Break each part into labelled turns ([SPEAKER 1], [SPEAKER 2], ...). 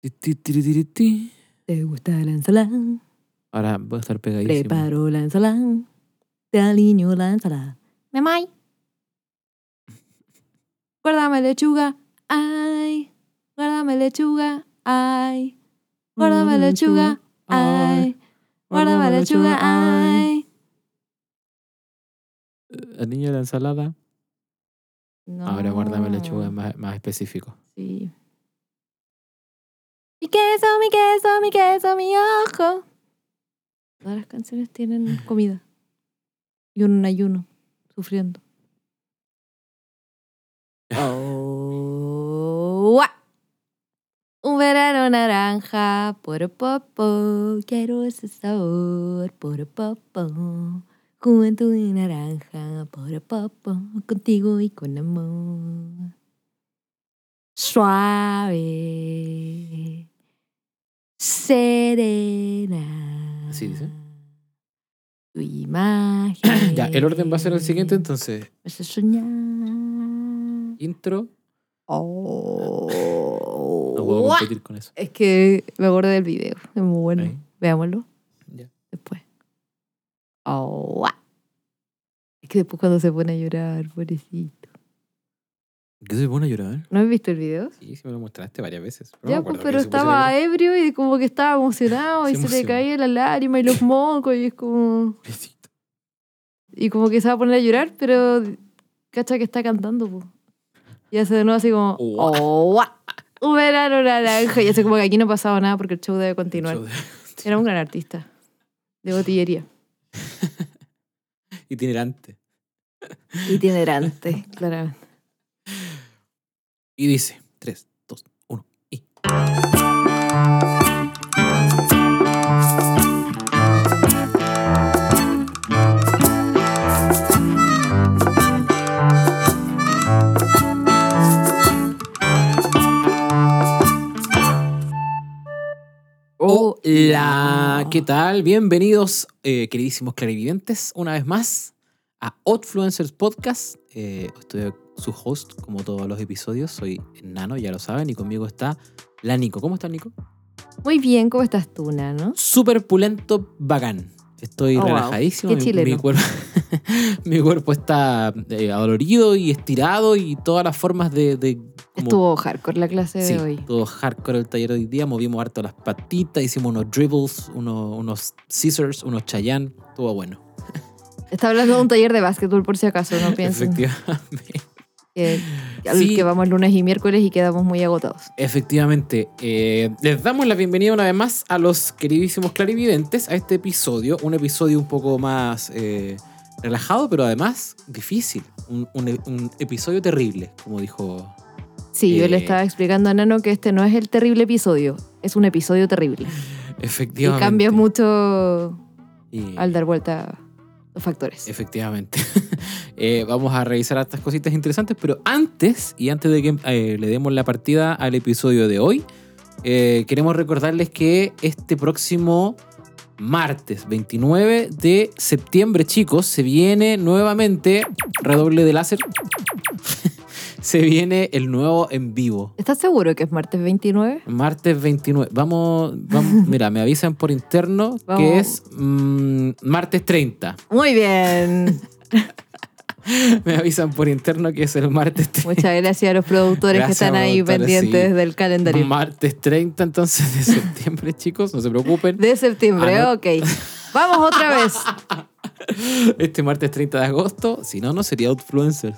[SPEAKER 1] Ti, ti, tiri, tiri, ti.
[SPEAKER 2] ¿Te gusta la ensalada?
[SPEAKER 1] Ahora voy a estar pegadísimo.
[SPEAKER 2] Preparo la ensalada. Te aliño la ensalada. Mamay. Guárdame lechuga. Ay. Guárdame lechuga. Ay.
[SPEAKER 1] Mm,
[SPEAKER 2] Guárdame lechuga. Ay. Guárdame lechuga. Ay.
[SPEAKER 1] El niño de la ensalada. Ahora guárdame
[SPEAKER 2] No.
[SPEAKER 1] lechuga más, más específico.
[SPEAKER 2] Sí. Mi queso, mi queso, mi queso, mi ojo. Todas las canciones tienen comida. Y uno en ayuno, sufriendo. Oh, ua. Un verano naranja, por popo, quiero ese sabor, por popo. Juventud y naranja, por popo, contigo y con amor suave, serena.
[SPEAKER 1] ¿Así dice?
[SPEAKER 2] Tu imagen.
[SPEAKER 1] Ya, el orden va a ser el siguiente entonces.
[SPEAKER 2] Me hace soñar.
[SPEAKER 1] Intro.
[SPEAKER 2] Oh.
[SPEAKER 1] No puedo
[SPEAKER 2] Guau.
[SPEAKER 1] competir con eso.
[SPEAKER 2] Es que me acuerdo del video. Es muy bueno.
[SPEAKER 1] Ahí.
[SPEAKER 2] Veámoslo
[SPEAKER 1] Ya.
[SPEAKER 2] después. Oh, guau. es que después cuando se pone a llorar, pobrecito.
[SPEAKER 1] ¿Qué se pone a llorar?
[SPEAKER 2] ¿No has visto el video?
[SPEAKER 1] Sí, sí me lo mostraste varias veces. pero no me
[SPEAKER 2] Ya, pues,
[SPEAKER 1] acuerdo
[SPEAKER 2] pero
[SPEAKER 1] que se pusiera a
[SPEAKER 2] estaba
[SPEAKER 1] llorar.
[SPEAKER 2] ebrio y como que estaba emocionado
[SPEAKER 1] Se
[SPEAKER 2] y se le
[SPEAKER 1] emocionó.
[SPEAKER 2] caía la lágrima y los mocos y es como...
[SPEAKER 1] Pobrecito.
[SPEAKER 2] Y como que se va a poner a llorar, pero cacha que está cantando, po. Y hace de nuevo así como...
[SPEAKER 1] Ua.
[SPEAKER 2] "Oh, ua". Un verano naranja. Y hace como que aquí no pasaba nada porque el show debe continuar.
[SPEAKER 1] Show de-
[SPEAKER 2] Era un gran artista. De botillería.
[SPEAKER 1] Itinerante.
[SPEAKER 2] Itinerante, claramente.
[SPEAKER 1] Y dice: 3, 2, 1. Hola, ¿qué tal? Bienvenidos, eh, queridísimos clarividentes, una vez más a Outfluencers Podcast. Eh, estoy su host, como todos los episodios. Soy Nano, ya lo saben, y conmigo está la Nico. ¿Cómo está Nico?
[SPEAKER 2] Muy bien, ¿cómo estás tú, Nano?
[SPEAKER 1] Súper pulento, bacán. Estoy
[SPEAKER 2] Oh, wow.
[SPEAKER 1] relajadísimo.
[SPEAKER 2] Qué
[SPEAKER 1] mi-
[SPEAKER 2] chileno.
[SPEAKER 1] Mi, cuerpo, mi cuerpo está eh, adolorido y estirado y todas las formas de... de como-
[SPEAKER 2] Estuvo hardcore la clase de
[SPEAKER 1] Sí,
[SPEAKER 2] hoy.
[SPEAKER 1] todo hardcore el taller de hoy día. Movimos harto las patitas, hicimos unos dribbles, unos, unos scissors, unos chayan. Todo bueno.
[SPEAKER 2] Está hablando de un taller de básquetbol, por si acaso, no piensen
[SPEAKER 1] Efectivamente.
[SPEAKER 2] que, al
[SPEAKER 1] Sí.
[SPEAKER 2] que vamos lunes y miércoles y quedamos muy agotados.
[SPEAKER 1] Efectivamente, eh, les damos la bienvenida una vez más a los queridísimos clarividentes a este episodio, un episodio un poco más eh, relajado, pero además difícil, un, un- un episodio terrible, como dijo.
[SPEAKER 2] Sí, yo le
[SPEAKER 1] Eh.
[SPEAKER 2] estaba explicando a Nano que este no es el terrible episodio, es un episodio terrible. Y
[SPEAKER 1] Efectivamente.
[SPEAKER 2] cambia mucho
[SPEAKER 1] Y-
[SPEAKER 2] al dar vuelta los factores.
[SPEAKER 1] Efectivamente. Eh, vamos a revisar estas cositas interesantes, pero antes, y antes de que eh, le demos la partida al episodio de hoy, eh, queremos recordarles que este próximo martes 29 de septiembre, chicos, se viene nuevamente, redoble de láser, se viene el nuevo en vivo.
[SPEAKER 2] ¿Estás seguro que es martes 29?
[SPEAKER 1] Martes 29. Vamos, vamos mira, me avisan por interno
[SPEAKER 2] Vamos.
[SPEAKER 1] que es mm, martes 30.
[SPEAKER 2] Muy bien.
[SPEAKER 1] Me avisan por interno que es el martes 30.
[SPEAKER 2] Muchas gracias a los productores
[SPEAKER 1] Gracias,
[SPEAKER 2] que están ahí
[SPEAKER 1] productores,
[SPEAKER 2] pendientes
[SPEAKER 1] sí.
[SPEAKER 2] del calendario.
[SPEAKER 1] Martes 30 entonces de septiembre, chicos, no se preocupen.
[SPEAKER 2] De septiembre,
[SPEAKER 1] Ah, no.
[SPEAKER 2] ok. Vamos otra vez.
[SPEAKER 1] Este martes 30 de agosto, si no, no sería Outfluencer.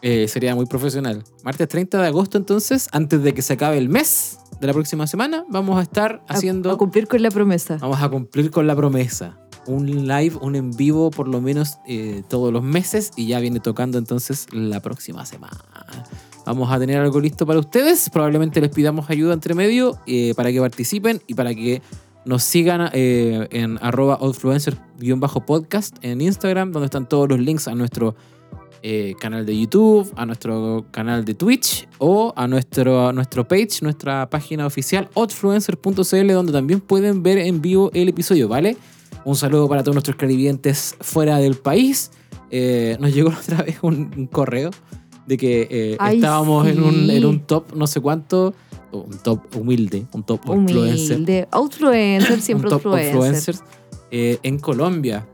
[SPEAKER 1] Eh, sería muy profesional. Martes 30 de agosto entonces, antes de que se acabe el mes de la próxima semana, vamos a estar
[SPEAKER 2] A-
[SPEAKER 1] haciendo...
[SPEAKER 2] a cumplir con la promesa.
[SPEAKER 1] Vamos a cumplir con la promesa. Un live, un en vivo por lo menos eh, todos los meses y ya viene tocando entonces la próxima semana. Vamos a tener algo listo para ustedes. Probablemente les pidamos ayuda entre medio eh, para que participen y para que nos sigan eh, en arroba outfluencer-podcast en Instagram, donde están todos los links a nuestro eh, canal de YouTube, a nuestro canal de Twitch o a nuestro, a nuestro page, nuestra página oficial outfluencer.cl, donde también pueden ver en vivo el episodio, ¿vale? Un saludo para todos nuestros clarividentes fuera del país. Eh, nos llegó otra vez un, un correo de que eh,
[SPEAKER 2] Ay,
[SPEAKER 1] estábamos en, un,
[SPEAKER 2] sí.
[SPEAKER 1] en un top no sé cuánto o un top humilde, un top influencer,
[SPEAKER 2] Humilde. Outfluencer, siempre
[SPEAKER 1] un top
[SPEAKER 2] outfluencer.
[SPEAKER 1] influencers eh, en Colombia,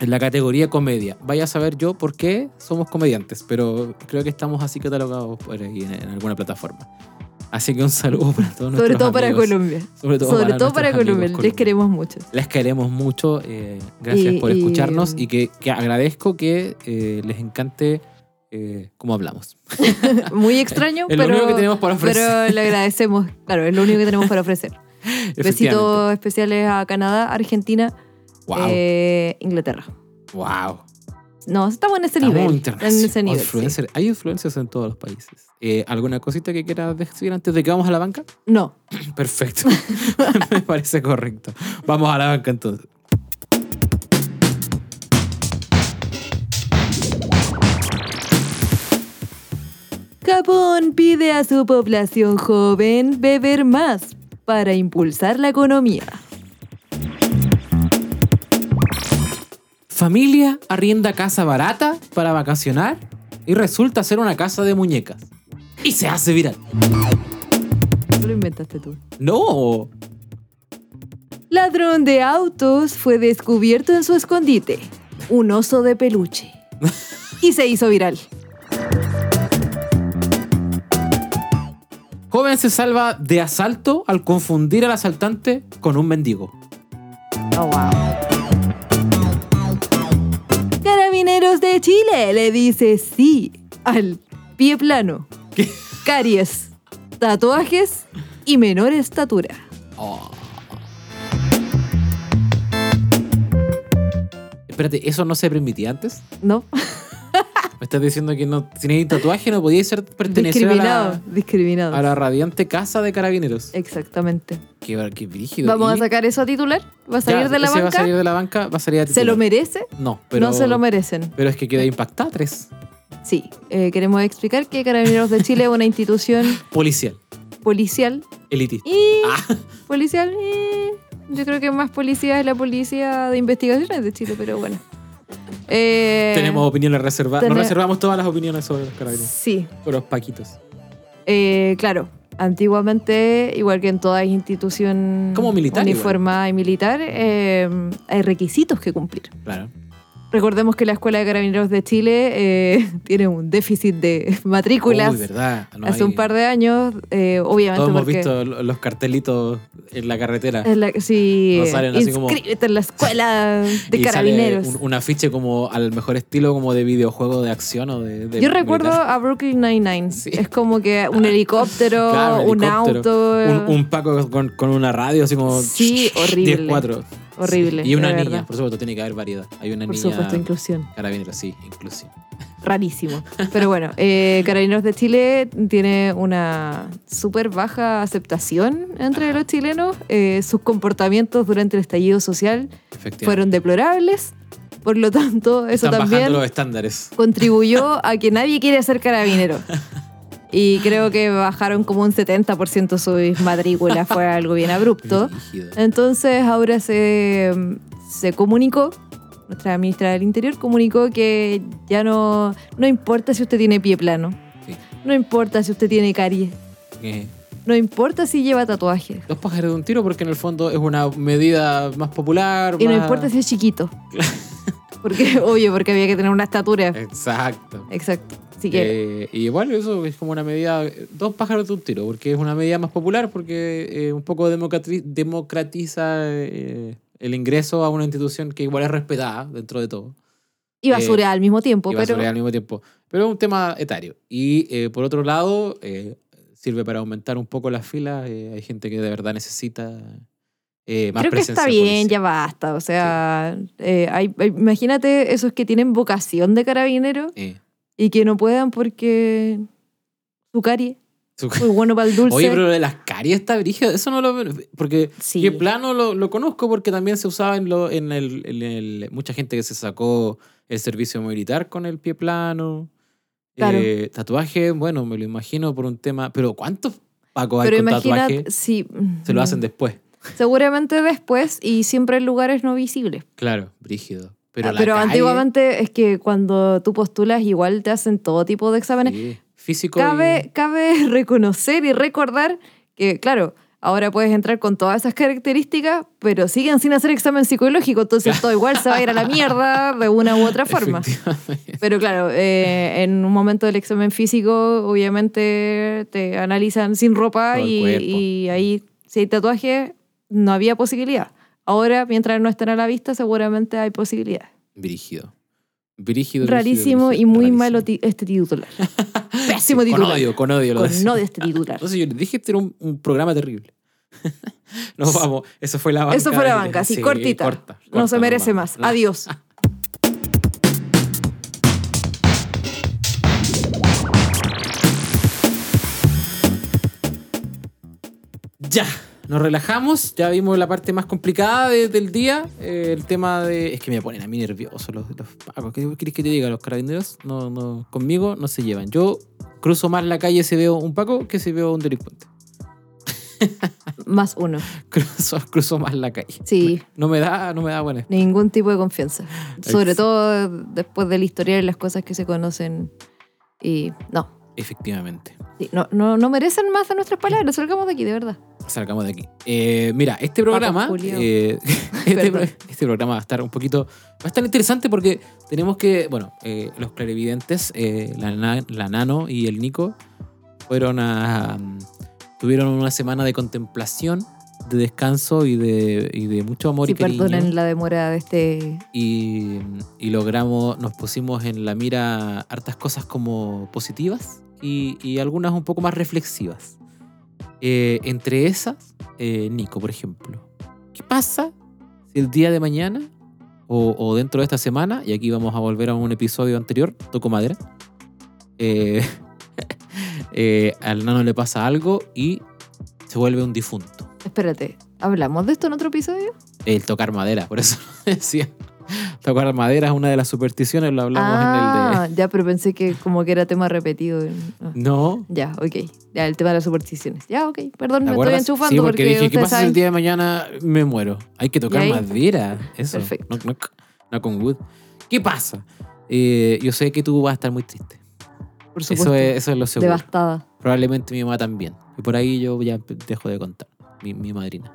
[SPEAKER 1] en la categoría comedia. Vaya a saber yo por qué somos comediantes, pero creo que estamos así catalogados por ahí en, en alguna plataforma. Así que un saludo para todos
[SPEAKER 2] Sobre
[SPEAKER 1] nuestros
[SPEAKER 2] todo para
[SPEAKER 1] amigos.
[SPEAKER 2] Colombia.
[SPEAKER 1] Sobre todo
[SPEAKER 2] Sobre
[SPEAKER 1] para,
[SPEAKER 2] todo para
[SPEAKER 1] nuestros
[SPEAKER 2] Colombia.
[SPEAKER 1] amigos
[SPEAKER 2] Les queremos mucho.
[SPEAKER 1] Les queremos mucho. eh, gracias
[SPEAKER 2] Y-
[SPEAKER 1] por
[SPEAKER 2] y-
[SPEAKER 1] escucharnos y, que, que agradezco que eh, les encante eh, cómo hablamos.
[SPEAKER 2] Muy extraño,
[SPEAKER 1] Es lo
[SPEAKER 2] pero,
[SPEAKER 1] único que tenemos para ofrecer.
[SPEAKER 2] pero le agradecemos. Claro, es lo único que tenemos para ofrecer.
[SPEAKER 1] Efectivamente.
[SPEAKER 2] Besitos especiales a Canadá, Argentina,
[SPEAKER 1] Wow.
[SPEAKER 2] eh, Inglaterra.
[SPEAKER 1] wow.
[SPEAKER 2] No, estamos en ese
[SPEAKER 1] Estamos
[SPEAKER 2] nivel.
[SPEAKER 1] internacional.
[SPEAKER 2] En ese nivel. sí.
[SPEAKER 1] Influencer. Hay influencers en todos los países. Eh, ¿Alguna cosita que quieras decir antes de que vamos a la banca?
[SPEAKER 2] No.
[SPEAKER 1] Perfecto. Me parece correcto. Vamos a la banca entonces.
[SPEAKER 2] Japón pide a su población joven beber más para impulsar la economía.
[SPEAKER 1] Familia arrienda casa barata para vacacionar y resulta ser una casa de muñecas. Y se hace viral.
[SPEAKER 2] Lo inventaste tú.
[SPEAKER 1] No.
[SPEAKER 2] Ladrón de autos fue descubierto en su escondite, un oso de peluche. Y se hizo viral.
[SPEAKER 1] Joven se salva de asalto al confundir al asaltante con un mendigo.
[SPEAKER 2] Oh, Carabineros de Chile le dice sí al pie plano,
[SPEAKER 1] ¿Qué?
[SPEAKER 2] caries, tatuajes y menor estatura.
[SPEAKER 1] Oh. Espérate, ¿eso no se permitía antes?
[SPEAKER 2] ¿No?
[SPEAKER 1] ¿Me estás diciendo que no, si tenías tatuaje no podías ser pertenecer a
[SPEAKER 2] Discriminado,
[SPEAKER 1] la,
[SPEAKER 2] discriminado.
[SPEAKER 1] a la radiante casa de carabineros?
[SPEAKER 2] Exactamente.
[SPEAKER 1] Qué, qué brígido.
[SPEAKER 2] Eh. Vamos a
[SPEAKER 1] Y-
[SPEAKER 2] sacar eso a titular. ¿Va
[SPEAKER 1] Ya,
[SPEAKER 2] a salir de la
[SPEAKER 1] ese Va a
[SPEAKER 2] banca?
[SPEAKER 1] salir de la banca, va a salir a
[SPEAKER 2] ¿Se
[SPEAKER 1] titular.
[SPEAKER 2] lo merece?
[SPEAKER 1] No, pero,
[SPEAKER 2] No se lo merecen.
[SPEAKER 1] pero es que queda impactada tres.
[SPEAKER 2] Sí, eh, queremos explicar que Carabineros de Chile es una institución
[SPEAKER 1] Policial,
[SPEAKER 2] policial
[SPEAKER 1] elitista.
[SPEAKER 2] y
[SPEAKER 1] Ah,
[SPEAKER 2] policial eh, yo creo que más policía es la policía de investigaciones de Chile pero bueno Eh,
[SPEAKER 1] tenemos opiniones reservadas.
[SPEAKER 2] tene-
[SPEAKER 1] Nos reservamos todas las opiniones sobre los carabineros.
[SPEAKER 2] sí
[SPEAKER 1] Sobre los paquitos.
[SPEAKER 2] eh, claro antiguamente igual que en toda institución
[SPEAKER 1] Como militar igual.
[SPEAKER 2] uniformada y militar eh, hay requisitos que cumplir
[SPEAKER 1] Claro.
[SPEAKER 2] recordemos que la escuela de carabineros de Chile eh, tiene un déficit de matrículas
[SPEAKER 1] Uy, verdad. no
[SPEAKER 2] hace
[SPEAKER 1] hay-
[SPEAKER 2] un par de años eh, obviamente
[SPEAKER 1] Todos hemos
[SPEAKER 2] porque Eh,
[SPEAKER 1] visto lo- los cartelitos en la carretera.
[SPEAKER 2] es la- sí,
[SPEAKER 1] Nos salen así como-
[SPEAKER 2] inscríbete en la escuela de
[SPEAKER 1] y sale
[SPEAKER 2] carabineros
[SPEAKER 1] un, un afiche como al mejor estilo como de videojuego de acción o de... de
[SPEAKER 2] Yo recuerdo
[SPEAKER 1] militar.
[SPEAKER 2] a Brooklyn Nine-Nine.
[SPEAKER 1] este, Sí.
[SPEAKER 2] Es como que un helicóptero,
[SPEAKER 1] Claro,
[SPEAKER 2] un
[SPEAKER 1] helicóptero,
[SPEAKER 2] auto. eh.
[SPEAKER 1] Un, un Paco con, con una radio así como...
[SPEAKER 2] Sí, horrible.
[SPEAKER 1] 10-4.
[SPEAKER 2] Horrible,
[SPEAKER 1] Sí, Y una
[SPEAKER 2] de
[SPEAKER 1] niña,
[SPEAKER 2] verdad.
[SPEAKER 1] por supuesto, tiene que haber variedad. Hay una
[SPEAKER 2] Por
[SPEAKER 1] niña...
[SPEAKER 2] supuesto, inclusión.
[SPEAKER 1] Carabinero, sí, inclusive.
[SPEAKER 2] Rarísimo. Pero bueno, eh, Carabineros de Chile tiene una súper baja aceptación entre los chilenos. Eh, sus comportamientos durante el estallido social
[SPEAKER 1] Efectivamente.
[SPEAKER 2] fueron deplorables. Por lo tanto, eso
[SPEAKER 1] Están
[SPEAKER 2] también
[SPEAKER 1] bajando los estándares.
[SPEAKER 2] contribuyó a que nadie quiere ser carabinero. Y creo que bajaron como un 70% sus matrículas. Fue algo bien abrupto.
[SPEAKER 1] Rígido.
[SPEAKER 2] Entonces ahora se, se comunicó, nuestra ministra del Interior comunicó que ya no, no importa si usted tiene pie plano,
[SPEAKER 1] Sí.
[SPEAKER 2] no importa si usted tiene caries,
[SPEAKER 1] Eh,
[SPEAKER 2] no importa si lleva tatuajes.
[SPEAKER 1] Dos pájaros de un tiro porque en el fondo es una medida más popular.
[SPEAKER 2] Y no
[SPEAKER 1] más-
[SPEAKER 2] importa si es chiquito. Porque, obvio, porque había que tener una estatura.
[SPEAKER 1] Exacto.
[SPEAKER 2] Exacto. Así que,
[SPEAKER 1] Eh, y igual eso es como una medida, dos pájaros de un tiro, porque es una medida más popular, porque eh, un poco democrati- democratiza eh, el ingreso a una institución que igual es respetada dentro de todo,
[SPEAKER 2] y basura al mismo tiempo,
[SPEAKER 1] eh, y va a
[SPEAKER 2] Pues pero
[SPEAKER 1] sobre al mismo tiempo. Pero es un tema etario. Y eh, por otro lado, eh, sirve para aumentar un poco las filas. eh, hay gente que de verdad necesita eh, más
[SPEAKER 2] creo que
[SPEAKER 1] presencia
[SPEAKER 2] está bien,
[SPEAKER 1] policial.
[SPEAKER 2] ya basta. O sea, eh, hay- hay- imagínate esos que tienen vocación de carabinero
[SPEAKER 1] Eh,
[SPEAKER 2] y que no puedan porque su carie
[SPEAKER 1] su-
[SPEAKER 2] muy bueno para el dulce.
[SPEAKER 1] Oye, pero lo de las caries está brígido. Eso no lo. Porque
[SPEAKER 2] Sí.
[SPEAKER 1] Y el plano lo, lo conozco porque también se usaba en, lo, en, el, en el- Mucha gente que se sacó el servicio militar con el pie plano.
[SPEAKER 2] Claro.
[SPEAKER 1] Eh, tatuaje, bueno, me lo imagino por un tema. Pero ¿cuántos pacos hay
[SPEAKER 2] Pero
[SPEAKER 1] con
[SPEAKER 2] imagínate, mm.
[SPEAKER 1] tatuaje?
[SPEAKER 2] sí.
[SPEAKER 1] Se lo hacen después.
[SPEAKER 2] Seguramente después y siempre en lugares no visibles.
[SPEAKER 1] Claro, brígido. Pero,
[SPEAKER 2] Ah,
[SPEAKER 1] la
[SPEAKER 2] Pero
[SPEAKER 1] calle,
[SPEAKER 2] antiguamente es que cuando tú postulas igual te hacen todo tipo de exámenes.
[SPEAKER 1] sí. físico. y-
[SPEAKER 2] Cabe, cabe reconocer y recordar que, claro, ahora puedes entrar con todas esas características, pero siguen sin hacer examen psicológico, entonces todo igual se va a ir a la mierda de una u otra forma.
[SPEAKER 1] Efectivamente.
[SPEAKER 2] Pero claro, eh, en un momento del examen físico, obviamente te analizan sin ropa
[SPEAKER 1] Todo el
[SPEAKER 2] y,
[SPEAKER 1] cuerpo.
[SPEAKER 2] y ahí, si hay tatuaje, no había posibilidad. Ahora, mientras no estén a la vista, seguramente hay posibilidad.
[SPEAKER 1] Brígido. Brígido. brígido,
[SPEAKER 2] Rarísimo y
[SPEAKER 1] brígido,
[SPEAKER 2] muy
[SPEAKER 1] rarísimo.
[SPEAKER 2] malo ti- este titular.
[SPEAKER 1] Sí,
[SPEAKER 2] Pésimo
[SPEAKER 1] Con
[SPEAKER 2] titular.
[SPEAKER 1] odio, con odio lo
[SPEAKER 2] Con
[SPEAKER 1] decía.
[SPEAKER 2] odio este titular.
[SPEAKER 1] Entonces yo les dije, este era un, un programa terrible. Nos vamos. Eso fue la banca.
[SPEAKER 2] Eso fue la
[SPEAKER 1] del-
[SPEAKER 2] banca, así
[SPEAKER 1] sí,
[SPEAKER 2] cortita.
[SPEAKER 1] corta,
[SPEAKER 2] no se
[SPEAKER 1] corta,
[SPEAKER 2] merece
[SPEAKER 1] normal.
[SPEAKER 2] más. Adiós.
[SPEAKER 1] Ah, Ya, nos relajamos, ya vimos la parte más complicada de- del día, eh, el tema de... Es que me ponen a mí nervioso los, los pacos. ¿Qué querés que te diga? Los carabineros no, no, conmigo no se llevan. Yo cruzo más la calle si veo un paco que si veo un delincuente.
[SPEAKER 2] Más uno.
[SPEAKER 1] Cruzo, cruzo más la calle.
[SPEAKER 2] Sí,
[SPEAKER 1] No me da, no me da buena.
[SPEAKER 2] ningún tipo de confianza. Sobre
[SPEAKER 1] Ex-
[SPEAKER 2] todo después del historial y las cosas que se conocen. Y no,
[SPEAKER 1] Efectivamente.
[SPEAKER 2] sí, no, no, no merecen más de nuestras palabras. Salgamos de aquí, de verdad.
[SPEAKER 1] Salgamos de aquí. Eh, mira, este programa.
[SPEAKER 2] culiao.
[SPEAKER 1] eh, este, pro-
[SPEAKER 2] Perdón.
[SPEAKER 1] este programa va a estar un poquito. Va a estar interesante porque tenemos que. Bueno, eh, los clarividentes, eh, la, na- la Nano y el Nico, fueron a. um, tuvieron una semana de contemplación, de descanso y de, y de mucho amor
[SPEAKER 2] Si
[SPEAKER 1] y cariño.
[SPEAKER 2] perdonen la demora de este.
[SPEAKER 1] Y, y logramos. Nos pusimos en la mira hartas cosas como positivas y, y algunas un poco más reflexivas. Eh, entre esas, eh, Nico, por ejemplo. ¿Qué pasa si el día de mañana o, o dentro de esta semana, y aquí vamos a volver a un episodio anterior, toco madera, eh, eh, al nano le pasa algo y se vuelve un difunto?
[SPEAKER 2] Espérate, ¿hablamos de esto en otro episodio?
[SPEAKER 1] El tocar madera, por eso decía. Tocar madera es una de las supersticiones, lo hablamos en el
[SPEAKER 2] ah, ya, pero pensé que como que era tema repetido. Ah,
[SPEAKER 1] de... No.
[SPEAKER 2] Ya, ok. Ya, el tema de las supersticiones. Ya, ok.
[SPEAKER 1] ¿Te
[SPEAKER 2] Perdón, me estoy
[SPEAKER 1] acuerdas?
[SPEAKER 2] enchufando
[SPEAKER 1] sí, porque,
[SPEAKER 2] porque,
[SPEAKER 1] dije, ¿qué
[SPEAKER 2] ustedes
[SPEAKER 1] pasa si
[SPEAKER 2] saben.
[SPEAKER 1] el día de mañana me muero? Hay que tocar
[SPEAKER 2] ahí-
[SPEAKER 1] madera. Eso.
[SPEAKER 2] Perfecto.
[SPEAKER 1] Knock, knock. Knock on wood. ¿Qué pasa? Eh, yo sé que tú vas a estar muy triste.
[SPEAKER 2] Por
[SPEAKER 1] Eso
[SPEAKER 2] supuesto.
[SPEAKER 1] es, eso es lo seguro.
[SPEAKER 2] devastada.
[SPEAKER 1] Probablemente mi mamá también. Y por ahí yo ya dejo de contar. Mi, mi madrina.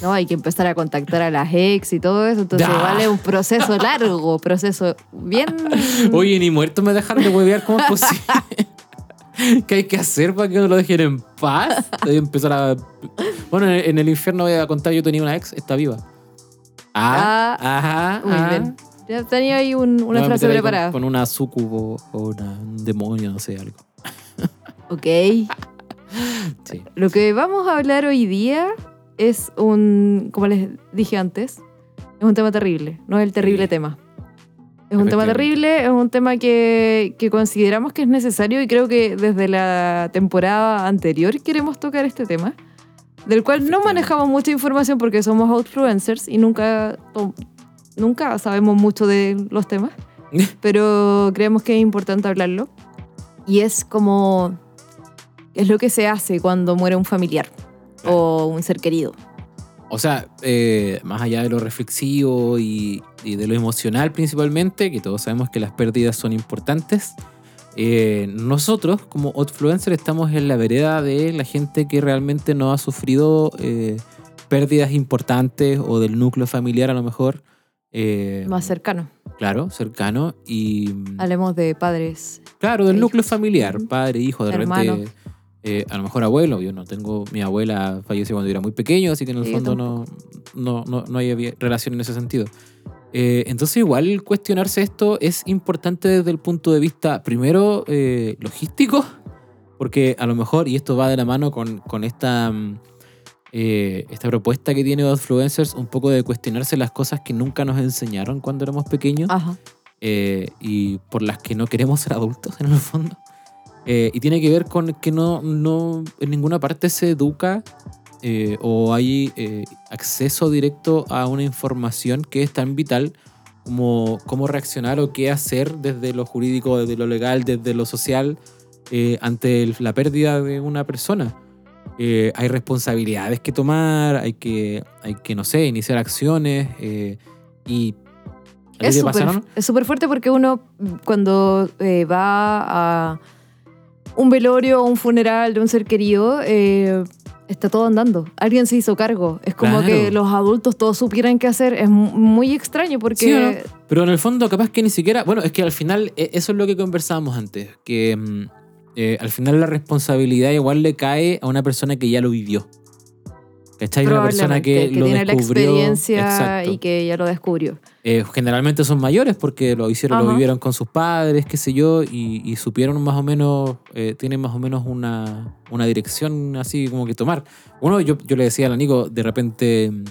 [SPEAKER 2] No, hay que empezar a contactar a las ex y todo eso. Entonces,
[SPEAKER 1] Da.
[SPEAKER 2] igual es un proceso largo, proceso bien.
[SPEAKER 1] Oye, ni muerto me dejaron de huevear. ¿Cómo es posible? ¿Qué hay que hacer para que no lo dejen en paz? Voy a empezar a... Bueno, en en el infierno voy a contar. Yo tenía una ex, está viva. Ah, ajá.
[SPEAKER 2] Muy
[SPEAKER 1] ah.
[SPEAKER 2] bien. Ya tenía ahí un-
[SPEAKER 1] Me
[SPEAKER 2] una
[SPEAKER 1] voy a
[SPEAKER 2] frase
[SPEAKER 1] meter ahí
[SPEAKER 2] preparada.
[SPEAKER 1] Con, con una sucubo o una- un demonio, no sé, algo.
[SPEAKER 2] Ok.
[SPEAKER 1] Sí.
[SPEAKER 2] Lo que vamos a hablar hoy día es un, como les dije antes, es un tema terrible, no es el terrible
[SPEAKER 1] Sí.
[SPEAKER 2] tema. Es un tema
[SPEAKER 1] Efectivamente.
[SPEAKER 2] terrible, es un tema que, que consideramos que es necesario y creo que desde la temporada anterior queremos tocar este tema, del cual no
[SPEAKER 1] Efectivamente.
[SPEAKER 2] manejamos mucha información porque somos outfluencers y nunca, to- nunca sabemos mucho de los temas pero creemos que es importante hablarlo. Y es como. Es lo que se hace cuando muere un familiar o un ser querido.
[SPEAKER 1] O sea, eh, más allá de lo reflexivo y, y de lo emocional principalmente, que todos sabemos que las pérdidas son importantes, eh, nosotros como Outfluencers estamos en la vereda de la gente que realmente no ha sufrido eh, pérdidas importantes o del núcleo familiar a lo mejor. eh,
[SPEAKER 2] Más cercano.
[SPEAKER 1] Claro, cercano. Y,
[SPEAKER 2] Hablemos de padres.
[SPEAKER 1] Claro, del
[SPEAKER 2] Sí.
[SPEAKER 1] núcleo familiar, padre, hijo, de
[SPEAKER 2] Hermano.
[SPEAKER 1] repente, eh, a lo mejor abuelo, yo no tengo, mi abuela falleció cuando yo era muy pequeño, así que en el
[SPEAKER 2] Sí, yo
[SPEAKER 1] fondo no, no, no, no hay había relación en ese sentido. Eh, entonces igual cuestionarse esto es importante desde el punto de vista, primero, eh, logístico, porque a lo mejor, y esto va de la mano con, con esta, mm, eh, esta propuesta que tiene Influencers, un poco de cuestionarse las cosas que nunca nos enseñaron cuando éramos pequeños
[SPEAKER 2] Ajá.
[SPEAKER 1] eh, y por las que no queremos ser adultos en el fondo. Eh, y tiene que ver con que no, no en ninguna parte se educa eh, o hay eh, acceso directo a una información que es tan vital como cómo reaccionar o qué hacer desde lo jurídico, desde lo legal, desde lo social eh, ante el- la pérdida de una persona. Eh, hay responsabilidades que tomar, hay que, hay que no sé, iniciar acciones eh, y... ¿a ti
[SPEAKER 2] Es
[SPEAKER 1] te
[SPEAKER 2] súper
[SPEAKER 1] pasaron?
[SPEAKER 2] es súper fuerte porque uno mm, cuando eh, va a, un velorio o un funeral de un ser querido, eh, está todo andando. Alguien se hizo cargo. Es como
[SPEAKER 1] Claro.
[SPEAKER 2] que los adultos todos supieran qué hacer. Es mu- muy extraño porque...
[SPEAKER 1] Sí, ¿o no? Pero en el fondo, capaz que ni siquiera. Bueno, es que al final, e- eso es lo que conversábamos antes. Que mm, eh, al final la responsabilidad igual le cae a una persona que ya lo vivió. ¿Cachai? Una persona que,
[SPEAKER 2] Probablemente,
[SPEAKER 1] lo
[SPEAKER 2] tiene la
[SPEAKER 1] descubrió.
[SPEAKER 2] experiencia
[SPEAKER 1] Exacto.
[SPEAKER 2] y que ya lo descubrió.
[SPEAKER 1] Eh, generalmente son mayores porque lo hicieron, lo
[SPEAKER 2] Ajá.
[SPEAKER 1] vivieron con sus padres, qué sé yo, y, y supieron más o menos, eh, tienen más o menos una, una dirección así como que tomar. Uno, yo, yo le decía a la Nico, de repente, mm,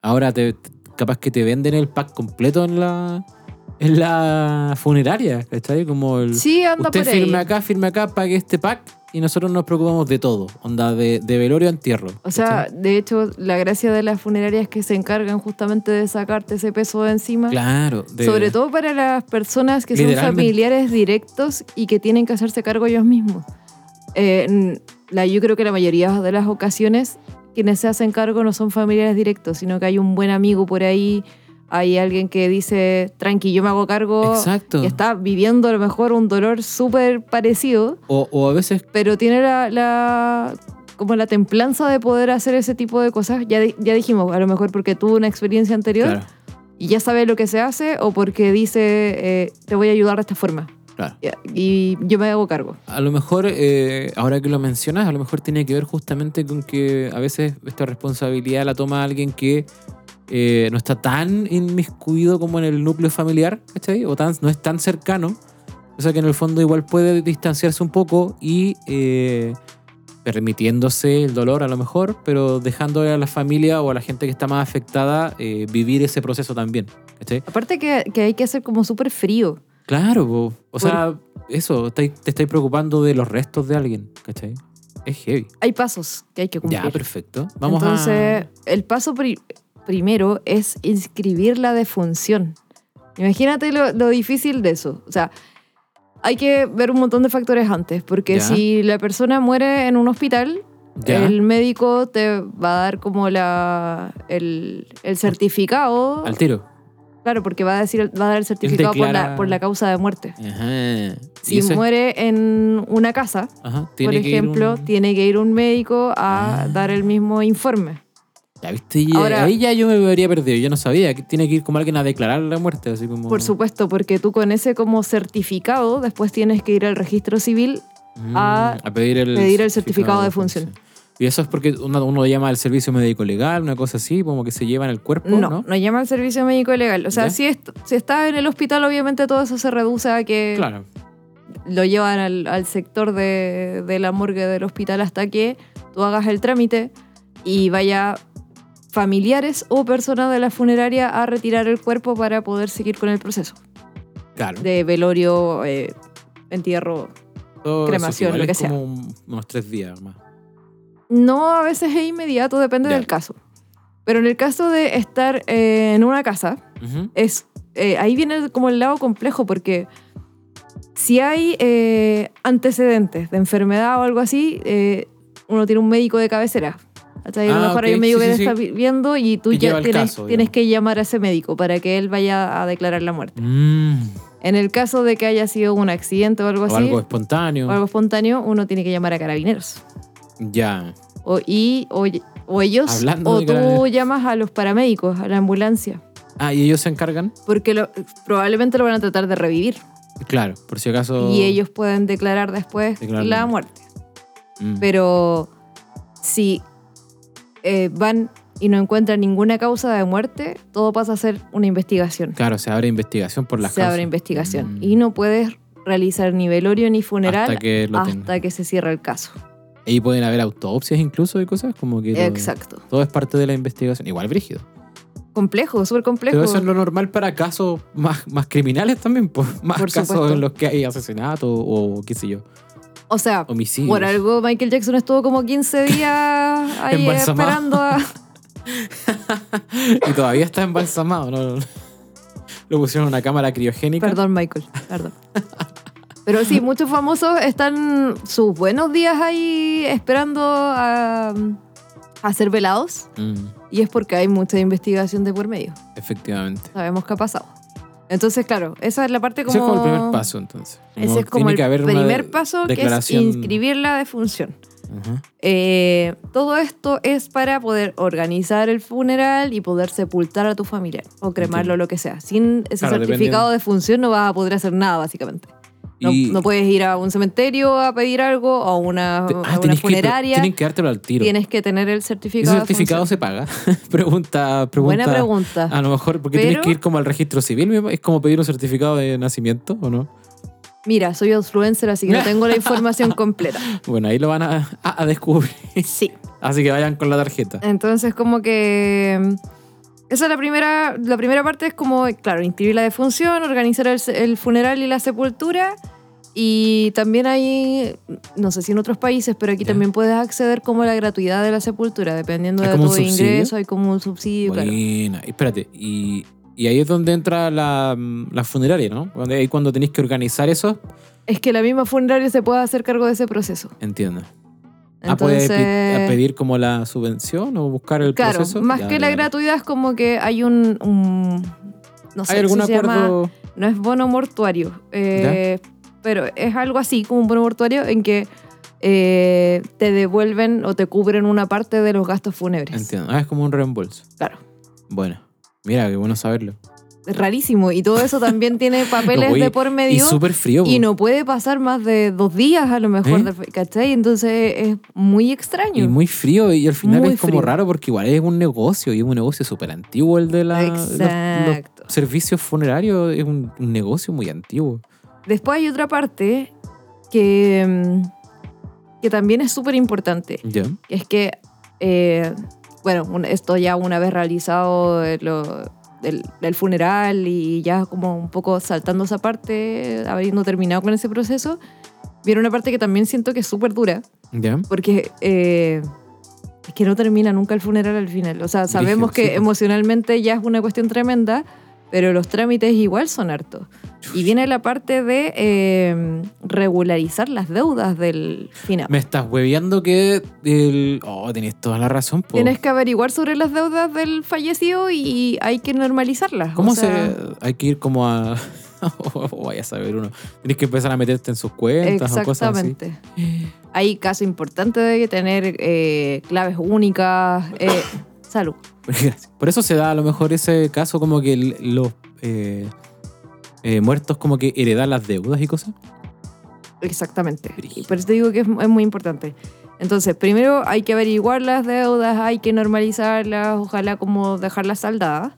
[SPEAKER 1] ahora te, te- capaz que te venden el pack completo en la, en la funeraria, ¿cachai? Como el,
[SPEAKER 2] Sí, anda
[SPEAKER 1] Usted
[SPEAKER 2] por ahí.
[SPEAKER 1] firme acá, firme acá, pague este pack y nosotros nos preocupamos de todo, onda de, de velorio a entierro.
[SPEAKER 2] O sea,
[SPEAKER 1] ¿cachai?
[SPEAKER 2] de hecho, la gracia de las funerarias es que se encargan justamente de sacarte ese peso de encima.
[SPEAKER 1] claro. de-
[SPEAKER 2] Sobre todo para las personas que son
[SPEAKER 1] Literalmente.
[SPEAKER 2] familiares directos y que tienen que hacerse cargo ellos mismos. Eh, n- la, yo creo que la mayoría de las ocasiones quienes se hacen cargo no son familiares directos, sino que hay un buen amigo por ahí, hay alguien que dice, tranqui, yo me hago cargo,
[SPEAKER 1] Exacto.
[SPEAKER 2] y está viviendo a lo mejor un dolor súper parecido,
[SPEAKER 1] O, o a veces
[SPEAKER 2] pero tiene la, la- como la templanza de poder hacer ese tipo de cosas. Ya, di- ya dijimos, a lo mejor porque tuvo una experiencia anterior
[SPEAKER 1] Claro,
[SPEAKER 2] y ya sabe lo que se hace o porque dice, eh, te voy a ayudar de esta forma
[SPEAKER 1] claro.
[SPEAKER 2] y, y yo me hago cargo.
[SPEAKER 1] A lo mejor, eh, ahora que lo mencionas, a lo mejor tiene que ver justamente con que a veces esta responsabilidad la toma alguien que eh, no está tan inmiscuido como en el núcleo familiar, ¿cachai? O tan, no es tan cercano. O sea que en el fondo igual puede distanciarse un poco y eh, permitiéndose el dolor a lo mejor, pero dejando a la familia o a la gente que está más afectada eh, vivir ese proceso también, ¿cachai?
[SPEAKER 2] Aparte que, que hay que hacer como súper frío.
[SPEAKER 1] Claro, po. o sea, eso, te, te estáis preocupando de los restos de alguien, ¿cachai? Es heavy.
[SPEAKER 2] Hay pasos que hay que cumplir.
[SPEAKER 1] Ya, perfecto. Vamos
[SPEAKER 2] Entonces,
[SPEAKER 1] a...
[SPEAKER 2] el paso pri- primero es inscribir la defunción. Imagínate lo, lo difícil de eso. O sea, hay que ver un montón de factores antes, porque
[SPEAKER 1] Ya.
[SPEAKER 2] si la persona muere en un hospital,
[SPEAKER 1] Ya.
[SPEAKER 2] el médico te va a dar como la, el, el certificado.
[SPEAKER 1] Al tiro.
[SPEAKER 2] Claro, porque va a, decir, va a dar el certificado por,
[SPEAKER 1] declara-
[SPEAKER 2] la, por la causa de muerte.
[SPEAKER 1] Ajá.
[SPEAKER 2] Si
[SPEAKER 1] Y ese-
[SPEAKER 2] muere en una casa,
[SPEAKER 1] Ajá,
[SPEAKER 2] por
[SPEAKER 1] tiene que ir
[SPEAKER 2] ejemplo,
[SPEAKER 1] un-
[SPEAKER 2] tiene que ir un médico a
[SPEAKER 1] Ah.
[SPEAKER 2] dar el mismo informe.
[SPEAKER 1] Ya, viste, y eh,
[SPEAKER 2] Ahora-
[SPEAKER 1] ahí ya yo me habría perdido. Yo no sabía que tiene que ir como alguien a declarar la muerte, así como...
[SPEAKER 2] Por supuesto, porque tú con ese como certificado después tienes que ir al registro civil.
[SPEAKER 1] Mm,
[SPEAKER 2] a
[SPEAKER 1] pedir el,
[SPEAKER 2] pedir el certificado de función.
[SPEAKER 1] Y eso es porque uno, uno llama al servicio médico legal, una cosa así, como que se llevan el cuerpo,
[SPEAKER 2] No,
[SPEAKER 1] Oh, ¿no?
[SPEAKER 2] no, llama al servicio médico legal. O sea,
[SPEAKER 1] Ya.
[SPEAKER 2] si, est- si está en el hospital, obviamente todo eso se reduce a que
[SPEAKER 1] Claro.
[SPEAKER 2] lo llevan al, al sector de, de la morgue del hospital hasta que tú hagas el trámite y vaya familiares o personas de la funeraria a retirar el cuerpo para poder seguir con el proceso
[SPEAKER 1] Claro.
[SPEAKER 2] de velorio, eh, entierro.
[SPEAKER 1] Todo eso
[SPEAKER 2] cremación,
[SPEAKER 1] igual
[SPEAKER 2] lo
[SPEAKER 1] es
[SPEAKER 2] que sea.
[SPEAKER 1] como un- unos tres días más.
[SPEAKER 2] No, a veces es inmediato, depende
[SPEAKER 1] Ya.
[SPEAKER 2] del caso. Pero en el caso de estar eh, en una casa,
[SPEAKER 1] Ujú.
[SPEAKER 2] es eh, ahí viene como el lado complejo porque si hay eh, antecedentes de enfermedad o algo así, eh, uno tiene un médico de cabecera. ¿cachai? a
[SPEAKER 1] Ah,
[SPEAKER 2] lo mejor
[SPEAKER 1] ok,
[SPEAKER 2] hay un médico
[SPEAKER 1] sí,
[SPEAKER 2] que
[SPEAKER 1] sí,
[SPEAKER 2] te está
[SPEAKER 1] sí.
[SPEAKER 2] vi- viendo y tú
[SPEAKER 1] Y lleva
[SPEAKER 2] ya
[SPEAKER 1] el
[SPEAKER 2] tienes,
[SPEAKER 1] caso,
[SPEAKER 2] tienes
[SPEAKER 1] digamos.
[SPEAKER 2] que llamar a ese médico para que él vaya a declarar la muerte.
[SPEAKER 1] Mm,
[SPEAKER 2] En el caso de que haya sido un accidente o algo
[SPEAKER 1] o
[SPEAKER 2] así,
[SPEAKER 1] algo espontáneo.
[SPEAKER 2] o algo espontáneo, uno tiene que llamar a carabineros.
[SPEAKER 1] Ya.
[SPEAKER 2] O, y, o, o ellos,
[SPEAKER 1] Hablando
[SPEAKER 2] o
[SPEAKER 1] de
[SPEAKER 2] tú
[SPEAKER 1] carabineros.
[SPEAKER 2] llamas a los paramédicos, a la ambulancia,
[SPEAKER 1] Ah, y ellos se encargan.
[SPEAKER 2] porque lo- probablemente lo van a tratar de revivir.
[SPEAKER 1] Claro, por si acaso.
[SPEAKER 2] y ellos pueden declarar después
[SPEAKER 1] Declarar la
[SPEAKER 2] la muerte.
[SPEAKER 1] Mm,
[SPEAKER 2] Pero si eh, van y no encuentran ninguna causa de muerte, todo pasa a ser una investigación.
[SPEAKER 1] Claro, se abre investigación por las
[SPEAKER 2] se
[SPEAKER 1] causas.
[SPEAKER 2] abre investigación.
[SPEAKER 1] Mm.
[SPEAKER 2] Y no puedes realizar ni velorio ni funeral
[SPEAKER 1] Hasta
[SPEAKER 2] hasta que,
[SPEAKER 1] que lo tengan.
[SPEAKER 2] se cierre el caso.
[SPEAKER 1] Y pueden haber autopsias incluso y cosas como que. lo-
[SPEAKER 2] Exacto.
[SPEAKER 1] Todo es parte de la investigación. Igual brígido.
[SPEAKER 2] Complejo, súper complejo.
[SPEAKER 1] Pero eso es lo normal para casos más, más criminales también, pues. Más
[SPEAKER 2] Por
[SPEAKER 1] casos
[SPEAKER 2] supuesto.
[SPEAKER 1] en los que hay asesinato o qué sé yo,
[SPEAKER 2] O sea,
[SPEAKER 1] homicidios.
[SPEAKER 2] por algo Michael Jackson estuvo como 15 días ahí
[SPEAKER 1] Embalsamado.
[SPEAKER 2] esperando a...
[SPEAKER 1] Y todavía está embalsamado, ¿no? Lo pusieron en una cámara criogénica.
[SPEAKER 2] Perdón, Michael, perdón. Pero sí, muchos famosos están sus buenos días ahí esperando a, a ser velados
[SPEAKER 1] Mm,
[SPEAKER 2] y es porque hay mucha investigación de por medio.
[SPEAKER 1] efectivamente.
[SPEAKER 2] Sabemos qué ha pasado. Entonces, claro, esa es la parte como...
[SPEAKER 1] Ese es como el primer paso, entonces.
[SPEAKER 2] Ese es como
[SPEAKER 1] tiene
[SPEAKER 2] el
[SPEAKER 1] que haber una
[SPEAKER 2] primer
[SPEAKER 1] de-
[SPEAKER 2] paso, que es
[SPEAKER 1] declaración-
[SPEAKER 2] inscribir la defunción.
[SPEAKER 1] Ajá.
[SPEAKER 2] Eh, todo esto es para poder organizar el funeral y poder sepultar a tu familiar o cremarlo,
[SPEAKER 1] Entiendo.
[SPEAKER 2] lo que sea. Sin ese
[SPEAKER 1] Claro,
[SPEAKER 2] certificado de función no vas a poder hacer nada, básicamente. No,
[SPEAKER 1] Y
[SPEAKER 2] no puedes ir a un cementerio a pedir algo o a una,
[SPEAKER 1] te-
[SPEAKER 2] a
[SPEAKER 1] ah,
[SPEAKER 2] una
[SPEAKER 1] tenés que-
[SPEAKER 2] funeraria.
[SPEAKER 1] tienen que dártelo al tiro.
[SPEAKER 2] Tienes que tener el
[SPEAKER 1] ¿Ese
[SPEAKER 2] certificado. de
[SPEAKER 1] certificado
[SPEAKER 2] función.
[SPEAKER 1] se paga? pregunta, pregunta.
[SPEAKER 2] Buena pregunta.
[SPEAKER 1] A lo mejor, porque tienes
[SPEAKER 2] Pero-
[SPEAKER 1] que ir como al registro civil mismo. Es como pedir un certificado de nacimiento, ¿o no?
[SPEAKER 2] Mira, soy influencer, así que no tengo la información completa.
[SPEAKER 1] Bueno, ahí lo van a, a- a descubrir.
[SPEAKER 2] Sí.
[SPEAKER 1] Así que vayan con la tarjeta.
[SPEAKER 2] Entonces, como que. mm, Esa es la primera, la primera parte, es como, claro, inscribir la defunción, organizar el, se- el funeral y la sepultura. Y también hay, no sé si en otros países, pero aquí
[SPEAKER 1] Ya.
[SPEAKER 2] también puedes acceder como a la gratuidad de la sepultura, dependiendo
[SPEAKER 1] ¿Hay
[SPEAKER 2] de
[SPEAKER 1] como un
[SPEAKER 2] tu
[SPEAKER 1] subsidio?
[SPEAKER 2] ingreso, hay como un subsidio, claro.
[SPEAKER 1] Buena. Espérate, y, y ahí es donde entra la, mm, la funeraria, ¿no? Cuando- Ahí cuando tenéis que organizar eso,
[SPEAKER 2] Es que la misma funeraria se puede hacer cargo de ese proceso.
[SPEAKER 1] entiendo. ah, puedes
[SPEAKER 2] Entonces,
[SPEAKER 1] pe- a pedir como la subvención o buscar el
[SPEAKER 2] claro,
[SPEAKER 1] proceso.
[SPEAKER 2] más
[SPEAKER 1] Ya,
[SPEAKER 2] que la
[SPEAKER 1] ya, ya.
[SPEAKER 2] gratuidad es como que hay un, un- no sé,
[SPEAKER 1] ¿Hay
[SPEAKER 2] eso
[SPEAKER 1] algún
[SPEAKER 2] se llama-
[SPEAKER 1] acuerdo?
[SPEAKER 2] No es bono mortuario. eh, pero es algo así como un bono mortuario en que eh, te devuelven o te cubren una parte de los gastos fúnebres.
[SPEAKER 1] Entiendo. Ah, es como un reembolso.
[SPEAKER 2] Claro.
[SPEAKER 1] Bueno, mira, qué bueno saberlo.
[SPEAKER 2] Es rarísimo. Y todo eso también tiene papeles
[SPEAKER 1] Oye,
[SPEAKER 2] de por
[SPEAKER 1] Y
[SPEAKER 2] medio.
[SPEAKER 1] súper frío.
[SPEAKER 2] Y
[SPEAKER 1] po.
[SPEAKER 2] no puede pasar más de dos días a lo mejor,
[SPEAKER 1] ¿Eh?
[SPEAKER 2] del- ¿cachai? Entonces es muy extraño.
[SPEAKER 1] Y muy frío, y al final
[SPEAKER 2] Muy
[SPEAKER 1] es como
[SPEAKER 2] frío.
[SPEAKER 1] raro porque igual es un negocio, y es un negocio súper antiguo el de la, los- los,
[SPEAKER 2] Exacto.
[SPEAKER 1] servicios funerarios, es un, un negocio muy antiguo.
[SPEAKER 2] Después hay otra parte que, mm, que también es súper importante.
[SPEAKER 1] Ya.
[SPEAKER 2] que es que, eh, bueno, un- esto ya una vez realizado eh, lo- el, el funeral y ya como un poco saltando esa parte, habiendo terminado con ese proceso, viene una parte que también siento que es súper dura,
[SPEAKER 1] Ya.
[SPEAKER 2] porque eh, es que no termina nunca el funeral al final. O sea, sabemos
[SPEAKER 1] Brígido,
[SPEAKER 2] que
[SPEAKER 1] sí, pues.
[SPEAKER 2] emocionalmente ya es una cuestión tremenda, pero los trámites igual son hartos. Y viene la parte de eh, regularizar las deudas del final.
[SPEAKER 1] Me estás hueveando que el. Oh, tenés toda la razón, po.
[SPEAKER 2] Tienes que averiguar sobre las deudas del fallecido y hay que normalizarlas.
[SPEAKER 1] ¿Cómo
[SPEAKER 2] o sea,
[SPEAKER 1] se.? Hay que ir como a. o vaya a saber uno. Tienes que empezar a meterte en sus cuentas o cosas así.
[SPEAKER 2] Exactamente. Hay caso importante de tener eh, claves únicas. eh, salud.
[SPEAKER 1] Gracias. Por eso se da a lo mejor ese caso como que el- los eh, eh, muertos como que heredan las deudas y cosas.
[SPEAKER 2] Exactamente. Y
[SPEAKER 1] Brígido.
[SPEAKER 2] por eso te digo que es, es muy importante. Entonces, primero hay que averiguar las deudas, hay que normalizarlas, ojalá como dejarlas saldadas.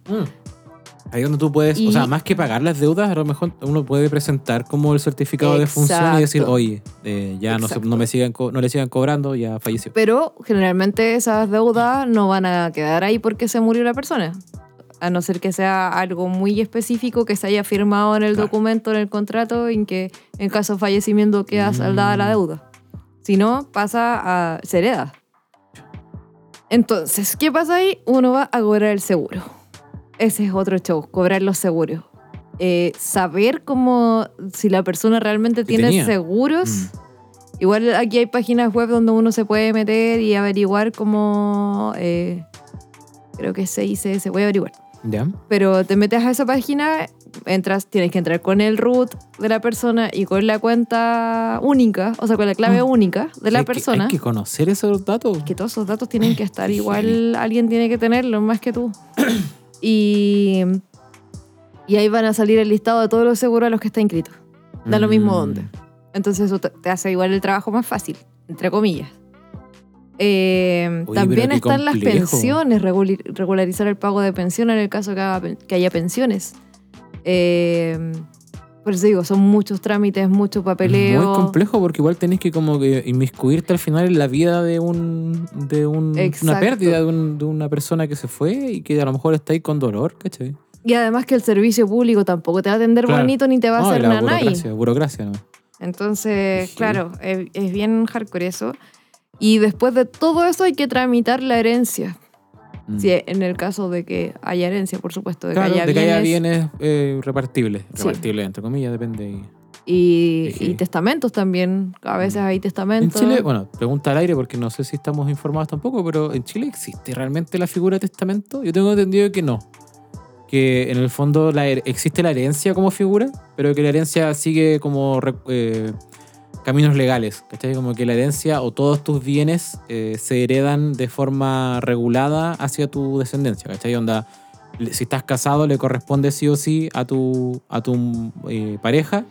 [SPEAKER 1] Ahí donde tú puedes, o
[SPEAKER 2] Y-
[SPEAKER 1] sea, más que pagar las deudas, a lo mejor uno puede presentar como el certificado de función y decir,
[SPEAKER 2] Exacto.
[SPEAKER 1] oye, eh, ya no, se-
[SPEAKER 2] Exacto.
[SPEAKER 1] no me sigan co- no le sigan cobrando, ya falleció.
[SPEAKER 2] Pero generalmente esas deudas no van a quedar ahí porque se murió la persona. A no ser que sea algo muy específico que se haya firmado en el
[SPEAKER 1] Claro.
[SPEAKER 2] documento, en el contrato, en que en caso de fallecimiento queda
[SPEAKER 1] Mm.
[SPEAKER 2] saldada la deuda. Si no, pasa a. se hereda. Entonces, ¿qué pasa ahí? Uno va a cobrar el seguro. Ese es otro show, cobrar los seguros. Eh, saber cómo. si la persona realmente
[SPEAKER 1] ¿Qué
[SPEAKER 2] tiene
[SPEAKER 1] tenía? Mm.
[SPEAKER 2] seguros. Igual aquí hay páginas web donde uno se puede meter y averiguar cómo... eh, creo que se dice, se puede averiguar.
[SPEAKER 1] Mm, ¿Ya?
[SPEAKER 2] Pero te metes a esa página, entras, tienes que entrar con el root de la persona y con la cuenta única, o sea, con la clave
[SPEAKER 1] Ah.
[SPEAKER 2] única de la
[SPEAKER 1] Hay que-
[SPEAKER 2] persona.
[SPEAKER 1] hay que conocer esos datos.
[SPEAKER 2] que todos esos datos tienen que estar.
[SPEAKER 1] Qué
[SPEAKER 2] Igual alguien tiene que tenerlos más que tú. y, y ahí van a salir el listado de todos los seguros a los que está inscrito. Da lo mismo
[SPEAKER 1] Mm.
[SPEAKER 2] dónde. Entonces eso te- te hace igual el trabajo más fácil, entre comillas. Eh,
[SPEAKER 1] Oye,
[SPEAKER 2] también
[SPEAKER 1] pero qué
[SPEAKER 2] están las
[SPEAKER 1] complejo.
[SPEAKER 2] pensiones, reguli- regularizar el pago de pensión en el caso que, haga pen- que haya pensiones. Eh, por eso digo, son muchos trámites, mucho papeleo.
[SPEAKER 1] Muy complejo porque igual tenés que como que inmiscuirte al final en la vida de un de un- una
[SPEAKER 2] Exacto.
[SPEAKER 1] pérdida de, un- de una persona que se fue y que a lo mejor está ahí con dolor, ¿cachai?
[SPEAKER 2] Y además que el servicio público tampoco te va a atender
[SPEAKER 1] Claro.
[SPEAKER 2] bonito ni te va a
[SPEAKER 1] No,
[SPEAKER 2] hacer
[SPEAKER 1] la
[SPEAKER 2] nada.
[SPEAKER 1] burocracia, burocracia, ¿no?
[SPEAKER 2] Entonces,
[SPEAKER 1] Sí.
[SPEAKER 2] claro, es, es bien hardcore eso. Y después de todo eso hay que tramitar la herencia.
[SPEAKER 1] Mm.
[SPEAKER 2] Sí, en el caso de que haya herencia, por supuesto, de
[SPEAKER 1] Claro,
[SPEAKER 2] que haya
[SPEAKER 1] de que haya
[SPEAKER 2] bienes
[SPEAKER 1] bienes eh, repartibles.
[SPEAKER 2] Sí.
[SPEAKER 1] Repartibles, entre comillas, depende. ahí.
[SPEAKER 2] y,
[SPEAKER 1] Eje.
[SPEAKER 2] y testamentos también. A veces
[SPEAKER 1] Mm.
[SPEAKER 2] hay
[SPEAKER 1] En
[SPEAKER 2] testamentos.
[SPEAKER 1] Chile, bueno, pregunta al aire porque no sé si estamos informados tampoco, pero ¿en Chile existe realmente la figura de testamento? Yo tengo entendido que no. que en el fondo la her- existe la herencia como figura, pero que la herencia sigue como re- eh, caminos legales, ¿cachai? Como que la herencia o todos tus bienes eh, se heredan de forma regulada hacia tu descendencia, ¿cachai? Onda, le- si estás casado le corresponde sí o sí a tu, a tu eh, pareja,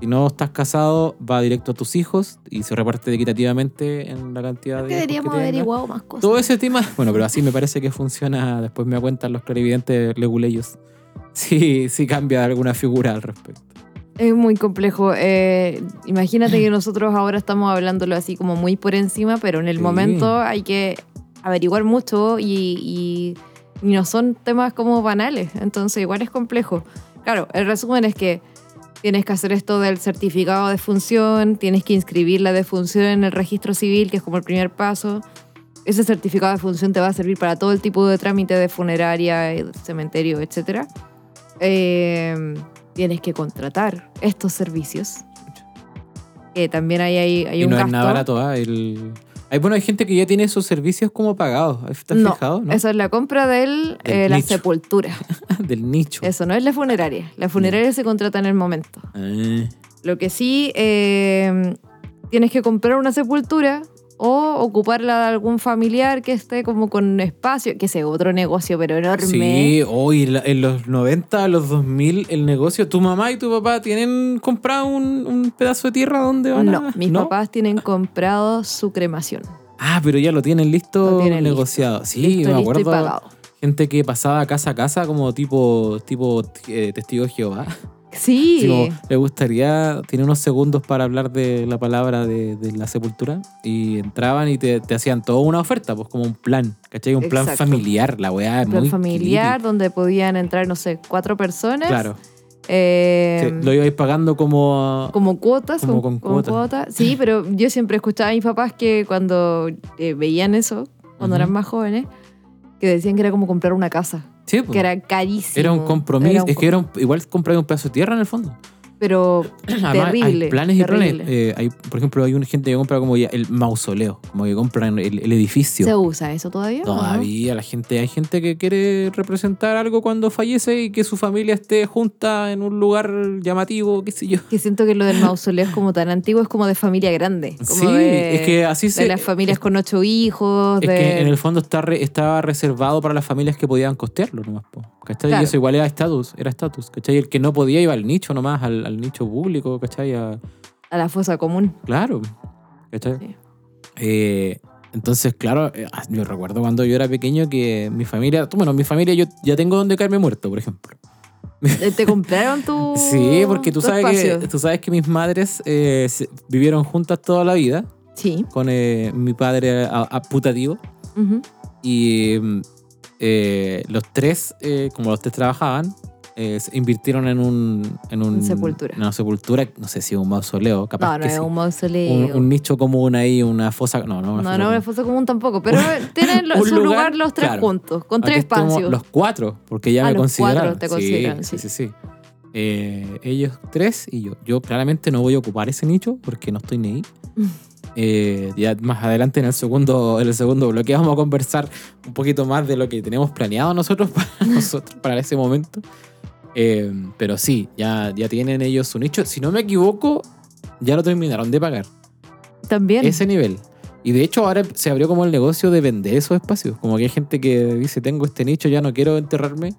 [SPEAKER 1] si no estás casado va directo a tus hijos y se reparte equitativamente en la cantidad de...
[SPEAKER 2] que
[SPEAKER 1] hijos
[SPEAKER 2] deberíamos
[SPEAKER 1] tengas.
[SPEAKER 2] averiguado más cosas.
[SPEAKER 1] Todo ese tema, bueno, pero así me parece que funciona. Después me cuentan los clarividentes leguleyos. Sí, sí cambia alguna figura al respecto.
[SPEAKER 2] Es muy complejo. eh, imagínate que nosotros ahora estamos hablándolo así como muy por encima, pero en el
[SPEAKER 1] Sí.
[SPEAKER 2] momento hay que averiguar mucho y, y- y no son temas como banales, entonces igual es complejo. Claro, el resumen es que tienes que hacer esto del certificado de función, tienes que inscribir la defunción en el registro civil, que es como el primer paso. Ese certificado de función te va a servir para todo el tipo de trámite de funeraria, eh, cementerio, etcétera. Eh, tienes que contratar estos servicios. Que también hay, hay, hay
[SPEAKER 1] y
[SPEAKER 2] un
[SPEAKER 1] no es
[SPEAKER 2] gasto.
[SPEAKER 1] nada barato, ¿ah? El- Hay, bueno, hay gente que ya tiene sus servicios como pagados. ¿Estás
[SPEAKER 2] No,
[SPEAKER 1] fijado? ¿no?
[SPEAKER 2] Eso es la compra
[SPEAKER 1] Del
[SPEAKER 2] del, eh, la
[SPEAKER 1] nicho.
[SPEAKER 2] sepultura.
[SPEAKER 1] Del nicho.
[SPEAKER 2] Eso no es la funeraria. La funeraria se contrata en el momento.
[SPEAKER 1] Ah,
[SPEAKER 2] Lo que sí, eh, tienes que comprar una sepultura o ocuparla de algún familiar que esté como con espacio, que sea otro negocio, pero enorme.
[SPEAKER 1] sí, hoy la- en los 90, los 2000, el negocio, tu mamá y tu papá tienen comprado un, un pedazo de tierra donde van
[SPEAKER 2] No,
[SPEAKER 1] a-
[SPEAKER 2] mis papás tienen comprado su cremación.
[SPEAKER 1] Ah, pero ya lo tienen listo
[SPEAKER 2] Lo tienen listo.
[SPEAKER 1] negociado. Sí,
[SPEAKER 2] Listo,
[SPEAKER 1] me
[SPEAKER 2] listo
[SPEAKER 1] acuerdo.
[SPEAKER 2] y pagado.
[SPEAKER 1] Gente que pasaba casa a casa como tipo, tipo eh, testigo de Jehová.
[SPEAKER 2] Sí.
[SPEAKER 1] Así como, le gustaría, tiene unos segundos para hablar de la palabra de, de la sepultura. Y entraban y te, te hacían toda una oferta, pues como un plan, ¿cachai? Un plan
[SPEAKER 2] Exacto.
[SPEAKER 1] familiar, la weá es
[SPEAKER 2] plan
[SPEAKER 1] muy
[SPEAKER 2] familiar donde podían entrar, no sé, cuatro personas.
[SPEAKER 1] creepy. Claro,
[SPEAKER 2] Eh,
[SPEAKER 1] sí, lo ibais pagando como...
[SPEAKER 2] Como cuotas.
[SPEAKER 1] Como con cuotas.
[SPEAKER 2] cuotas. Sí, pero yo siempre escuchaba a mis papás que cuando eh, veían eso, cuando
[SPEAKER 1] Ujú.
[SPEAKER 2] eran más jóvenes, que decían que era como comprar una casa,
[SPEAKER 1] Sí, pues,
[SPEAKER 2] que era carísimo.
[SPEAKER 1] era un compromiso.
[SPEAKER 2] Era un
[SPEAKER 1] es que era un- igual comprar un pedazo de tierra en el fondo.
[SPEAKER 2] com- Pero
[SPEAKER 1] Además,
[SPEAKER 2] Terrible,
[SPEAKER 1] Hay planes y planes.
[SPEAKER 2] terrible.
[SPEAKER 1] Eh, hay, por ejemplo, hay una gente que compra como ya el mausoleo, como que compran el, el edificio.
[SPEAKER 2] ¿se usa eso todavía? o pues, no?
[SPEAKER 1] Todavía la gente, hay gente que quiere representar algo cuando fallece y que su familia esté junta en un lugar llamativo, qué sé yo.
[SPEAKER 2] Que siento que lo del mausoleo es como tan antiguo, es como de familia grande. Como
[SPEAKER 1] Sí,
[SPEAKER 2] de,
[SPEAKER 1] es que así
[SPEAKER 2] de
[SPEAKER 1] se.
[SPEAKER 2] las familias con ocho hijos.
[SPEAKER 1] es
[SPEAKER 2] de-
[SPEAKER 1] que en el fondo está re- estaba reservado para las familias que podían costearlo nomás, po, ¿cachai?
[SPEAKER 2] Claro.
[SPEAKER 1] Y eso igual era estatus, era estatus, ¿cachai? El que no podía iba al nicho nomás, al, al nicho público, ¿cachai? A-
[SPEAKER 2] A la fosa común.
[SPEAKER 1] Claro. ¿cachai?
[SPEAKER 2] Sí.
[SPEAKER 1] Eh, entonces, claro, eh, ah, yo recuerdo cuando yo era pequeño que mi familia, bueno, mi familia yo ya tengo donde caerme muerto, por ejemplo.
[SPEAKER 2] Eh, ¿Te compraron tu
[SPEAKER 1] Sí, porque tú
[SPEAKER 2] tu
[SPEAKER 1] sabes, que,
[SPEAKER 2] espacio?
[SPEAKER 1] tú sabes que mis madres eh, se- vivieron juntas toda la vida
[SPEAKER 2] Sí.
[SPEAKER 1] con eh, mi padre a- a- putativo
[SPEAKER 2] ujú.
[SPEAKER 1] y mm, eh, los tres, eh, como los tres trabajaban, eh, se invirtieron en un, en un-
[SPEAKER 2] En sepultura.
[SPEAKER 1] en una sepultura, no sé si un mausoleo, capaz
[SPEAKER 2] No, no
[SPEAKER 1] que
[SPEAKER 2] es
[SPEAKER 1] sí.
[SPEAKER 2] un mausoleo.
[SPEAKER 1] un, un nicho común ahí, una fosa. No, no, una
[SPEAKER 2] no,
[SPEAKER 1] fosa
[SPEAKER 2] no
[SPEAKER 1] común.
[SPEAKER 2] una fosa común tampoco. Pero tienen lo-
[SPEAKER 1] Un
[SPEAKER 2] su lugar,
[SPEAKER 1] lugar,
[SPEAKER 2] los tres
[SPEAKER 1] claro.
[SPEAKER 2] juntos, con tres
[SPEAKER 1] Aquí estamos
[SPEAKER 2] espacios.
[SPEAKER 1] Los cuatro, porque ya
[SPEAKER 2] Ah,
[SPEAKER 1] me
[SPEAKER 2] los
[SPEAKER 1] consideraron.
[SPEAKER 2] cuatro te consideran,
[SPEAKER 1] sí, sí, sí. Eh, ellos tres y yo. Yo claramente no voy a ocupar ese nicho porque no estoy ni ahí. Eh, ya más adelante en el segundo en el segundo bloque vamos a conversar un poquito más de lo que tenemos planeado nosotros para nosotros para ese momento Eh, pero sí ya ya tienen ellos su nicho si no me equivoco ya lo terminaron de pagar
[SPEAKER 2] También.
[SPEAKER 1] ese nivel. Y de hecho ahora se abrió como el negocio de vender esos espacios. Como que hay gente que dice, tengo este nicho, ya no quiero enterrarme.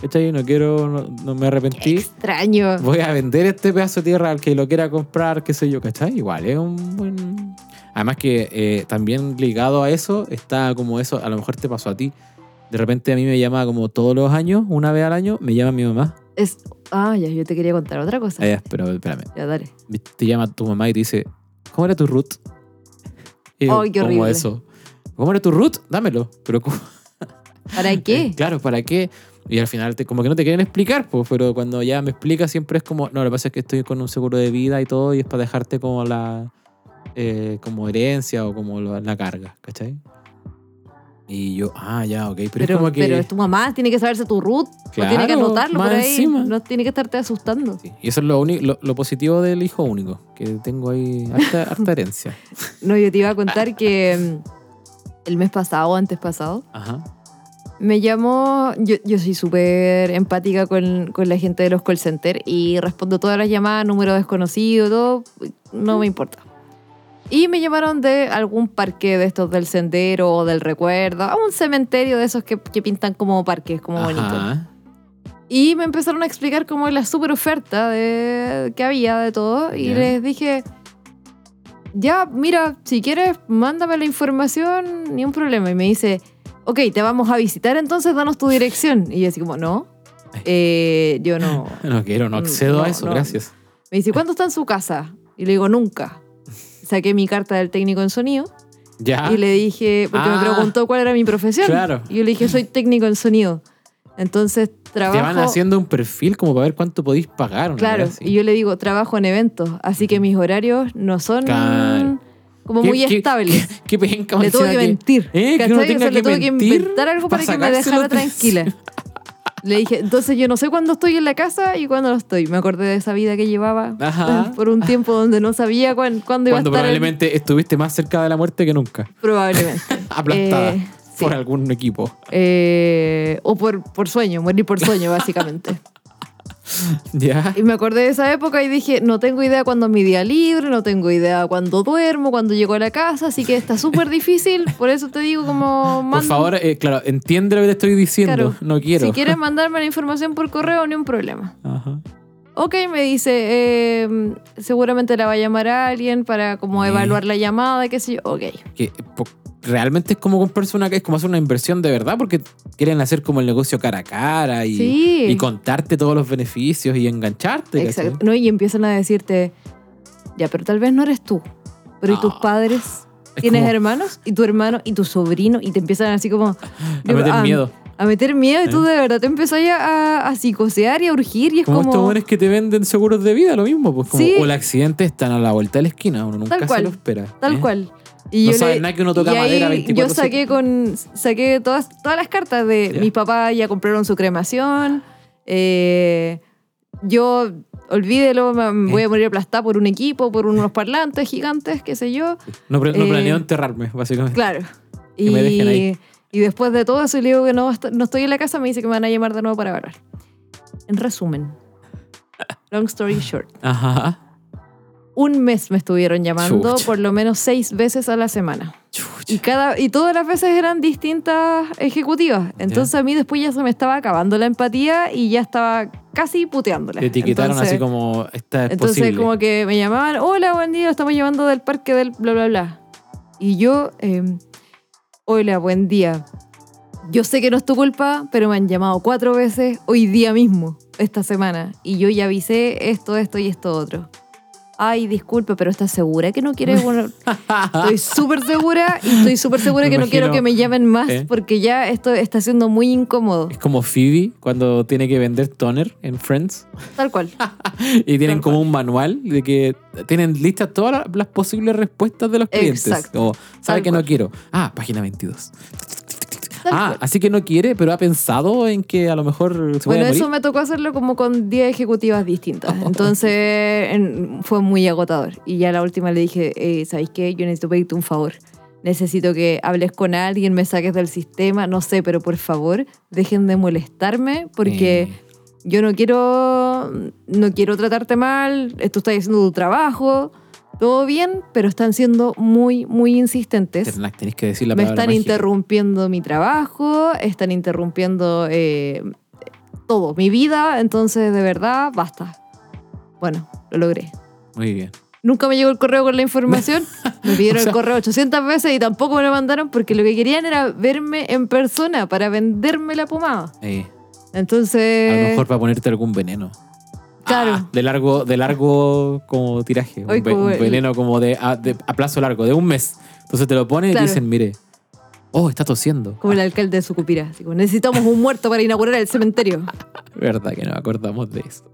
[SPEAKER 1] ¿Cachai? No quiero, no, no me
[SPEAKER 2] Qué
[SPEAKER 1] arrepentí.
[SPEAKER 2] extraño.
[SPEAKER 1] Voy a vender este pedazo de tierra al que lo quiera comprar, qué sé yo, ¿cachai? Igual es un buen... Además que eh, también ligado a eso está como eso, a lo mejor te pasó a ti. De repente a mí me llama como todos los años, una vez al año, me llama mi mamá.
[SPEAKER 2] Es... Ah, ya, yo te quería contar otra cosa.
[SPEAKER 1] Ah, ya, pero espérame.
[SPEAKER 2] Ya, dale.
[SPEAKER 1] te llama tu mamá y te dice, ¿cómo era tu root? Y yo,
[SPEAKER 2] Ay, qué
[SPEAKER 1] ¿cómo
[SPEAKER 2] horrible.
[SPEAKER 1] eso? ¿Cómo era tu root? Dámelo. Pero ¿cómo?
[SPEAKER 2] ¿Para qué?
[SPEAKER 1] Claro, ¿para qué? Y al final te- como que no te quieren explicar, pues, pero cuando ya me explica siempre es como, no, lo que pasa es que estoy con un seguro de vida y todo y es para dejarte como la eh, como herencia o como la, la carga, ¿cachai? Y yo, ah, ya, ok, pero,
[SPEAKER 2] Pero,
[SPEAKER 1] es como que...
[SPEAKER 2] pero es tu mamá, tiene que saberse tu root, no tiene que
[SPEAKER 1] Claro,
[SPEAKER 2] anotarlo
[SPEAKER 1] más
[SPEAKER 2] por ahí,
[SPEAKER 1] encima.
[SPEAKER 2] no tiene que estarte asustando.
[SPEAKER 1] Sí, Y eso es lo, uni- lo, lo positivo del hijo único, que tengo ahí harta, harta herencia.
[SPEAKER 2] No, yo te iba a contar que mm, el mes pasado, antes pasado,
[SPEAKER 1] Ajá.
[SPEAKER 2] Me llamo, yo, yo soy súper empática con, con la gente de los call centers y respondo todas las llamadas, número desconocido, todo, no me importa. Y me llamaron de algún parque de estos del sendero o del recuerdo, a un cementerio de esos que, que pintan como parques, como bonitos.
[SPEAKER 1] Ajá.
[SPEAKER 2] Y me empezaron a explicar como la super oferta de, que había de todo. Y
[SPEAKER 1] Ya.
[SPEAKER 2] les dije, ya, mira, si quieres, mándame la información, ni un problema. Y me dice, ok, te vamos a visitar, entonces danos tu dirección. Y yo así como, no, eh, yo no.
[SPEAKER 1] No quiero, no accedo
[SPEAKER 2] Mm, No,
[SPEAKER 1] a eso,
[SPEAKER 2] no.
[SPEAKER 1] gracias.
[SPEAKER 2] Me dice, ¿cuándo está en su casa? Y le digo, nunca. Saqué mi carta del técnico en sonido
[SPEAKER 1] Ya.
[SPEAKER 2] y le dije, porque
[SPEAKER 1] Ah.
[SPEAKER 2] me preguntó cuál era mi profesión.
[SPEAKER 1] Claro.
[SPEAKER 2] Y yo le dije, soy técnico en sonido. Entonces trabajo...
[SPEAKER 1] Te van haciendo un perfil como para ver cuánto podéis pagar. una
[SPEAKER 2] Claro,
[SPEAKER 1] wea así.
[SPEAKER 2] y yo le digo, trabajo en eventos, así que mis horarios no son
[SPEAKER 1] Claro.
[SPEAKER 2] como
[SPEAKER 1] ¿Qué-
[SPEAKER 2] muy
[SPEAKER 1] qué-
[SPEAKER 2] estables.
[SPEAKER 1] Qué penca,
[SPEAKER 2] le tuve
[SPEAKER 1] encima
[SPEAKER 2] que mentir.
[SPEAKER 1] ¿Eh? Que
[SPEAKER 2] ¿cachai?
[SPEAKER 1] uno
[SPEAKER 2] O sea,
[SPEAKER 1] tenga
[SPEAKER 2] le
[SPEAKER 1] que
[SPEAKER 2] tuve que
[SPEAKER 1] mentir
[SPEAKER 2] inventar algo
[SPEAKER 1] para
[SPEAKER 2] para que me
[SPEAKER 1] sacárselo
[SPEAKER 2] dejara
[SPEAKER 1] de encima.
[SPEAKER 2] tranquila. Le dije, entonces yo no sé cuándo estoy en la casa y cuándo no estoy. Me acordé de esa vida que llevaba
[SPEAKER 1] Ajá.
[SPEAKER 2] por un tiempo donde no sabía cuán- cuándo iba
[SPEAKER 1] Cuando
[SPEAKER 2] a estar. en-
[SPEAKER 1] probablemente estuviste más cerca de la muerte que nunca.
[SPEAKER 2] Probablemente.
[SPEAKER 1] Aplastada
[SPEAKER 2] Eh, sí.
[SPEAKER 1] por algún equipo.
[SPEAKER 2] Eh, o por, por sueño, morir por sueño, básicamente.
[SPEAKER 1] Ya.
[SPEAKER 2] Y me acordé de esa época y dije, no tengo idea cuándo es mi día libre, no tengo idea cuándo duermo, cuándo llego a la casa, así que está súper difícil, por eso te digo como...
[SPEAKER 1] Por
[SPEAKER 2] manda-
[SPEAKER 1] favor, eh, claro, entiende lo que te estoy diciendo.
[SPEAKER 2] Claro.
[SPEAKER 1] No quiero.
[SPEAKER 2] Si quieres mandarme la información por correo, ni un problema.
[SPEAKER 1] Ajá.
[SPEAKER 2] Ok, me dice, eh, seguramente la va a llamar a alguien para como
[SPEAKER 1] Eh.
[SPEAKER 2] evaluar la llamada, qué sé yo. Ok.
[SPEAKER 1] Que, eh, po- realmente es como comprarse una. Es como hacer una inversión de verdad porque quieren hacer como el negocio cara a cara y,
[SPEAKER 2] Sí.
[SPEAKER 1] y contarte todos los beneficios y engancharte. ¿cachai?
[SPEAKER 2] Exacto. No, y empiezan a decirte, ya, pero tal vez no eres tú, pero ¿y tus
[SPEAKER 1] Ah.
[SPEAKER 2] padres?
[SPEAKER 1] Es
[SPEAKER 2] ¿Tienes
[SPEAKER 1] como-
[SPEAKER 2] hermanos? ¿Y tu hermano? ¿Y tu sobrino? Y te empiezan así como...
[SPEAKER 1] A meter
[SPEAKER 2] Ah,
[SPEAKER 1] miedo.
[SPEAKER 2] a meter miedo y tú
[SPEAKER 1] ¿Eh?
[SPEAKER 2] de verdad te empezás a, a, a psicosear y a urgir y es
[SPEAKER 1] Como,
[SPEAKER 2] como,
[SPEAKER 1] estos buenos que te venden seguros de vida, lo mismo. Pues, como,
[SPEAKER 2] Sí.
[SPEAKER 1] O el accidente están a la vuelta de la esquina, uno nunca se
[SPEAKER 2] cual,
[SPEAKER 1] lo espera.
[SPEAKER 2] tal
[SPEAKER 1] ¿eh?
[SPEAKER 2] cual. Y
[SPEAKER 1] No
[SPEAKER 2] yo
[SPEAKER 1] saben
[SPEAKER 2] le-
[SPEAKER 1] nada que uno toca
[SPEAKER 2] y ahí
[SPEAKER 1] madera 24/7.
[SPEAKER 2] Yo saqué con saqué todas, todas las cartas de
[SPEAKER 1] Ya.
[SPEAKER 2] mis papás ya compraron su cremación. eh, yo olvídelo, me-
[SPEAKER 1] ¿Eh?
[SPEAKER 2] voy a morir aplastada por un equipo, por unos parlantes gigantes, qué sé yo.
[SPEAKER 1] No, pre- no
[SPEAKER 2] Eh,
[SPEAKER 1] planeo enterrarme, básicamente.
[SPEAKER 2] Claro.
[SPEAKER 1] Que me dejen ahí.
[SPEAKER 2] y después de todo eso, le digo que no, est- no estoy en la casa, me dice que me van a llamar de nuevo para hablar. En resumen, long story short.
[SPEAKER 1] Ajá.
[SPEAKER 2] un mes me estuvieron llamando
[SPEAKER 1] Chucha.
[SPEAKER 2] por lo menos seis veces a la semana.
[SPEAKER 1] Chucha.
[SPEAKER 2] Y, cada, y todas las veces eran distintas ejecutivas. Entonces a mí después ya se me estaba acabando la empatía y ya estaba casi puteándola.
[SPEAKER 1] Te etiquetaron
[SPEAKER 2] Entonces-
[SPEAKER 1] así como esta es
[SPEAKER 2] Entonces
[SPEAKER 1] posible.
[SPEAKER 2] como que me llamaban, hola, buen día, lo estamos llevando del parque del bla, bla, bla. Y yo, eh, hola, buen día. Yo sé que no es tu culpa, pero me han llamado cuatro veces hoy día mismo, esta semana. Y yo ya avisé esto, esto y esto otro. Ay, disculpa, pero ¿estás segura que no quieres? Bueno, estoy súper segura y estoy súper segura
[SPEAKER 1] Me
[SPEAKER 2] que no quiero
[SPEAKER 1] imagino,
[SPEAKER 2] que me llamen más
[SPEAKER 1] ¿eh?
[SPEAKER 2] porque ya esto está siendo muy incómodo.
[SPEAKER 1] Es como Phoebe cuando tiene que vender toner en Friends
[SPEAKER 2] Tal cual.
[SPEAKER 1] y tienen
[SPEAKER 2] Tal
[SPEAKER 1] como un manual de que tienen listas todas las, las posibles respuestas de los clientes.
[SPEAKER 2] Exacto.
[SPEAKER 1] O, ¿sabe
[SPEAKER 2] Tal
[SPEAKER 1] que no
[SPEAKER 2] cual.
[SPEAKER 1] quiero? Ah, página 22. Ah, así que no quiere, pero ha pensado en que a lo mejor se
[SPEAKER 2] Bueno,
[SPEAKER 1] puede
[SPEAKER 2] eso
[SPEAKER 1] morir.
[SPEAKER 2] me tocó hacerlo como con 10 ejecutivas distintas. Entonces en- fue muy agotador. Y ya la última le dije, eh, ¿sabéis qué? Yo necesito pedirte un favor. Necesito que hables con alguien, me saques del sistema, no sé, pero por favor dejen de molestarme porque
[SPEAKER 1] Eh.
[SPEAKER 2] yo no quiero, no quiero tratarte mal, tú estás haciendo tu trabajo, todo bien, pero están siendo muy, muy insistentes
[SPEAKER 1] Ternak, tenés que decir la
[SPEAKER 2] me
[SPEAKER 1] palabra
[SPEAKER 2] están
[SPEAKER 1] mágica.
[SPEAKER 2] interrumpiendo mi trabajo, están interrumpiendo eh, todo, mi vida, entonces de verdad, basta. Bueno, lo logré.
[SPEAKER 1] Muy bien.
[SPEAKER 2] Nunca me llegó el correo con la información, me pidieron
[SPEAKER 1] O sea-
[SPEAKER 2] el correo 800 veces y tampoco me lo mandaron porque lo que querían era verme en persona para venderme la pomada.
[SPEAKER 1] Eh,
[SPEAKER 2] Entonces...
[SPEAKER 1] a lo mejor para ponerte algún veneno.
[SPEAKER 2] Eh, Claro.
[SPEAKER 1] Ah, de largo, de largo como tiraje.
[SPEAKER 2] Oye,
[SPEAKER 1] un, ve-
[SPEAKER 2] como
[SPEAKER 1] un
[SPEAKER 2] el-
[SPEAKER 1] veneno como de a, de- a plazo largo, de un mes. Entonces te lo ponen y
[SPEAKER 2] Claro.
[SPEAKER 1] te dicen, mire, oh, está tosiendo.
[SPEAKER 2] Como el alcalde de Sucupira. así como, necesitamos un muerto para inaugurar el cementerio.
[SPEAKER 1] Verdad que nos acordamos de eso.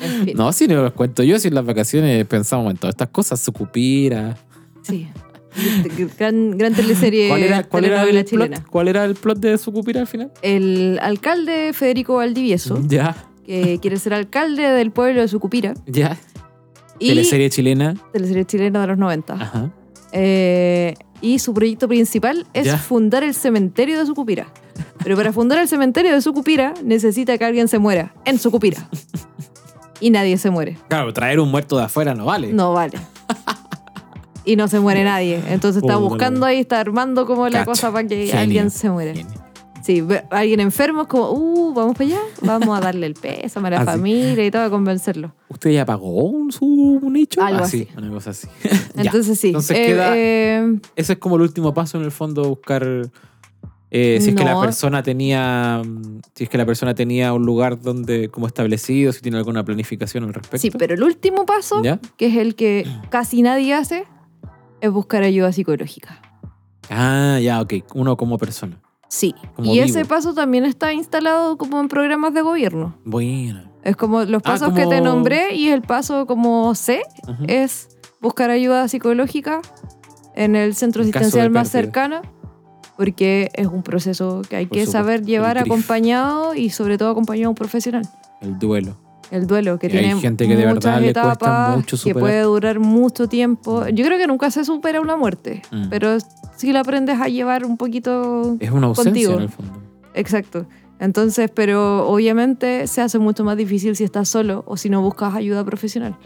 [SPEAKER 2] En fin,
[SPEAKER 1] No, si no los cuento yo, si en las vacaciones pensamos en todas estas cosas, sucupira.
[SPEAKER 2] sí. Gran, gran teleserie.
[SPEAKER 1] ¿Cuál era, cuál era
[SPEAKER 2] Eh, telenovela
[SPEAKER 1] el
[SPEAKER 2] chilena.
[SPEAKER 1] plot? ¿Cuál era el plot de sucupira al final?
[SPEAKER 2] El alcalde Federico Valdivieso,
[SPEAKER 1] Ya,
[SPEAKER 2] que quiere ser alcalde del pueblo de Sucupira.
[SPEAKER 1] ya.
[SPEAKER 2] Y
[SPEAKER 1] Teleserie Ah. chilena.
[SPEAKER 2] teleserie chilena de los 90.
[SPEAKER 1] Ajá.
[SPEAKER 2] Eh, y su proyecto principal es
[SPEAKER 1] Ya.
[SPEAKER 2] fundar el cementerio de Sucupira. Pero para fundar el cementerio de Sucupira necesita que alguien se muera en Sucupira. Y nadie se muere.
[SPEAKER 1] Claro, traer un muerto de afuera no vale.
[SPEAKER 2] No vale. Y no se muere nadie. Entonces está
[SPEAKER 1] Oh,
[SPEAKER 2] buscando ahí, está armando como la
[SPEAKER 1] Cacha.
[SPEAKER 2] cosa para que
[SPEAKER 1] Genio.
[SPEAKER 2] alguien se muera.
[SPEAKER 1] Genio.
[SPEAKER 2] Sí, ve- alguien enfermo es como, uh, vamos para allá, vamos a darle el peso a la
[SPEAKER 1] Así.
[SPEAKER 2] familia y todo, a convencerlo.
[SPEAKER 1] ¿Usted ya pagó un, su nicho?
[SPEAKER 2] Algo así.
[SPEAKER 1] Una cosa así. Ya.
[SPEAKER 2] Entonces sí.
[SPEAKER 1] Entonces
[SPEAKER 2] eh,
[SPEAKER 1] queda-
[SPEAKER 2] eh,
[SPEAKER 1] Ese es como el último paso en el fondo, buscar eh, si es que
[SPEAKER 2] No.
[SPEAKER 1] la persona tenía mm, si es que la persona tenía un lugar donde como establecido, si tiene alguna planificación al respecto.
[SPEAKER 2] sí, pero el último paso,
[SPEAKER 1] ¿Ya?
[SPEAKER 2] que es el que casi nadie hace, es buscar ayuda psicológica.
[SPEAKER 1] Ah, ya, ok. Uno como persona.
[SPEAKER 2] Sí.
[SPEAKER 1] Como
[SPEAKER 2] y ese
[SPEAKER 1] vivo.
[SPEAKER 2] paso también está instalado como en programas de gobierno.
[SPEAKER 1] Bueno.
[SPEAKER 2] Es como los
[SPEAKER 1] Ah,
[SPEAKER 2] pasos que te
[SPEAKER 1] como-
[SPEAKER 2] nombré y el paso como C
[SPEAKER 1] Ajá.
[SPEAKER 2] es buscar ayuda psicológica en el centro
[SPEAKER 1] En caso
[SPEAKER 2] asistencial
[SPEAKER 1] de
[SPEAKER 2] más
[SPEAKER 1] pérdida.
[SPEAKER 2] cercano, porque es un proceso que hay
[SPEAKER 1] Por
[SPEAKER 2] que
[SPEAKER 1] supuesto,
[SPEAKER 2] saber llevar
[SPEAKER 1] el grif.
[SPEAKER 2] acompañado y sobre todo acompañado a un profesional.
[SPEAKER 1] El duelo.
[SPEAKER 2] El duelo que
[SPEAKER 1] Y hay
[SPEAKER 2] tiene
[SPEAKER 1] gente que de
[SPEAKER 2] muchas
[SPEAKER 1] verdad le cuesta
[SPEAKER 2] etapas,
[SPEAKER 1] mucho
[SPEAKER 2] que
[SPEAKER 1] superar.
[SPEAKER 2] puede durar mucho tiempo. Yo creo que nunca se supera una muerte,
[SPEAKER 1] Mm.
[SPEAKER 2] pero si la aprendes a llevar un poquito
[SPEAKER 1] Es una ausencia
[SPEAKER 2] Contigo.
[SPEAKER 1] en el fondo.
[SPEAKER 2] Exacto. Entonces, pero obviamente se hace mucho más difícil si estás solo o si no buscas ayuda profesional.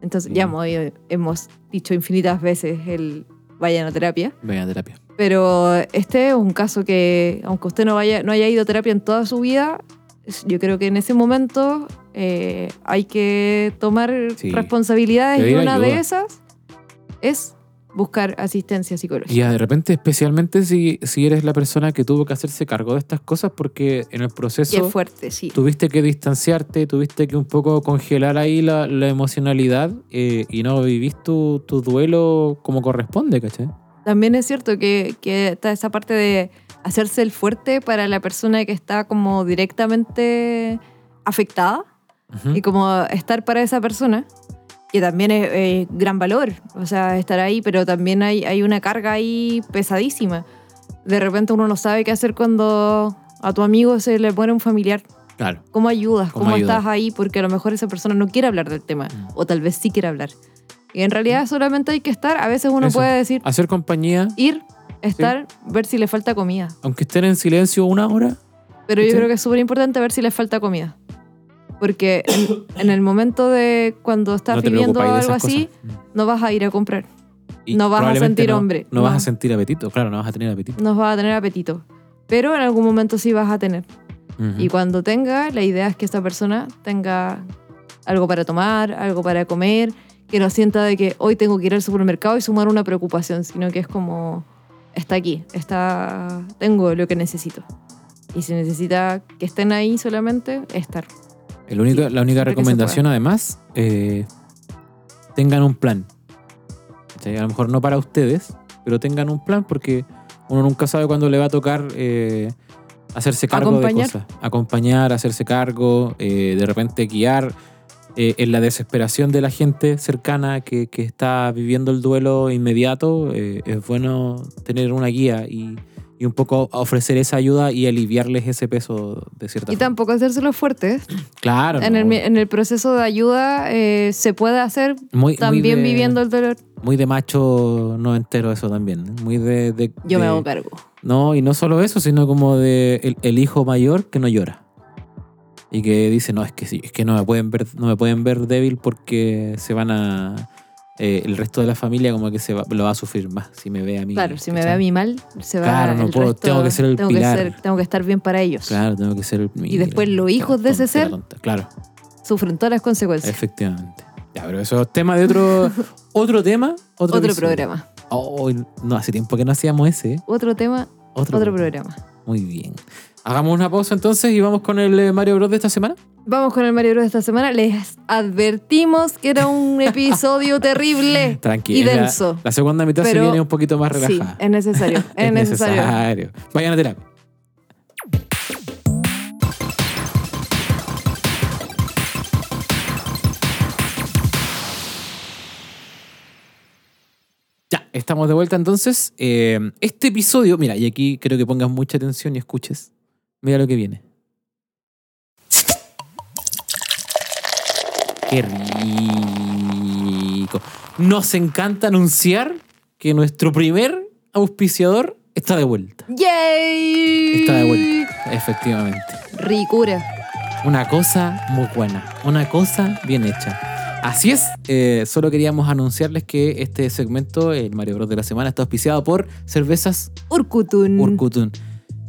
[SPEAKER 2] Entonces, ya
[SPEAKER 1] Mm.
[SPEAKER 2] hemos, hemos dicho infinitas veces el vayan a terapia,
[SPEAKER 1] Venga, terapia.
[SPEAKER 2] pero este es un caso que, aunque usted no, vaya, no haya ido a terapia en toda su vida, es- yo creo que en ese momento eh, hay que tomar
[SPEAKER 1] Sí.
[SPEAKER 2] responsabilidades y
[SPEAKER 1] Pedir
[SPEAKER 2] una de
[SPEAKER 1] ayuda.
[SPEAKER 2] esas es buscar asistencia psicológica.
[SPEAKER 1] Y de repente, especialmente si, si eres la persona que tuvo que hacerse cargo de estas cosas, porque en el proceso.
[SPEAKER 2] Y es fuerte, sí.
[SPEAKER 1] tuviste que distanciarte, tuviste que un poco congelar ahí la, la emocionalidad eh, y no vivís tu, tu duelo como corresponde, ¿cachai?
[SPEAKER 2] También es cierto que, que está esa parte de hacerse el fuerte para la persona que está como directamente afectada
[SPEAKER 1] Ujú.
[SPEAKER 2] y como estar para esa persona, que también es eh, gran valor, o sea, estar ahí, pero también hay, hay una carga ahí pesadísima. De repente uno no sabe qué hacer cuando a tu amigo se le muere un familiar.
[SPEAKER 1] Claro.
[SPEAKER 2] ¿Cómo ayudas? ¿Cómo,
[SPEAKER 1] ¿Cómo ayudar?
[SPEAKER 2] estás ahí? Porque a lo mejor esa persona no quiere hablar del tema,
[SPEAKER 1] Mm.
[SPEAKER 2] o tal vez sí quiere hablar. Y en realidad solamente hay que estar, a veces uno
[SPEAKER 1] Eso.
[SPEAKER 2] puede decir
[SPEAKER 1] Hacer compañía,
[SPEAKER 2] ir, estar, ver si le falta comida.
[SPEAKER 1] aunque estén en silencio una hora,
[SPEAKER 2] Pero yo
[SPEAKER 1] ¿Cachai?
[SPEAKER 2] creo que es súper importante ver si le falta comida. Porque en, en el momento de cuando estás
[SPEAKER 1] no te
[SPEAKER 2] viviendo
[SPEAKER 1] preocupáis de
[SPEAKER 2] algo
[SPEAKER 1] esas
[SPEAKER 2] así,
[SPEAKER 1] cosas.
[SPEAKER 2] no vas a ir a comprar,
[SPEAKER 1] Y
[SPEAKER 2] no vas a
[SPEAKER 1] probablemente
[SPEAKER 2] sentir
[SPEAKER 1] no-
[SPEAKER 2] hambre,
[SPEAKER 1] No, vas
[SPEAKER 2] no.
[SPEAKER 1] a sentir apetito, claro, no vas a tener apetito.
[SPEAKER 2] no vas a tener apetito. Pero en algún momento sí vas a tener.
[SPEAKER 1] Ujú.
[SPEAKER 2] Y cuando tenga, la idea es que esta persona tenga algo para tomar, algo para comer, que no sienta de que hoy tengo que ir al supermercado y sumar una preocupación, sino que es como, está aquí, está, tengo lo que necesito. Y si necesita que estén ahí solamente, estar.
[SPEAKER 1] El único- la única
[SPEAKER 2] siempre que se
[SPEAKER 1] recomendación, además, eh, tengan un plan. ¿Cachai? A lo mejor no para ustedes, pero tengan un plan porque uno nunca sabe cuándo le va a tocar eh, hacerse cargo
[SPEAKER 2] Acompañar.
[SPEAKER 1] de cosas. Acompañar, hacerse cargo, eh, de repente guiar. eh, en la desesperación de la gente cercana que, que está viviendo el duelo inmediato, eh, es bueno tener una guía y, y un poco ofrecer esa ayuda y aliviarles ese peso de cierta
[SPEAKER 2] Y
[SPEAKER 1] forma.
[SPEAKER 2] tampoco hacérselo fuerte.
[SPEAKER 1] Claro.
[SPEAKER 2] En el,
[SPEAKER 1] no,
[SPEAKER 2] en el proceso de ayuda eh, se puede hacer
[SPEAKER 1] muy, muy
[SPEAKER 2] también
[SPEAKER 1] de-
[SPEAKER 2] viviendo el dolor.
[SPEAKER 1] Muy de macho no entero eso también. ¿eh? Muy de... de-
[SPEAKER 2] Yo me
[SPEAKER 1] de-
[SPEAKER 2] hago cargo.
[SPEAKER 1] No, y no solo eso, sino como de el, el hijo mayor que no llora. Y que dice, no, es que sí, es que no me pueden ver, no me pueden ver débil porque se van a... eh, el resto de la familia como que se va- lo va a sufrir más si me ve a mí.
[SPEAKER 2] Claro, si me ve
[SPEAKER 1] ¿cachai?
[SPEAKER 2] a mí mal, se va
[SPEAKER 1] Claro, no
[SPEAKER 2] el
[SPEAKER 1] puedo,
[SPEAKER 2] resto-
[SPEAKER 1] tengo que ser el
[SPEAKER 2] tengo
[SPEAKER 1] pilar.
[SPEAKER 2] Que ser- tengo que estar bien para ellos.
[SPEAKER 1] Claro, tengo que ser el...
[SPEAKER 2] Y después los hijos de ese ser.
[SPEAKER 1] Claro.
[SPEAKER 2] Sufren todas las consecuencias.
[SPEAKER 1] Efectivamente. Ya, pero eso es tema de otro, otro tema, otro,
[SPEAKER 2] Otro,
[SPEAKER 1] episodio.
[SPEAKER 2] programa.
[SPEAKER 1] Oh, no, hace tiempo que no hacíamos ese. ¿eh?
[SPEAKER 2] Otro tema,
[SPEAKER 1] Otro,
[SPEAKER 2] otro,
[SPEAKER 1] programa.
[SPEAKER 2] programa.
[SPEAKER 1] Muy bien. Hagamos una pausa entonces y vamos con el eh, Mario Bros de esta semana.
[SPEAKER 2] Vamos con el Mario Bros de esta semana. Les advertimos que era un episodio terrible.
[SPEAKER 1] Tranquilo.
[SPEAKER 2] Y
[SPEAKER 1] la-
[SPEAKER 2] denso.
[SPEAKER 1] La, segunda mitad se
[SPEAKER 2] Pero-
[SPEAKER 1] viene un poquito más
[SPEAKER 2] Sí,
[SPEAKER 1] relajada.
[SPEAKER 2] es necesario. Es,
[SPEAKER 1] Es
[SPEAKER 2] necesario.
[SPEAKER 1] necesario. Vayan a terapia. Ya, estamos de vuelta entonces. Eh, este episodio, mira, y aquí creo que pongas mucha atención y escuches. Mira lo que viene. Qué rico. Nos encanta anunciar que nuestro primer auspiciador Está de vuelta.
[SPEAKER 2] ¡Yay!
[SPEAKER 1] Está de vuelta, efectivamente.
[SPEAKER 2] Ricura.
[SPEAKER 1] Una cosa muy buena, una cosa bien hecha. Así es, eh, solo queríamos anunciarles que este segmento, el Mario Bros de la semana, está auspiciado por cervezas
[SPEAKER 2] Urkutun.
[SPEAKER 1] Urkutun.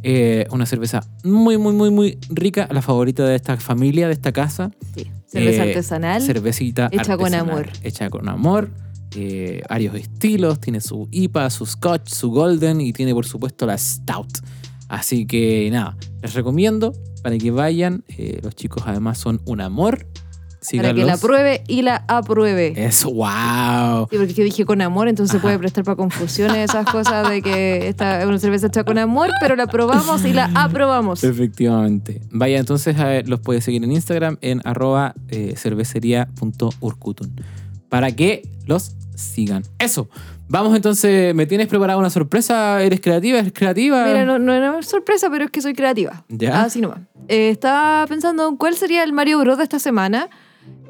[SPEAKER 1] Eh, una cerveza muy, muy, muy, muy rica, la favorita de esta familia, de esta casa.
[SPEAKER 2] Sí. Cerveza
[SPEAKER 1] Eh,
[SPEAKER 2] artesanal.
[SPEAKER 1] Cervecita
[SPEAKER 2] hecha con
[SPEAKER 1] artesanal,
[SPEAKER 2] amor.
[SPEAKER 1] Hecha con amor. eh, varios estilos. Tiene su IPA, su Scotch, su Golden y tiene, por supuesto, la Stout. Así que nada, les recomiendo para que vayan. eh, los chicos, además, son un amor.
[SPEAKER 2] para que la
[SPEAKER 1] Síganlos.
[SPEAKER 2] pruebe y la apruebe.
[SPEAKER 1] Eso, wow.
[SPEAKER 2] Sí, porque yo dije con amor, entonces
[SPEAKER 1] Eh. Ajá.
[SPEAKER 2] puede prestar para confusiones esas cosas de que esta es una cerveza hecha con amor, pero la probamos y la aprobamos.
[SPEAKER 1] Efectivamente. Vaya, entonces a ver, los puedes seguir en Instagram en arroba eh, cervecería.urkutun para que los sigan. Eso. Vamos entonces, ¿me tienes preparada una sorpresa? ¿Eres creativa? ¿Eres creativa?
[SPEAKER 2] Mira, no, no era sorpresa, pero es que soy creativa.
[SPEAKER 1] Ya.
[SPEAKER 2] Así nomás. Eh, estaba pensando en cuál sería el Mario Bros de esta semana.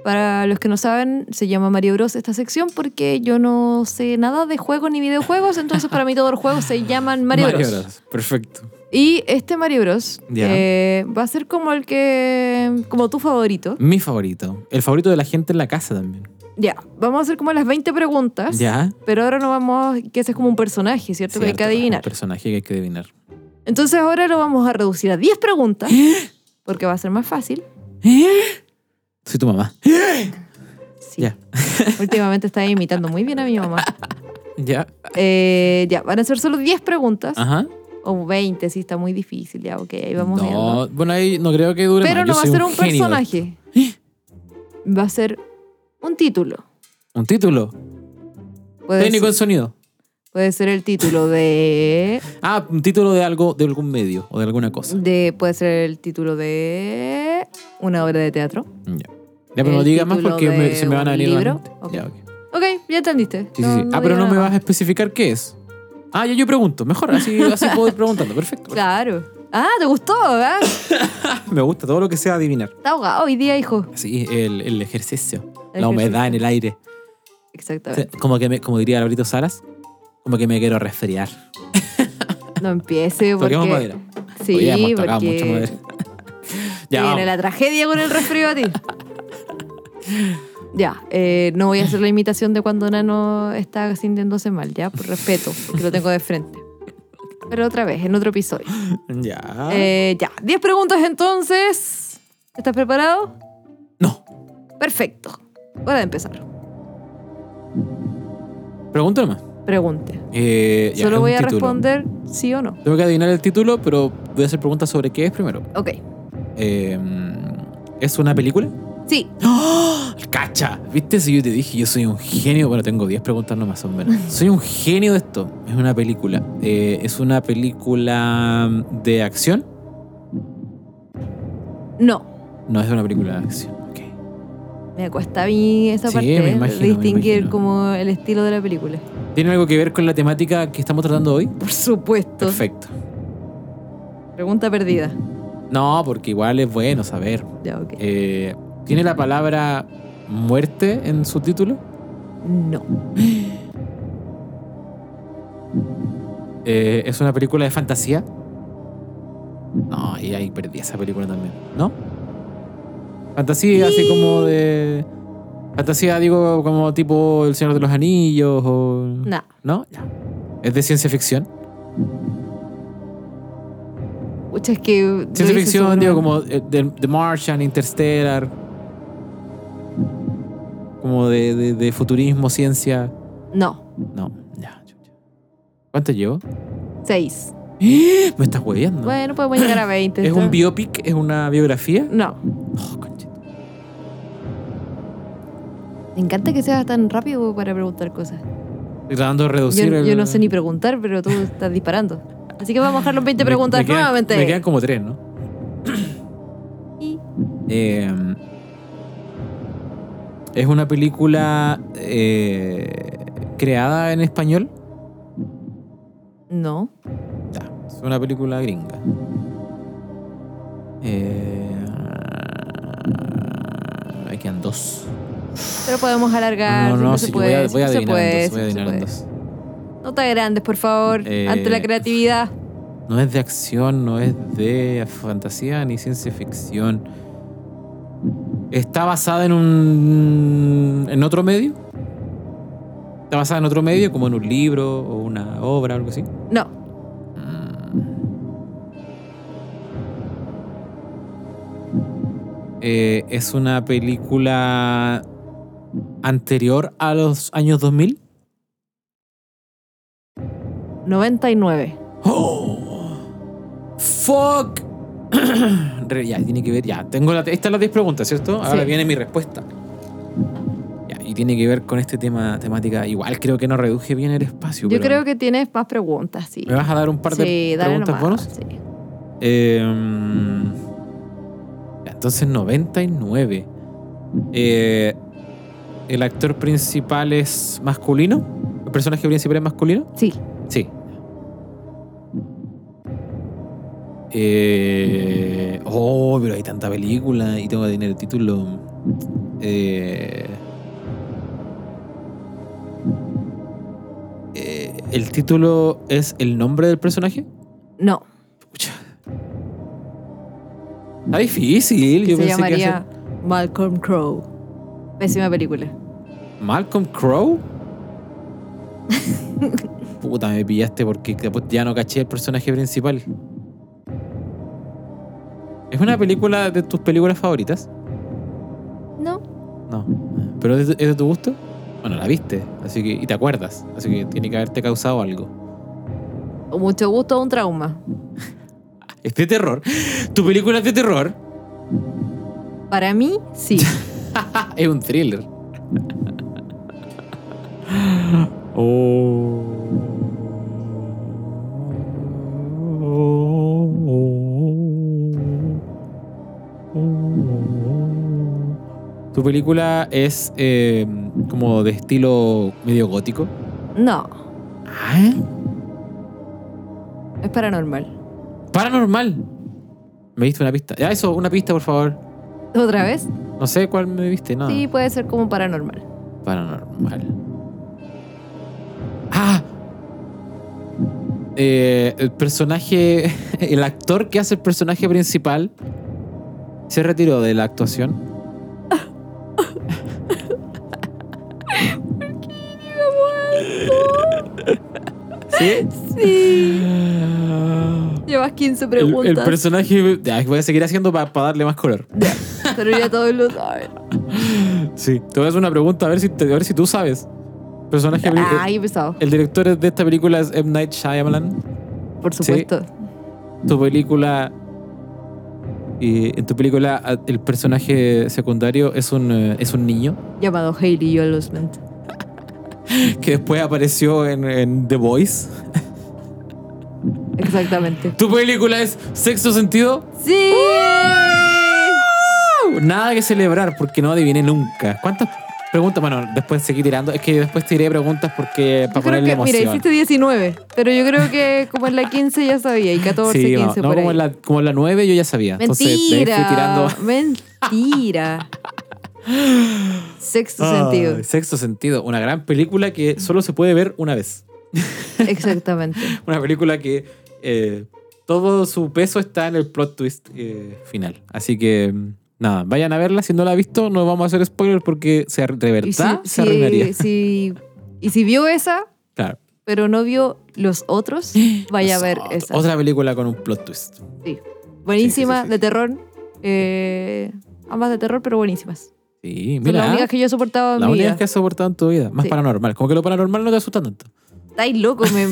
[SPEAKER 2] Para los que no saben, se llama Mario Bros esta sección porque yo no sé nada de juegos ni videojuegos, entonces para mí todos los juegos se llaman Mario, Bros.
[SPEAKER 1] Perfecto.
[SPEAKER 2] Y este Mario Bros
[SPEAKER 1] Ya.
[SPEAKER 2] eh, va a ser como el que. como tu favorito.
[SPEAKER 1] Mi favorito. El favorito de la gente en la casa también.
[SPEAKER 2] Ya, vamos a hacer como las 20 preguntas.
[SPEAKER 1] ¿Ya?
[SPEAKER 2] Pero ahora no vamos, que ese es como un personaje, ¿cierto? que hay que
[SPEAKER 1] Cierto,
[SPEAKER 2] adivinar.
[SPEAKER 1] Un personaje que hay que adivinar.
[SPEAKER 2] Entonces ahora lo vamos a reducir a 10 preguntas,
[SPEAKER 1] ¿Eh?
[SPEAKER 2] porque va a ser más fácil.
[SPEAKER 1] Soy tu mamá.
[SPEAKER 2] Sí.
[SPEAKER 1] Ya.
[SPEAKER 2] Últimamente está imitando muy bien a mi mamá.
[SPEAKER 1] ¿Ya?
[SPEAKER 2] Eh, ya, van a ser solo 10 preguntas,
[SPEAKER 1] Ajá.
[SPEAKER 2] o 20, sí, está muy difícil, ya, ok, ahí vamos
[SPEAKER 1] Ah. no,
[SPEAKER 2] viendo.
[SPEAKER 1] bueno, ahí no creo que dure
[SPEAKER 2] Pero
[SPEAKER 1] más.
[SPEAKER 2] no
[SPEAKER 1] Yo
[SPEAKER 2] va a
[SPEAKER 1] soy
[SPEAKER 2] ser un,
[SPEAKER 1] genio. ¿Eh?
[SPEAKER 2] personaje. Va a ser un título.
[SPEAKER 1] Un título.
[SPEAKER 2] Puede
[SPEAKER 1] Técnico en
[SPEAKER 2] ser,
[SPEAKER 1] sonido.
[SPEAKER 2] puede ser el título de,
[SPEAKER 1] Ah, un título de algo, de algún medio o de alguna cosa.
[SPEAKER 2] de. Puede ser el título de. Una obra de teatro.
[SPEAKER 1] Ya. Ya, pero no
[SPEAKER 2] Mm. El
[SPEAKER 1] digas más
[SPEAKER 2] título
[SPEAKER 1] porque me-
[SPEAKER 2] de
[SPEAKER 1] se me van a
[SPEAKER 2] un
[SPEAKER 1] venir.
[SPEAKER 2] libro.
[SPEAKER 1] la mente.
[SPEAKER 2] Ok.
[SPEAKER 1] Ya, ok.
[SPEAKER 2] Ok, ya entendiste.
[SPEAKER 1] Sí, sí, sí. ah,
[SPEAKER 2] digo
[SPEAKER 1] pero no
[SPEAKER 2] nada
[SPEAKER 1] me
[SPEAKER 2] más.
[SPEAKER 1] vas a especificar qué es. Ah, ya yo pregunto. Mejor, así, así puedo ir preguntando. Perfecto.
[SPEAKER 2] Claro. Ah, ¿te gustó? ¿verdad?
[SPEAKER 1] Me gusta todo lo que sea adivinar.
[SPEAKER 2] Está ahogado hoy día, hijo.
[SPEAKER 1] Sí, el, el ejercicio.
[SPEAKER 2] El
[SPEAKER 1] la humedad en el aire.
[SPEAKER 2] Exactamente.
[SPEAKER 1] Sí, Como que me- como diría Alberto Salas, como que me quiero resfriar.
[SPEAKER 2] No empiece porque...
[SPEAKER 1] Toquemos madera.
[SPEAKER 2] Sí,
[SPEAKER 1] Oye, hemos tocado
[SPEAKER 2] porque...
[SPEAKER 1] mucho madera.
[SPEAKER 2] te
[SPEAKER 1] ya,
[SPEAKER 2] viene
[SPEAKER 1] vamos.
[SPEAKER 2] la tragedia con el resfrío a ti. ya, eh, no voy a hacer la imitación de cuando Nano está sintiéndose mal, ya, por respeto, porque lo tengo de frente. Pero otra vez, en otro episodio.
[SPEAKER 1] ya.
[SPEAKER 2] Eh, ya, 10 preguntas entonces. ¿Estás preparado?
[SPEAKER 1] No,
[SPEAKER 2] Perfecto. Voy a empezar.
[SPEAKER 1] pregunta nomás.
[SPEAKER 2] Pregunte.
[SPEAKER 1] Eh, ya, es
[SPEAKER 2] Solo
[SPEAKER 1] un
[SPEAKER 2] voy a
[SPEAKER 1] título.
[SPEAKER 2] responder sí o no.
[SPEAKER 1] Tengo que adivinar el título, pero voy a hacer preguntas sobre qué es primero.
[SPEAKER 2] Ok.
[SPEAKER 1] Eh, ¿Es una película?
[SPEAKER 2] Sí.
[SPEAKER 1] ¡Oh! ¡Cacha! ¿Viste si yo te dije yo soy un genio? Bueno, tengo 10 preguntas nomás, son menos. Soy un genio de esto. Es una película. Eh, ¿Es una película de acción?
[SPEAKER 2] No.
[SPEAKER 1] No es una película de acción. Ok.
[SPEAKER 2] Me cuesta a mí esa
[SPEAKER 1] Sí,
[SPEAKER 2] parte
[SPEAKER 1] me
[SPEAKER 2] ¿eh?
[SPEAKER 1] imagino, me
[SPEAKER 2] distinguir
[SPEAKER 1] imagino.
[SPEAKER 2] como el estilo de la película.
[SPEAKER 1] ¿Tiene algo que ver con la temática que estamos tratando hoy?
[SPEAKER 2] Por supuesto.
[SPEAKER 1] Perfecto.
[SPEAKER 2] Pregunta perdida.
[SPEAKER 1] No, porque igual es bueno saber.
[SPEAKER 2] Ya, ok.
[SPEAKER 1] Eh, ¿Tiene la palabra muerte en su título?
[SPEAKER 2] No.
[SPEAKER 1] Eh, ¿Es una película de fantasía? No, y ahí perdí esa película también. ¿No? Fantasía, así como de. Fantasía, digo, como tipo El Señor de los Anillos o.
[SPEAKER 2] Nah.
[SPEAKER 1] ¿No? Ya. ¿Es de ciencia ficción?
[SPEAKER 2] Pucha, es que. lo
[SPEAKER 1] Ciencia
[SPEAKER 2] hice
[SPEAKER 1] ficción,
[SPEAKER 2] sobre-
[SPEAKER 1] digo, como eh, de- The Martian, Interstellar. Como de, de- de futurismo, ciencia.
[SPEAKER 2] No.
[SPEAKER 1] No, ya. chucha. ¿Cuánto llevo?
[SPEAKER 2] Seis.
[SPEAKER 1] Me estás hueviando.
[SPEAKER 2] Bueno, podemos llegar a 20.
[SPEAKER 1] ¿Es
[SPEAKER 2] está-
[SPEAKER 1] un biopic? ¿Es una biografía?
[SPEAKER 2] No.
[SPEAKER 1] Oh, conchita.
[SPEAKER 2] Me encanta que seas tan rápido para preguntar cosas.
[SPEAKER 1] Estoy tratando de
[SPEAKER 2] Yo,
[SPEAKER 1] reducir el-
[SPEAKER 2] yo no sé ni preguntar, pero tú estás disparando. Así que vamos a dejar los 20
[SPEAKER 1] Me-
[SPEAKER 2] preguntas
[SPEAKER 1] me quedan-
[SPEAKER 2] nuevamente.
[SPEAKER 1] Me quedan como tres, ¿no?
[SPEAKER 2] Y-
[SPEAKER 1] Eh, es una película eh, creada en español.
[SPEAKER 2] No.
[SPEAKER 1] Ya, es una película gringa. Eh, ahí quedan dos.
[SPEAKER 2] Pero podemos alargar.
[SPEAKER 1] No, no,
[SPEAKER 2] siempre
[SPEAKER 1] sí,
[SPEAKER 2] se
[SPEAKER 1] voy a,
[SPEAKER 2] puede.
[SPEAKER 1] voy a
[SPEAKER 2] siempre se
[SPEAKER 1] adivinar en
[SPEAKER 2] puede,
[SPEAKER 1] dos. Voy a
[SPEAKER 2] siempre se
[SPEAKER 1] adivinar en
[SPEAKER 2] puede.
[SPEAKER 1] dos.
[SPEAKER 2] No te agrandes, por favor,
[SPEAKER 1] Eh.
[SPEAKER 2] ante la creatividad.
[SPEAKER 1] No es de acción, no es de fantasía ni ciencia ficción. Está basada en un. en otro medio. Está basada en otro medio, como en un libro o una obra, algo así.
[SPEAKER 2] No.
[SPEAKER 1] Eh, es una película anterior a los años 2000.
[SPEAKER 2] 99.
[SPEAKER 1] ¡Oh! ¡Fuck! Re- ya, tiene que ver. Ya, tengo la, estas las 10 preguntas, ¿cierto? Ahora
[SPEAKER 2] Sí.
[SPEAKER 1] viene mi respuesta. Ya, y tiene que ver con este tema, temática. Igual creo que no reduje bien el espacio.
[SPEAKER 2] Yo
[SPEAKER 1] pero-
[SPEAKER 2] creo que tienes más preguntas, sí.
[SPEAKER 1] ¿Me vas a dar un par de
[SPEAKER 2] Sí, dale
[SPEAKER 1] preguntas
[SPEAKER 2] nomás.
[SPEAKER 1] bonus?
[SPEAKER 2] sí.
[SPEAKER 1] Eh, ya, entonces, 99. Eh, ¿El actor principal es masculino? ¿El personaje principal es masculino?
[SPEAKER 2] Sí.
[SPEAKER 1] Sí. Eh, oh, pero hay tanta película y tengo que tener el título. Eh, eh, ¿El título es el nombre del personaje?
[SPEAKER 2] No.
[SPEAKER 1] Pucha. Está difícil. Yo
[SPEAKER 2] se
[SPEAKER 1] pensé que iba a
[SPEAKER 2] llamaría
[SPEAKER 1] ser
[SPEAKER 2] Malcolm Crowe. Pésima película.
[SPEAKER 1] Malcolm Crowe. Puta, me pillaste porque después ya no caché el personaje principal. ¿Es una película de tus películas favoritas?
[SPEAKER 2] No.
[SPEAKER 1] No. ¿Pero es de, es de tu gusto? Bueno, la viste, así que. y te acuerdas. Así que tiene que haberte causado algo.
[SPEAKER 2] O mucho gusto o un trauma.
[SPEAKER 1] Es de terror. ¿Tu película es de terror?
[SPEAKER 2] Para mí, sí.
[SPEAKER 1] es un thriller. oh. Tu película es eh, como de estilo medio gótico.
[SPEAKER 2] No. Es paranormal.
[SPEAKER 1] Paranormal. Me diste una pista. Ya, eso, una pista, por favor.
[SPEAKER 2] ¿Otra vez?
[SPEAKER 1] No sé cuál me diste, nada.
[SPEAKER 2] Sí, puede ser como paranormal.
[SPEAKER 1] Paranormal. ¡Ah! Eh, el personaje. El actor que hace el personaje principal se retiró de la actuación. ¿Sí?
[SPEAKER 2] Sí.
[SPEAKER 1] El,
[SPEAKER 2] Llevas 15
[SPEAKER 1] el
[SPEAKER 2] preguntas.
[SPEAKER 1] personaje. Ya, voy a seguir haciendo para darle más color.
[SPEAKER 2] Pero ya todos lo saben.
[SPEAKER 1] Sí. Te voy a hacer una pregunta a ver si, te- a ver si tú sabes. Personaje.
[SPEAKER 2] Ay, pesado.
[SPEAKER 1] El director de esta película es M. Night Shyamalan.
[SPEAKER 2] Por
[SPEAKER 1] Sí.
[SPEAKER 2] supuesto.
[SPEAKER 1] Tu película. y en tu película, a- el personaje secundario es un, eh, es un niño
[SPEAKER 2] Llamado Hailey Joel Osment.
[SPEAKER 1] que después apareció en, en The Voice.
[SPEAKER 2] Exactamente.
[SPEAKER 1] Tu película es Sexto Sentido.
[SPEAKER 2] ¡Sí!
[SPEAKER 1] ¡Uh! Nada que celebrar porque no adiviné nunca. ¿Cuántas preguntas? Bueno, después seguí tirando. Es que después tiré preguntas porque
[SPEAKER 2] Yo
[SPEAKER 1] para
[SPEAKER 2] creo
[SPEAKER 1] ponerle
[SPEAKER 2] que, mira,
[SPEAKER 1] emoción.
[SPEAKER 2] hiciste 19, pero yo creo que como en la 15 ya sabía, y 14,
[SPEAKER 1] sí, no,
[SPEAKER 2] 15
[SPEAKER 1] no,
[SPEAKER 2] por
[SPEAKER 1] como,
[SPEAKER 2] ahí.
[SPEAKER 1] en la, como en la 9 yo ya sabía. Entonces de ahí
[SPEAKER 2] Mentira.
[SPEAKER 1] fui tirando.
[SPEAKER 2] Mentira. Sexto
[SPEAKER 1] Ay,
[SPEAKER 2] sentido.
[SPEAKER 1] Sexto sentido. Una gran película que solo se puede ver una vez.
[SPEAKER 2] Exactamente.
[SPEAKER 1] Una película que eh, todo su peso está en el plot twist eh, final. Así que mm, nada, vayan a verla. Si no la ha visto, no vamos a hacer spoiler porque se, ar- de verdad se arruinaría.
[SPEAKER 2] si- y si vio esa,
[SPEAKER 1] Claro.
[SPEAKER 2] pero no vio los otros, vaya a ver
[SPEAKER 1] Ot-
[SPEAKER 2] esa.
[SPEAKER 1] Otra película con un plot twist.
[SPEAKER 2] Buenísima,
[SPEAKER 1] sí, sí, sí.
[SPEAKER 2] de terror. Eh, ambas de terror, pero buenísimas.
[SPEAKER 1] Sí,
[SPEAKER 2] Son las
[SPEAKER 1] mira.
[SPEAKER 2] únicas que yo he soportado en
[SPEAKER 1] La
[SPEAKER 2] mi
[SPEAKER 1] única
[SPEAKER 2] vida.
[SPEAKER 1] que has soportado en tu vida. Más
[SPEAKER 2] Sí.
[SPEAKER 1] paranormal. Como que lo paranormal no te asusta tanto.
[SPEAKER 2] Estáis loco, me,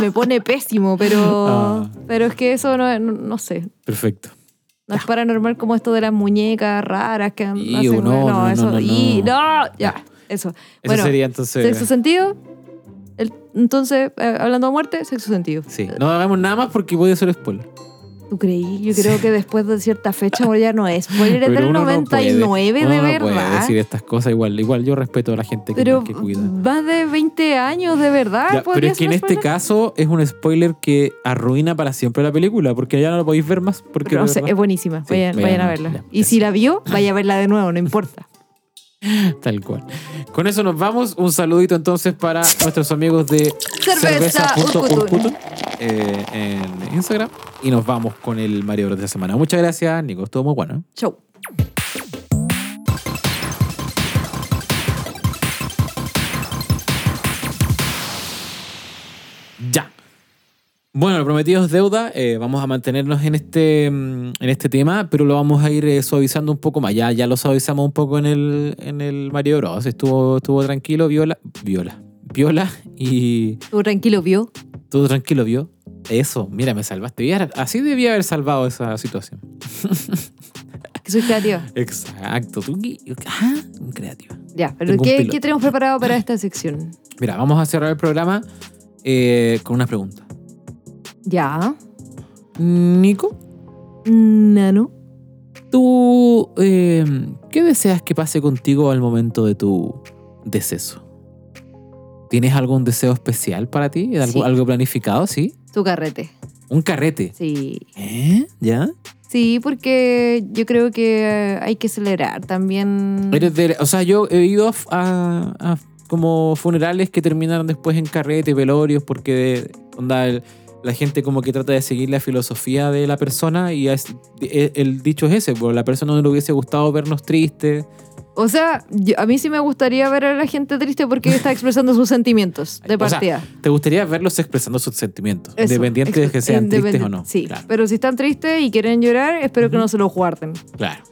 [SPEAKER 2] me pone pésimo, pero,
[SPEAKER 1] Ah.
[SPEAKER 2] pero es que eso no, no, no sé.
[SPEAKER 1] Perfecto.
[SPEAKER 2] No es paranormal como esto de las muñecas raras que han-
[SPEAKER 1] Iu,
[SPEAKER 2] hacen.
[SPEAKER 1] no,
[SPEAKER 2] bueno,
[SPEAKER 1] no, no,
[SPEAKER 2] eso.
[SPEAKER 1] no,
[SPEAKER 2] y
[SPEAKER 1] no.
[SPEAKER 2] no, ya, eso.
[SPEAKER 1] Eso
[SPEAKER 2] Bueno,
[SPEAKER 1] sería entonces.
[SPEAKER 2] sexo sentido. el- entonces, eh, hablando de muerte, sexo sentido.
[SPEAKER 1] Sí. No hagamos nada más porque voy a hacer spoiler.
[SPEAKER 2] ¿Tú creí? Yo creo que después de cierta fecha ahora ya no es. Spoiler es del
[SPEAKER 1] uno no puede,
[SPEAKER 2] 99, de
[SPEAKER 1] uno no puede
[SPEAKER 2] verdad.
[SPEAKER 1] decir estas cosas igual. Igual yo respeto a la gente que,
[SPEAKER 2] pero
[SPEAKER 1] que cuida.
[SPEAKER 2] más de 20 años, de verdad.
[SPEAKER 1] Ya, pero
[SPEAKER 2] Ah, podría
[SPEAKER 1] es que
[SPEAKER 2] ser
[SPEAKER 1] en
[SPEAKER 2] un
[SPEAKER 1] este
[SPEAKER 2] spoiler.
[SPEAKER 1] caso es un spoiler que arruina para siempre la película, porque ya no lo podéis ver más. Porque
[SPEAKER 2] Pero no
[SPEAKER 1] de
[SPEAKER 2] sé,
[SPEAKER 1] verdad-
[SPEAKER 2] es buenísima.
[SPEAKER 1] Sí,
[SPEAKER 2] vayan,
[SPEAKER 1] vayan
[SPEAKER 2] vayan a
[SPEAKER 1] a-
[SPEAKER 2] verla.
[SPEAKER 1] ya,
[SPEAKER 2] y si la vio, vaya a verla de nuevo, no importa.
[SPEAKER 1] Tal cual. Con eso nos vamos. Un saludito entonces para nuestros amigos de
[SPEAKER 2] Cerveza Urcutun.
[SPEAKER 1] cerveza.urcutun, eh, en Instagram. Y nos vamos con el Mario Bros de la semana. Muchas gracias, Nico. Estuvo muy bueno.
[SPEAKER 2] Chau.
[SPEAKER 1] Ya. Bueno, lo prometido es deuda. Eh, vamos a mantenernos en este, mm, en este tema, pero lo vamos a ir eh, suavizando un poco más. Ya, ya lo suavizamos un poco en el, en el Mario Bros. Estuvo, estuvo tranquilo, viola. Viola. Viola y.
[SPEAKER 2] Tú tranquilo, vio.
[SPEAKER 1] Todo tranquilo, vio. Eso, mira, me salvaste. Debía- Así debía haber salvado esa situación.
[SPEAKER 2] Que soy creativa.
[SPEAKER 1] Exacto. Tú, gui- ah, creativa.
[SPEAKER 2] Ya, pero
[SPEAKER 1] Tengo un
[SPEAKER 2] ¿qué,
[SPEAKER 1] piloto.
[SPEAKER 2] ¿qué tenemos preparado para esta sección?
[SPEAKER 1] Mira, vamos a cerrar el programa eh, con una pregunta.
[SPEAKER 2] Ya.
[SPEAKER 1] Nico,
[SPEAKER 2] Nano.
[SPEAKER 1] tú, eh, ¿qué deseas que pase contigo al momento de tu deceso? ¿Tienes algún deseo especial para ti? ¿Algo,
[SPEAKER 2] Sí.
[SPEAKER 1] algo planificado? Sí.
[SPEAKER 2] Tu carrete.
[SPEAKER 1] Un carrete.
[SPEAKER 2] Sí.
[SPEAKER 1] ¿Eh? ¿Ya?
[SPEAKER 2] Sí, porque yo creo que hay que celebrar también.
[SPEAKER 1] Mm. Eres de- o sea, yo he ido a, f- a- a como funerales que terminaron después en carrete, velorios, porque de- onda, el- la gente como que trata de seguir la filosofía de la persona y es- e- el dicho es ese, pues, la persona no le hubiese gustado vernos tristes.
[SPEAKER 2] O sea, yo- a mí sí me gustaría ver a la gente triste porque está expresando sus sentimientos de
[SPEAKER 1] O sea,
[SPEAKER 2] partida.
[SPEAKER 1] Te gustaría verlos expresando sus sentimientos,
[SPEAKER 2] Eso,
[SPEAKER 1] independiente de que
[SPEAKER 2] ex-
[SPEAKER 1] sean tristes o
[SPEAKER 2] independen-
[SPEAKER 1] no.
[SPEAKER 2] Sí,
[SPEAKER 1] Claro,
[SPEAKER 2] pero si están tristes y quieren llorar, espero que
[SPEAKER 1] Ujú.
[SPEAKER 2] no se lo guarden.
[SPEAKER 1] claro.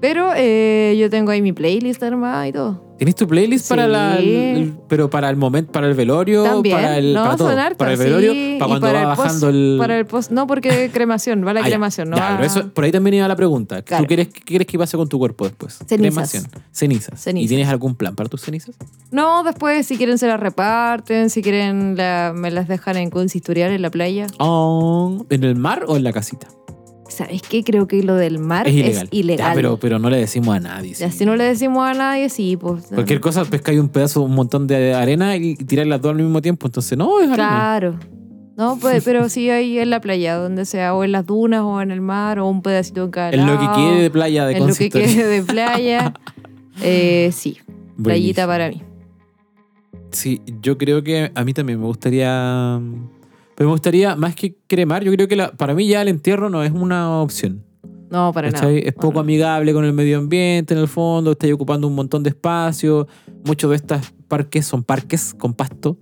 [SPEAKER 2] Pero eh, yo tengo ahí mi playlist armada y todo.
[SPEAKER 1] ¿Tienes tu playlist para
[SPEAKER 2] Sí.
[SPEAKER 1] la el- pero para el momento, para el velorio,
[SPEAKER 2] También,
[SPEAKER 1] para el
[SPEAKER 2] no,
[SPEAKER 1] para todo,
[SPEAKER 2] son hartas,
[SPEAKER 1] para el velorio,
[SPEAKER 2] sí,
[SPEAKER 1] para
[SPEAKER 2] y
[SPEAKER 1] cuando
[SPEAKER 2] para
[SPEAKER 1] va
[SPEAKER 2] el post-
[SPEAKER 1] bajando el
[SPEAKER 2] Para el post, no, porque cremación, va la
[SPEAKER 1] Ah, ya.
[SPEAKER 2] cremación, ¿no?
[SPEAKER 1] Ya,
[SPEAKER 2] va-
[SPEAKER 1] pero eso- por ahí también iba la pregunta.
[SPEAKER 2] Claro.
[SPEAKER 1] ¿Tú quieres, qué quieres que pase con tu cuerpo después?
[SPEAKER 2] Cenizas.
[SPEAKER 1] Cenizas.
[SPEAKER 2] Cenizas.
[SPEAKER 1] ¿Y tienes algún plan para tus cenizas?
[SPEAKER 2] No, después si quieren se las reparten, si quieren la- me las dejan en consistorial en la playa.
[SPEAKER 1] Oh, ¿En el mar o en la casita?
[SPEAKER 2] ¿Sabes qué? Creo que lo del mar
[SPEAKER 1] es ilegal. Ya, pero,
[SPEAKER 2] ilegal.
[SPEAKER 1] pero no le decimos a nadie.
[SPEAKER 2] Y
[SPEAKER 1] sí.
[SPEAKER 2] Así no le decimos a nadie, sí, pues. no.
[SPEAKER 1] Cualquier cosa, pescáis un pedazo, un montón de arena y tirar las dos al mismo tiempo. Entonces, no, es arena.
[SPEAKER 2] Claro. No, pues, pero sí ahí en la playa, donde sea, o en las dunas, o en el mar, o un pedacito en cada
[SPEAKER 1] En lo que
[SPEAKER 2] lado,
[SPEAKER 1] quede de playa de
[SPEAKER 2] en lo que
[SPEAKER 1] consistorio.
[SPEAKER 2] quede de playa. Eh, sí,
[SPEAKER 1] Buenísimo.
[SPEAKER 2] playita para mí.
[SPEAKER 1] Sí, yo creo que a mí también me gustaría. Pero me gustaría, más que cremar, yo creo que la- para mí ya el entierro no es una opción.
[SPEAKER 2] No, para nada.
[SPEAKER 1] ¿Cachai? Es poco
[SPEAKER 2] Bueno,
[SPEAKER 1] amigable con el medio ambiente en el fondo, estáis ocupando un montón de espacio. Muchos de estos parques son parques con pasto,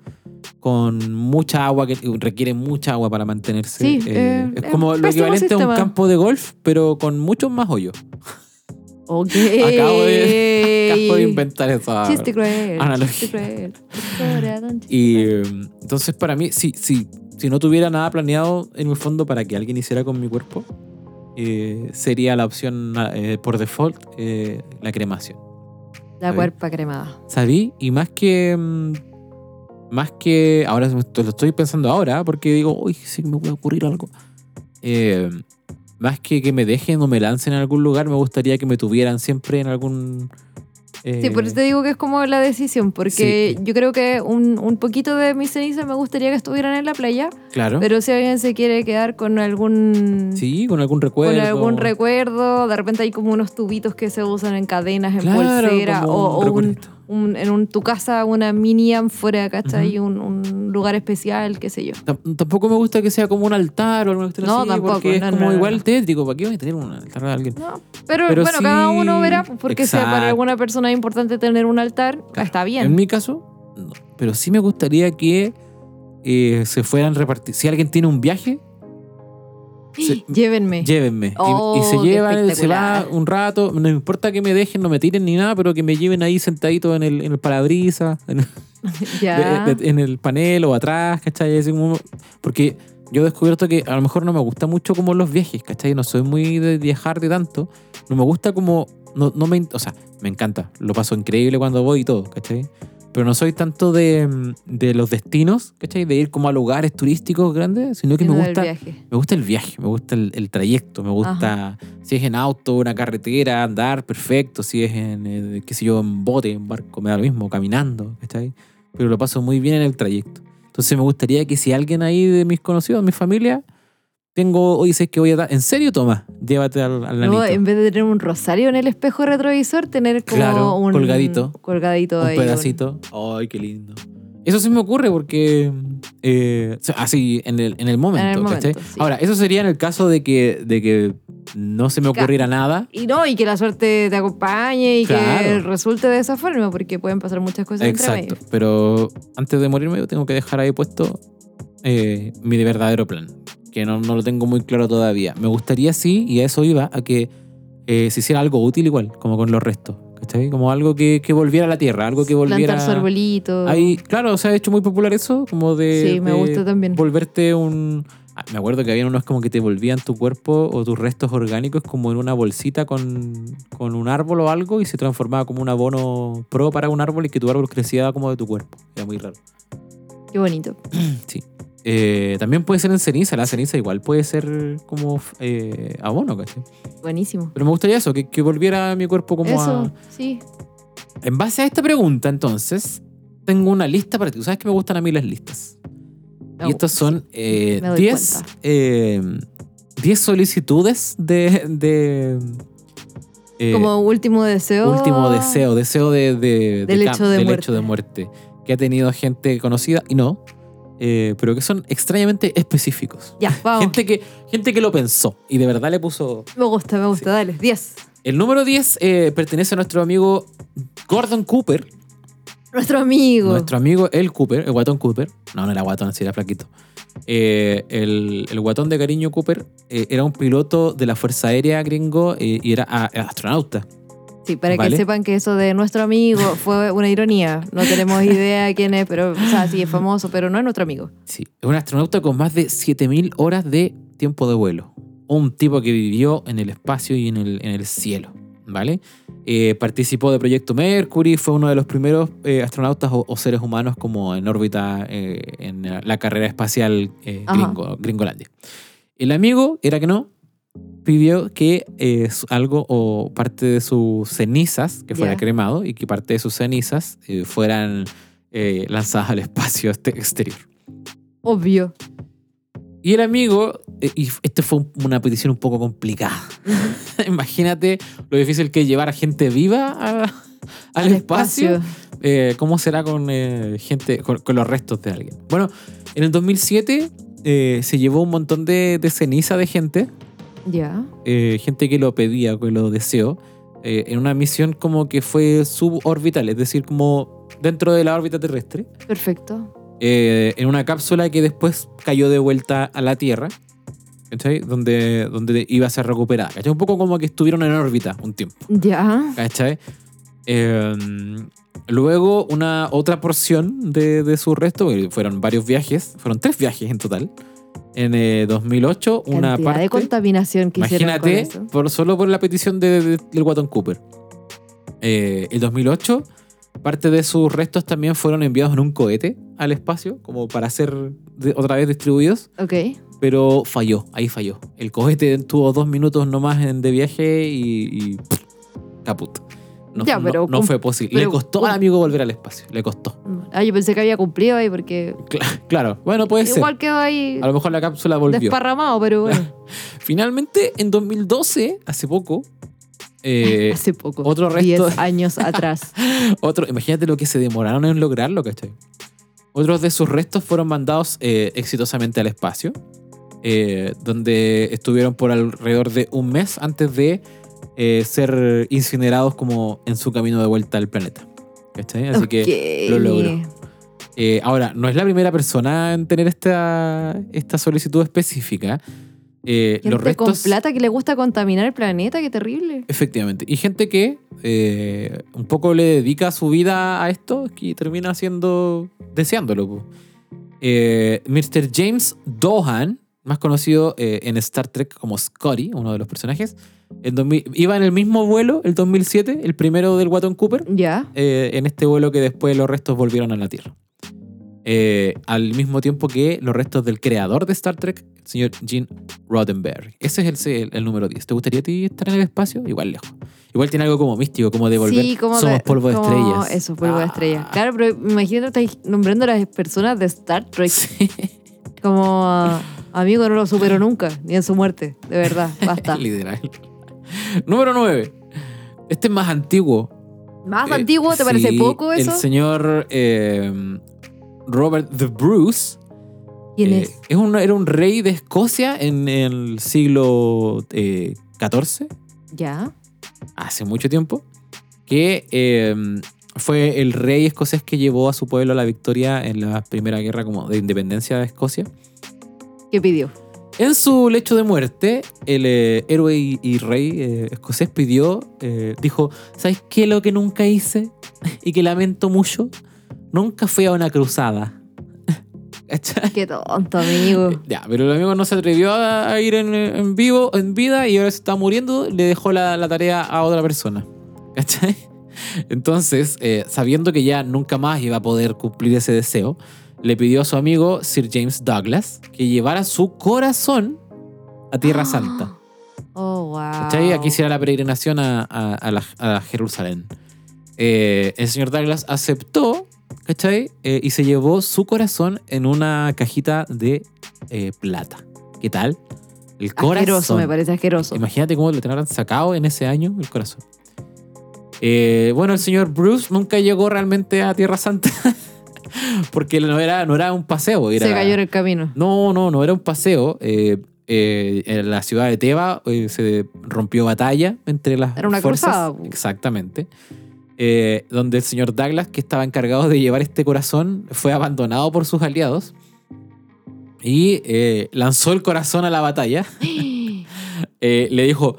[SPEAKER 1] con mucha agua, que requieren mucha agua para mantenerse.
[SPEAKER 2] Sí, eh,
[SPEAKER 1] es
[SPEAKER 2] eh,
[SPEAKER 1] como lo
[SPEAKER 2] pésimo
[SPEAKER 1] equivalente a
[SPEAKER 2] sistema.
[SPEAKER 1] un campo de golf, pero con muchos más hoyos.
[SPEAKER 2] Ok.
[SPEAKER 1] Acabo de- Acabo de inventar esa.
[SPEAKER 2] Chiste cruel.
[SPEAKER 1] analogía.
[SPEAKER 2] Chiste cruel. Corazón, chiste
[SPEAKER 1] Y
[SPEAKER 2] cruel.
[SPEAKER 1] eh, entonces para mí, si, si, si no tuviera nada planeado en el fondo para que alguien hiciera con mi cuerpo, eh, sería la opción eh, por default eh, la cremación.
[SPEAKER 2] La cuerpa cremada.
[SPEAKER 1] Sabí, y más que. mm, Más que. Ahora se me- lo estoy pensando ahora, porque digo, uy, sí que me puede ocurrir algo. Eh, más que que me dejen o me lancen en algún lugar, me gustaría que me tuvieran siempre en algún. eh,
[SPEAKER 2] Sí, por eso te digo que es como la decisión, porque yo creo que un, un poquito de mis cenizas me gustaría que estuvieran en la playa,
[SPEAKER 1] Claro.
[SPEAKER 2] pero si alguien se quiere quedar con algún,
[SPEAKER 1] sí, con algún recuerdo.
[SPEAKER 2] con algún recuerdo, de repente hay como unos tubitos que se usan en cadenas, en
[SPEAKER 1] Claro,
[SPEAKER 2] pulsera,
[SPEAKER 1] como
[SPEAKER 2] o,
[SPEAKER 1] un
[SPEAKER 2] o un,
[SPEAKER 1] recuerdito.
[SPEAKER 2] un- en un, tu casa una mini ánfora, ¿cachai? Un, un lugar especial, qué sé yo.
[SPEAKER 1] Tam- Tampoco me gusta que sea como un altar o algo así,
[SPEAKER 2] No, tampoco,
[SPEAKER 1] porque es
[SPEAKER 2] no, no,
[SPEAKER 1] como
[SPEAKER 2] no,
[SPEAKER 1] igual
[SPEAKER 2] no.
[SPEAKER 1] tétrico. ¿Para qué voy a tener un altar de alguien?
[SPEAKER 2] No, pero,
[SPEAKER 1] Pero
[SPEAKER 2] bueno, cada
[SPEAKER 1] sí,
[SPEAKER 2] uno verá, pues, porque si para
[SPEAKER 1] exacto.
[SPEAKER 2] alguna persona es importante tener un altar, Ah, está
[SPEAKER 1] En
[SPEAKER 2] bien.
[SPEAKER 1] mi caso, no. Pero sí me gustaría que eh, se fueran repartir. Si alguien tiene un viaje, se-
[SPEAKER 2] Llévenme.
[SPEAKER 1] llévenme. Y-
[SPEAKER 2] Oh,
[SPEAKER 1] y, se
[SPEAKER 2] qué
[SPEAKER 1] llevan, se va
[SPEAKER 2] espectacular.
[SPEAKER 1] un rato. No importa que me dejen, no me tiren ni nada, pero que me lleven ahí sentadito en el, en el parabrisas, en,
[SPEAKER 2] ya.
[SPEAKER 1] de- de- en el panel o atrás, ¿cachai? Así como- porque yo he descubierto que a lo mejor no me gusta mucho como los viajes, ¿cachai? No soy muy de viajar de tanto. No me gusta como... No, no me, in- o sea, me encanta. Lo paso increíble cuando voy y todo, ¿cachai? Pero no soy tanto de, mm, de los destinos, ¿cachai? De ir como a lugares turísticos grandes, sino que
[SPEAKER 2] Yendo
[SPEAKER 1] me
[SPEAKER 2] del
[SPEAKER 1] gusta,
[SPEAKER 2] viaje.
[SPEAKER 1] me gusta el viaje, me gusta el, el trayecto, me gusta si es en auto, una carretera, andar, perfecto, si es en, eh, qué sé yo, en bote, en barco, me da lo mismo, caminando, ¿cachai? Pero lo paso muy bien en el trayecto. Entonces me gustaría que si alguien ahí de mis conocidos, de mi familia, Tengo, hoy dices que voy a dar. ¿En serio, toma? Llévate al, al
[SPEAKER 2] No,
[SPEAKER 1] nanito.
[SPEAKER 2] en vez de tener un rosario en el espejo retrovisor, tener como
[SPEAKER 1] Claro,
[SPEAKER 2] un
[SPEAKER 1] colgadito.
[SPEAKER 2] colgadito
[SPEAKER 1] un
[SPEAKER 2] ahí, un-
[SPEAKER 1] pedacito. Ay, qué lindo. Eso sí me ocurre porque. eh, o sea, así, en el, en el momento,
[SPEAKER 2] momento,
[SPEAKER 1] ¿cachai?
[SPEAKER 2] sí.
[SPEAKER 1] Ahora, eso sería en el caso de que, de que no se me
[SPEAKER 2] Ca-
[SPEAKER 1] ocurriera nada.
[SPEAKER 2] Y no, y que la suerte te acompañe y que
[SPEAKER 1] Claro.
[SPEAKER 2] resulte de esa forma, porque pueden pasar muchas cosas entre
[SPEAKER 1] Exacto.
[SPEAKER 2] medio.
[SPEAKER 1] Pero antes de morirme, yo tengo que dejar ahí puesto eh, mi verdadero plan. Que no, no lo tengo muy claro todavía. Me gustaría, sí, y a eso iba, a que eh, se hiciera algo útil igual, como con los restos. ¿Cachai? Como algo que, que volviera a la tierra, algo que volviera.
[SPEAKER 2] Plantar su arbolito.
[SPEAKER 1] Ahí, claro, se ha hecho muy popular eso, como de.
[SPEAKER 2] sí, me
[SPEAKER 1] de
[SPEAKER 2] gusta también.
[SPEAKER 1] Volverte un. ah, Me acuerdo que había unos como que te volvían tu cuerpo o tus restos orgánicos como en una bolsita con, con un árbol o algo y se transformaba como un abono pro para un árbol y que tu árbol crecía como de tu cuerpo. Era muy raro.
[SPEAKER 2] Qué bonito.
[SPEAKER 1] Eh, también puede ser en ceniza, la ceniza igual puede ser como eh, abono, ¿cachai?
[SPEAKER 2] Buenísimo.
[SPEAKER 1] Pero me gustaría eso, que, que volviera mi cuerpo como
[SPEAKER 2] Eso,
[SPEAKER 1] a,
[SPEAKER 2] sí.
[SPEAKER 1] En base a esta pregunta, entonces, tengo una lista para ti. Tú sabes que me gustan a mí las listas.
[SPEAKER 2] Ah,
[SPEAKER 1] y estas son eh,
[SPEAKER 2] me doy
[SPEAKER 1] 10
[SPEAKER 2] cuenta.
[SPEAKER 1] eh, 10 solicitudes de. de, eh,
[SPEAKER 2] Como último deseo.
[SPEAKER 1] último deseo, deseo de, de-
[SPEAKER 2] Del
[SPEAKER 1] de
[SPEAKER 2] hecho de
[SPEAKER 1] del
[SPEAKER 2] muerte.
[SPEAKER 1] hecho de muerte. Que ha tenido gente conocida y no, eh, pero que son extrañamente específicos.
[SPEAKER 2] Ya, vamos.
[SPEAKER 1] Gente que, gente que lo pensó y de verdad le puso.
[SPEAKER 2] Me gusta, me gusta. Dale, 10.
[SPEAKER 1] El número 10 eh, pertenece a nuestro amigo Gordon Cooper,
[SPEAKER 2] Nuestro amigo.
[SPEAKER 1] Nuestro amigo el Cooper, el guatón Cooper. No, no era guatón, sí era flaquito. Eh, el, el guatón de cariño Cooper eh, era un piloto de la Fuerza Aérea gringo eh, y era a- era astronauta.
[SPEAKER 2] Sí, para
[SPEAKER 1] Vale.
[SPEAKER 2] que sepan que eso de nuestro amigo fue una ironía. No tenemos idea de quién es, pero, o sea, sí es famoso, pero no es nuestro amigo.
[SPEAKER 1] Sí, es un astronauta con más de 7000 horas de tiempo de vuelo. Un tipo que vivió en el espacio y en el, en el cielo, ¿vale? Eh, participó de Proyecto Mercury, fue uno de los primeros eh, astronautas o, o seres humanos como en órbita eh, en la, la carrera espacial eh,
[SPEAKER 2] Ajá.
[SPEAKER 1] gringo- gringolandia. El amigo, era que no, pidió que eh, su- algo o parte de sus cenizas, que fuera
[SPEAKER 2] Ya.
[SPEAKER 1] cremado, y que parte de sus cenizas eh, fueran eh, lanzadas al espacio este- exterior.
[SPEAKER 2] Obvio.
[SPEAKER 1] Y el amigo, eh, y este fue un- una petición un poco complicada. Imagínate lo difícil que es llevar a gente viva a- al espacio. Eh, ¿Cómo será con eh, gente, con, con los restos de alguien? Bueno, en el 2007 eh, se llevó un montón de, de ceniza de gente,
[SPEAKER 2] Ya.
[SPEAKER 1] eh, gente que lo pedía, que lo deseó, eh, en una misión como que fue suborbital, es decir, como dentro de la órbita terrestre
[SPEAKER 2] Perfecto.
[SPEAKER 1] eh, en una cápsula que después cayó de vuelta a la Tierra, ¿cachai? Donde, donde iba a ser recuperada, ¿cachai? Un poco como que estuvieron en órbita un tiempo,
[SPEAKER 2] Ya.
[SPEAKER 1] ¿cachai? Eh, luego, una otra porción de, de su resto, porque fueron varios viajes, fueron tres viajes en total. En eh, 2008, una
[SPEAKER 2] Cantidad de
[SPEAKER 1] parte.
[SPEAKER 2] contaminación que
[SPEAKER 1] Imagínate,
[SPEAKER 2] hicieron con eso.
[SPEAKER 1] por, solo por la petición de, de- del Watton Cooper. Eh, el 2008, parte de sus restos también fueron enviados en un cohete al espacio, como para ser de- otra vez distribuidos,
[SPEAKER 2] Ok.
[SPEAKER 1] pero falló, ahí falló. El cohete tuvo dos minutos nomás en- de viaje y, y, pff, caput. No,
[SPEAKER 2] Ya,
[SPEAKER 1] no-
[SPEAKER 2] pero
[SPEAKER 1] no
[SPEAKER 2] cum-
[SPEAKER 1] fue posible.
[SPEAKER 2] pero
[SPEAKER 1] Le costó
[SPEAKER 2] cum-
[SPEAKER 1] al amigo volver al espacio, le costó.
[SPEAKER 2] Ah, yo pensé que había cumplido ahí porque
[SPEAKER 1] Cla- Claro, bueno, puede
[SPEAKER 2] igual quedó ahí
[SPEAKER 1] ser. A lo mejor la cápsula volvió.
[SPEAKER 2] desparramado, pero bueno.
[SPEAKER 1] Finalmente, en 2012, hace poco, eh,
[SPEAKER 2] hace poco.
[SPEAKER 1] otro resto-
[SPEAKER 2] 10 años atrás.
[SPEAKER 1] Otro, imagínate lo que se demoraron en lograrlo, ¿cachai? Otros de sus restos fueron mandados eh, exitosamente al espacio, eh, donde estuvieron por alrededor de un mes antes de eh, ser incinerados como en su camino de vuelta al planeta. ¿Cachai? Así que lo logró. eh, ahora, no es la primera persona en tener esta, esta solicitud específica. Eh,
[SPEAKER 2] Gente
[SPEAKER 1] los restos...
[SPEAKER 2] con plata que le gusta contaminar el planeta, qué terrible.
[SPEAKER 1] Efectivamente. Y gente que eh, un poco le dedica su vida a esto y termina haciendo, deseándolo. po. Eh, Mr. James Dohan, más conocido eh, en Star Trek como Scotty, uno de los personajes, en 2000 iba en el mismo vuelo, el 2007, el primero del Watton Cooper,
[SPEAKER 2] Ya.
[SPEAKER 1] eh, en este vuelo que después los restos volvieron a la Tierra. Eh, al mismo tiempo que los restos del creador de Star Trek, el señor Gene Roddenberry. Ese es el, el, el número 10. ¿Te gustaría a ti estar en el espacio? Igual lejos. Igual tiene algo como místico, como devolver.
[SPEAKER 2] Sí, como
[SPEAKER 1] Somos
[SPEAKER 2] de-
[SPEAKER 1] polvo de
[SPEAKER 2] como
[SPEAKER 1] estrellas.
[SPEAKER 2] Eso, polvo de
[SPEAKER 1] Ah.
[SPEAKER 2] estrellas. Claro, pero imagínate, estáis nombrando a las personas de Star Trek.
[SPEAKER 1] Sí.
[SPEAKER 2] Como. Amigo, no lo supero nunca, ni en su muerte. De verdad, basta.
[SPEAKER 1] Literal. Número 9. Este es más antiguo.
[SPEAKER 2] ¿Más
[SPEAKER 1] Eh,
[SPEAKER 2] antiguo? ¿Te parece
[SPEAKER 1] sí,
[SPEAKER 2] poco eso?
[SPEAKER 1] El señor eh, Robert the Bruce.
[SPEAKER 2] ¿Quién
[SPEAKER 1] eh,
[SPEAKER 2] es?
[SPEAKER 1] un- era un rey de Escocia en el siglo eh, XIV,
[SPEAKER 2] ¿Ya?
[SPEAKER 1] hace mucho tiempo, que eh, fue el rey escocés que llevó a su pueblo a la victoria en la primera guerra como de independencia de Escocia.
[SPEAKER 2] ¿Qué pidió?
[SPEAKER 1] En su lecho de muerte, el eh, héroe y, y rey eh, escocés pidió, eh, dijo, ¿sabes qué lo que nunca hice y que lamento mucho? Nunca fui a una cruzada. ¿Cachai?
[SPEAKER 2] Qué tonto, amigo.
[SPEAKER 1] Eh, Ya, pero el amigo no se atrevió a, a ir en, en vivo, en vida, y ahora se está muriendo, le dejó la, la tarea a otra persona. ¿Cachai? Entonces, eh, sabiendo que ya nunca más iba a poder cumplir ese deseo, le pidió a su amigo Sir James Douglas que llevara su corazón a Tierra
[SPEAKER 2] Ah.
[SPEAKER 1] Santa.
[SPEAKER 2] Oh, wow.
[SPEAKER 1] ¿Cachai? Aquí hiciera la peregrinación a, a- a la- a Jerusalén. Eh, el señor Douglas aceptó, ¿cachai? Eh, y se llevó su corazón en una cajita de eh, plata. ¿Qué tal? El
[SPEAKER 2] Asqueroso, me
[SPEAKER 1] corazón.
[SPEAKER 2] parece asqueroso.
[SPEAKER 1] Imagínate cómo lo tendrán sacado en ese año el corazón. Eh, bueno, el señor Bruce nunca llegó realmente a Tierra Santa porque no era, no era un paseo. Era,
[SPEAKER 2] Se cayó en el camino.
[SPEAKER 1] no, no, no, era un paseo. eh, eh, en la ciudad de Teba eh, se rompió batalla entre las
[SPEAKER 2] Era una
[SPEAKER 1] fuerzas.
[SPEAKER 2] cruzada, po.
[SPEAKER 1] Exactamente. Eh, donde el señor Douglas, que estaba encargado de llevar este corazón, fue abandonado por sus aliados y eh, lanzó el corazón a la batalla. Eh, le dijo,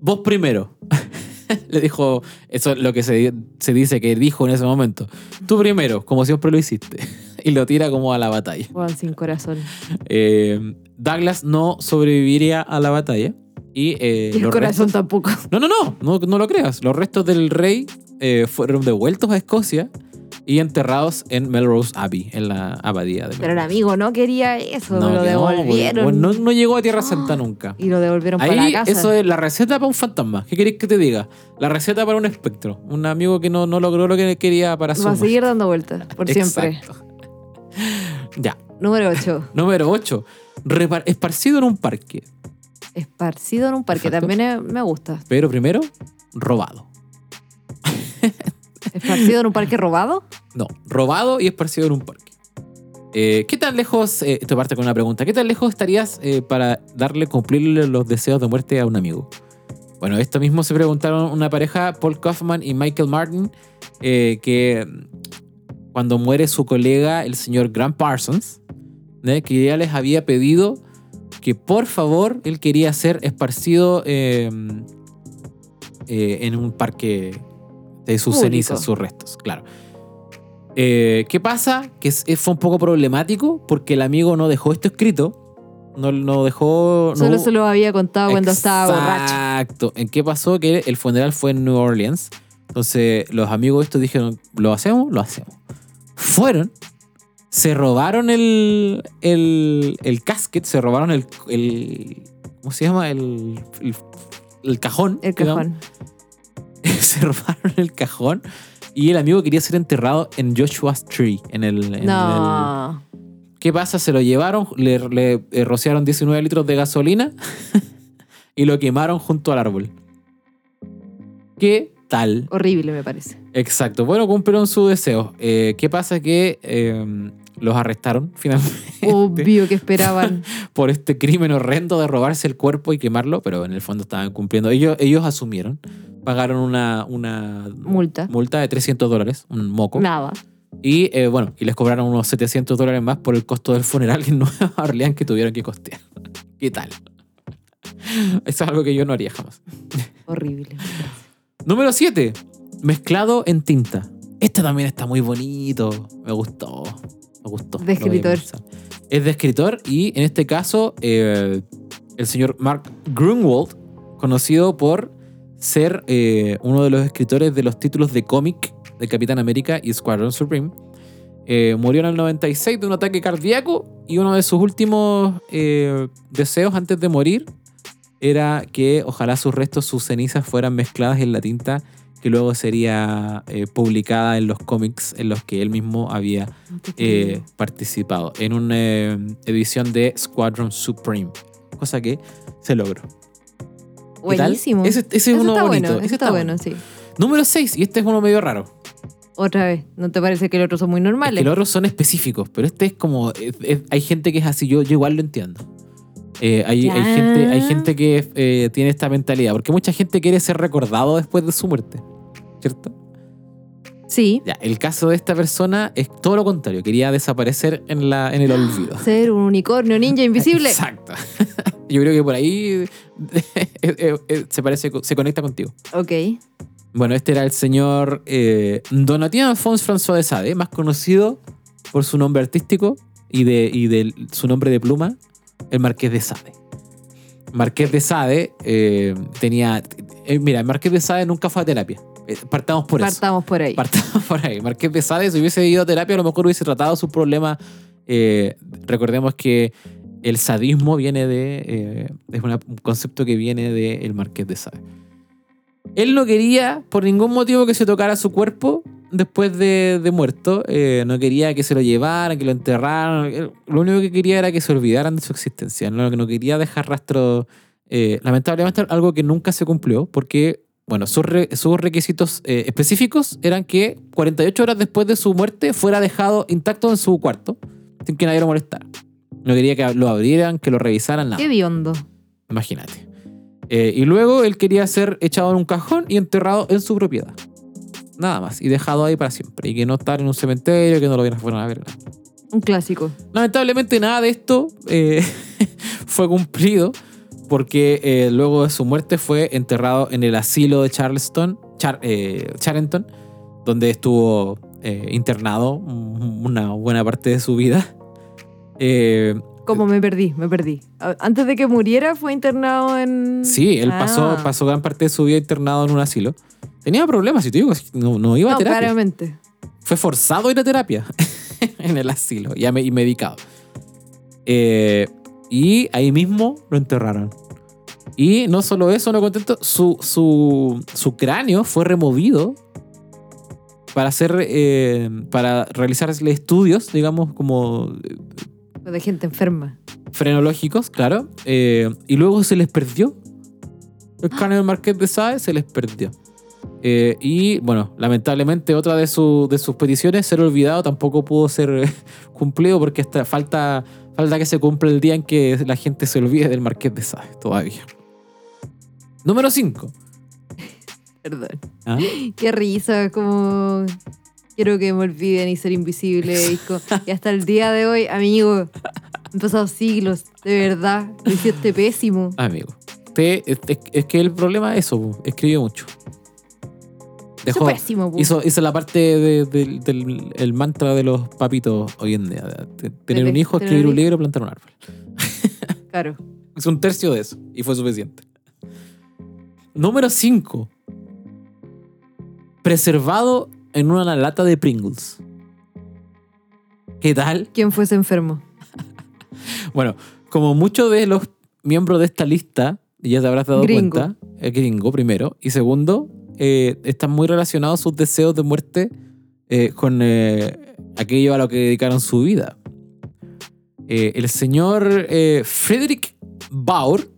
[SPEAKER 1] vos primero. le dijo, eso es lo que se, se dice que dijo en ese momento. Tú primero, como siempre lo hiciste. y lo tira como a la batalla.
[SPEAKER 2] Juan sin corazón.
[SPEAKER 1] Eh, Douglas no sobreviviría a la batalla. Y, eh,
[SPEAKER 2] Y el
[SPEAKER 1] los
[SPEAKER 2] corazón
[SPEAKER 1] restos-
[SPEAKER 2] tampoco.
[SPEAKER 1] No, no, no, no, no lo creas. Los restos del rey eh, fueron devueltos a Escocia y enterrados en Melrose Abbey, en la abadía de
[SPEAKER 2] Pero el
[SPEAKER 1] Melrose.
[SPEAKER 2] amigo no quería eso.
[SPEAKER 1] No,
[SPEAKER 2] lo
[SPEAKER 1] que no, porque,
[SPEAKER 2] devolvieron.
[SPEAKER 1] bueno, no, no llegó a Tierra Santa
[SPEAKER 2] Ah.
[SPEAKER 1] nunca.
[SPEAKER 2] Y lo devolvieron para
[SPEAKER 1] Ahí,
[SPEAKER 2] la casa.
[SPEAKER 1] eso es la receta para un fantasma. ¿Qué queréis que te diga? La receta para un espectro. Un amigo que no, no logró lo que quería para su
[SPEAKER 2] Va a
[SPEAKER 1] muerte.
[SPEAKER 2] seguir dando vueltas, por siempre.
[SPEAKER 1] Exacto. ya,
[SPEAKER 2] Número 8.
[SPEAKER 1] número 8. Esparcido en un parque.
[SPEAKER 2] Esparcido en un parque.
[SPEAKER 1] Exacto.
[SPEAKER 2] También eh, me gusta.
[SPEAKER 1] Pero primero, robado.
[SPEAKER 2] ¿Esparcido en un parque robado?
[SPEAKER 1] No, robado y esparcido en un parque. Eh, ¿Qué tan lejos, eh, esto parte con una pregunta, ¿qué tan lejos estarías eh, para darle, cumplirle los deseos de muerte a un amigo? Bueno, esto mismo se preguntaron una pareja, Paul Kaufman y Michael Martin, eh, que mm, cuando muere su colega, el señor Grant Parsons, ¿né? que ya les había pedido que por favor él quería ser esparcido eh, eh, en un parque de sus
[SPEAKER 2] Público.
[SPEAKER 1] cenizas, sus restos, claro. Eh, ¿Qué pasa? Que es- fue un poco problemático porque el amigo no dejó esto escrito. No, no dejó. no
[SPEAKER 2] Solo
[SPEAKER 1] hubo-
[SPEAKER 2] se lo había contado Ah, cuando estaba borracho.
[SPEAKER 1] Exacto. ¿En qué pasó? Que el funeral fue en New Orleans. Entonces los amigos estos dijeron, ¿lo hacemos? Lo hacemos. Fueron, se robaron el, el, el casket, se robaron el, el- ¿cómo se llama? El, el, el cajón.
[SPEAKER 2] El
[SPEAKER 1] digamos.
[SPEAKER 2] cajón.
[SPEAKER 1] se robaron el cajón y el amigo quería ser enterrado en Joshua's Tree, en el... en el-
[SPEAKER 2] No.
[SPEAKER 1] ¿Qué pasa? Se lo llevaron, le, le, eh, rociaron 19 litros de gasolina y lo quemaron junto al árbol. ¿Qué tal?
[SPEAKER 2] Horrible, me parece.
[SPEAKER 1] Exacto. Bueno, cumplieron su deseo. Eh, ¿Qué pasa? Que eh, los arrestaron finalmente
[SPEAKER 2] Obvio que esperaban.
[SPEAKER 1] por este crimen horrendo de robarse el cuerpo y quemarlo, pero en el fondo estaban cumpliendo. Ellos, ellos asumieron. Pagaron una, una
[SPEAKER 2] Multa.
[SPEAKER 1] multa de 300 dólares, un moco.
[SPEAKER 2] Nada.
[SPEAKER 1] Y eh, bueno, y les cobraron unos 700 dólares más por el costo del funeral en Nueva Orleans que tuvieron que costear. ¿Qué tal? Eso es algo que yo no haría jamás.
[SPEAKER 2] Horrible.
[SPEAKER 1] Número 7. Mezclado en tinta. Este también está muy bonito. Me gustó. Me gustó.
[SPEAKER 2] De
[SPEAKER 1] Lo voy a
[SPEAKER 2] escritor.
[SPEAKER 1] pensar. Es de escritor y en este caso eh, el señor Mark Grunwald, conocido por ser eh, uno de los escritores de los títulos de cómic de Capitán América y Squadron Supreme, eh, murió en el 96 de un ataque cardíaco y uno de sus últimos eh, deseos antes de morir era que ojalá sus restos, sus cenizas fueran mezcladas en la tinta que luego sería eh, publicada en los cómics en los que él mismo había eh,
[SPEAKER 2] Mm.
[SPEAKER 1] participado, en una eh, edición de Squadron Supreme, cosa que se logró. ¿Qué tal?
[SPEAKER 2] Buenísimo.
[SPEAKER 1] Ese, ese es
[SPEAKER 2] Eso
[SPEAKER 1] uno
[SPEAKER 2] está
[SPEAKER 1] bonito.
[SPEAKER 2] bueno,
[SPEAKER 1] ese
[SPEAKER 2] eso está bueno, sí.
[SPEAKER 1] Número 6, y este es uno medio raro.
[SPEAKER 2] Otra vez, ¿no te parece que los otros son muy
[SPEAKER 1] Es
[SPEAKER 2] normales?
[SPEAKER 1] que los otros son específicos, pero este es como. es- es- hay gente que es así, yo, yo igual lo entiendo. Eh, hay, hay
[SPEAKER 2] Ya.
[SPEAKER 1] gente, hay gente que eh, tiene esta mentalidad, porque mucha gente quiere ser recordado después de su muerte, ¿cierto?
[SPEAKER 2] Sí.
[SPEAKER 1] Ya, el caso de esta persona es todo lo contrario, quería desaparecer en, la, en el olvido.
[SPEAKER 2] Ser un unicornio ninja invisible.
[SPEAKER 1] Exacto. Yo creo que por ahí eh, eh, eh, se parece, co- se conecta contigo.
[SPEAKER 2] Ok.
[SPEAKER 1] Bueno, este era el señor eh, Donatien Alphonse François de Sade, más conocido por su nombre artístico y de, y de su nombre de pluma, el Marqués de Sade. Marqués de Sade eh, tenía. eh, mira, el Marqués de Sade nunca fue a terapia. Eh, Partamos por eso.
[SPEAKER 2] Partamos por ahí.
[SPEAKER 1] Partamos por ahí. Marqués de Sade, si hubiese ido a terapia, a lo mejor hubiese tratado sus problemas. Eh, recordemos que el sadismo viene de. eh, es una- un concepto que viene del Marqués de Sade. Él no quería, por ningún motivo, que se tocara su cuerpo después de, de muerto. Eh, no quería que se lo llevaran, que lo enterraran. Él- Lo único que quería era que se olvidaran de su existencia. No, no quería dejar rastro. eh, lamentablemente, algo que nunca se cumplió, porque, bueno, sus, re- sus requisitos eh, específicos eran que 48 horas después de su muerte fuera dejado intacto en su cuarto, sin que nadie lo molestara. No quería que lo abrieran, que lo revisaran, nada.
[SPEAKER 2] Qué biondo.
[SPEAKER 1] Imagínate. Eh, y luego él quería ser echado en un cajón y enterrado en su propiedad. Nada más. Y dejado ahí para siempre. Y que no estar en un cementerio, que no lo vieran fueran a ver. nada.
[SPEAKER 2] Un clásico.
[SPEAKER 1] Lamentablemente nada de esto eh, fue cumplido porque eh, luego de su muerte fue enterrado en el asilo de Charleston, Char- eh, Charenton, donde estuvo eh, internado un- una buena parte de su vida. Eh,
[SPEAKER 2] Como me perdí, me perdí. A- Antes de que muriera fue internado en...
[SPEAKER 1] Sí, él
[SPEAKER 2] Ah.
[SPEAKER 1] pasó, pasó gran parte de su vida internado en un asilo. Tenía problemas, si te digo, no, no iba a
[SPEAKER 2] No,
[SPEAKER 1] terapia.
[SPEAKER 2] claramente.
[SPEAKER 1] Fue forzado a ir a terapia en el asilo ya me- y medicado. Eh, y ahí mismo lo enterraron. Y no solo eso, no contento, su, su, su cráneo fue removido para hacer, eh, para realizarle estudios, digamos, como
[SPEAKER 2] Fue de gente enferma.
[SPEAKER 1] frenológicos, claro. eh, y luego se les perdió. El cráneo del Marqués de Sade se les perdió. Eh, y bueno, lamentablemente otra de, su- de sus peticiones, ser olvidado, tampoco pudo ser cumplido porque hasta falta, falta que se cumpla el día en que la gente se olvide del Marqués de Sade todavía. Número ¿ah? 5.
[SPEAKER 2] Perdón. Qué risa, como... Quiero que me olviden y ser invisible. Y, co- y hasta el día de hoy, amigo, han pasado siglos, de verdad. Lo hiciste pésimo.
[SPEAKER 1] Amigo. Te- es, es- es que el problema es eso, po, escribió mucho.
[SPEAKER 2] Eso
[SPEAKER 1] Dejó,
[SPEAKER 2] es pésimo. pues, pu.
[SPEAKER 1] Hizo, hizo la parte de- del, del- el mantra de los papitos hoy en día. de- de Tener
[SPEAKER 2] Dele,
[SPEAKER 1] un hijo,
[SPEAKER 2] tener
[SPEAKER 1] escribir
[SPEAKER 2] un
[SPEAKER 1] un libro, plantar un árbol.
[SPEAKER 2] Claro.
[SPEAKER 1] Es un tercio de eso y fue suficiente. Número 5. Preservado en una lata de Pringles. ¿Qué tal?
[SPEAKER 2] ¿Quién fuese enfermo?
[SPEAKER 1] Bueno, como muchos de los miembros de esta lista, ya te habrás dado
[SPEAKER 2] Gringo.
[SPEAKER 1] cuenta, eh, gringo primero, y segundo, eh, están muy relacionados sus deseos de muerte eh, con eh, aquello a lo que dedicaron su vida. Eh, el señor eh, Friedrich Baur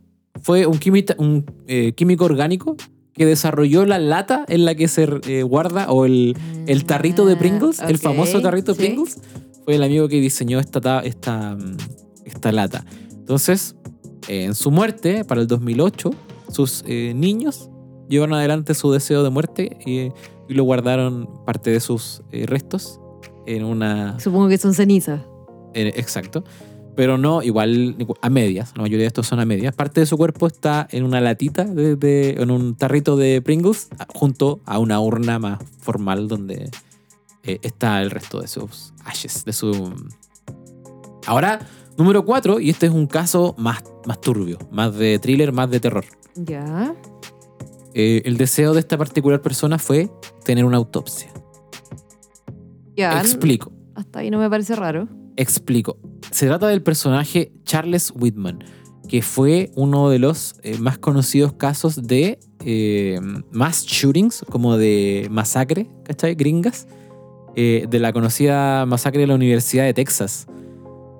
[SPEAKER 1] fue un, quimita- un, eh, químico orgánico que desarrolló la lata en la que se eh, guarda o el, el tarrito de Pringles,
[SPEAKER 2] Ah,
[SPEAKER 1] el famoso
[SPEAKER 2] ok,
[SPEAKER 1] tarrito de
[SPEAKER 2] sí.
[SPEAKER 1] Pringles, fue el amigo que diseñó esta, ta- esta, mm, esta lata. Entonces, eh, en su muerte, para el 2008, sus eh, niños llevaron adelante su deseo de muerte y, y lo guardaron parte de sus eh, restos en una...
[SPEAKER 2] Supongo que son cenizas.
[SPEAKER 1] en- Eh, exacto. Pero no, igual a medias, la mayoría de estos son a medias. Parte de su cuerpo está en una latita, de- de- en un tarrito de Pringles, junto a una urna más formal donde eh, está el resto de sus ashes, de su... Ahora, número 4, y este es un caso más, más turbio, más de thriller, más de terror.
[SPEAKER 2] Ya.
[SPEAKER 1] Eh, el deseo de esta particular persona fue tener una autopsia.
[SPEAKER 2] Ya.
[SPEAKER 1] Explico,
[SPEAKER 2] Hasta ahí no me parece raro.
[SPEAKER 1] explico. Se trata del personaje Charles Whitman, que fue uno de los eh, más conocidos casos de eh, mass shootings, como de masacre, ¿cachai? Gringas, eh, de la conocida masacre de la Universidad de Texas.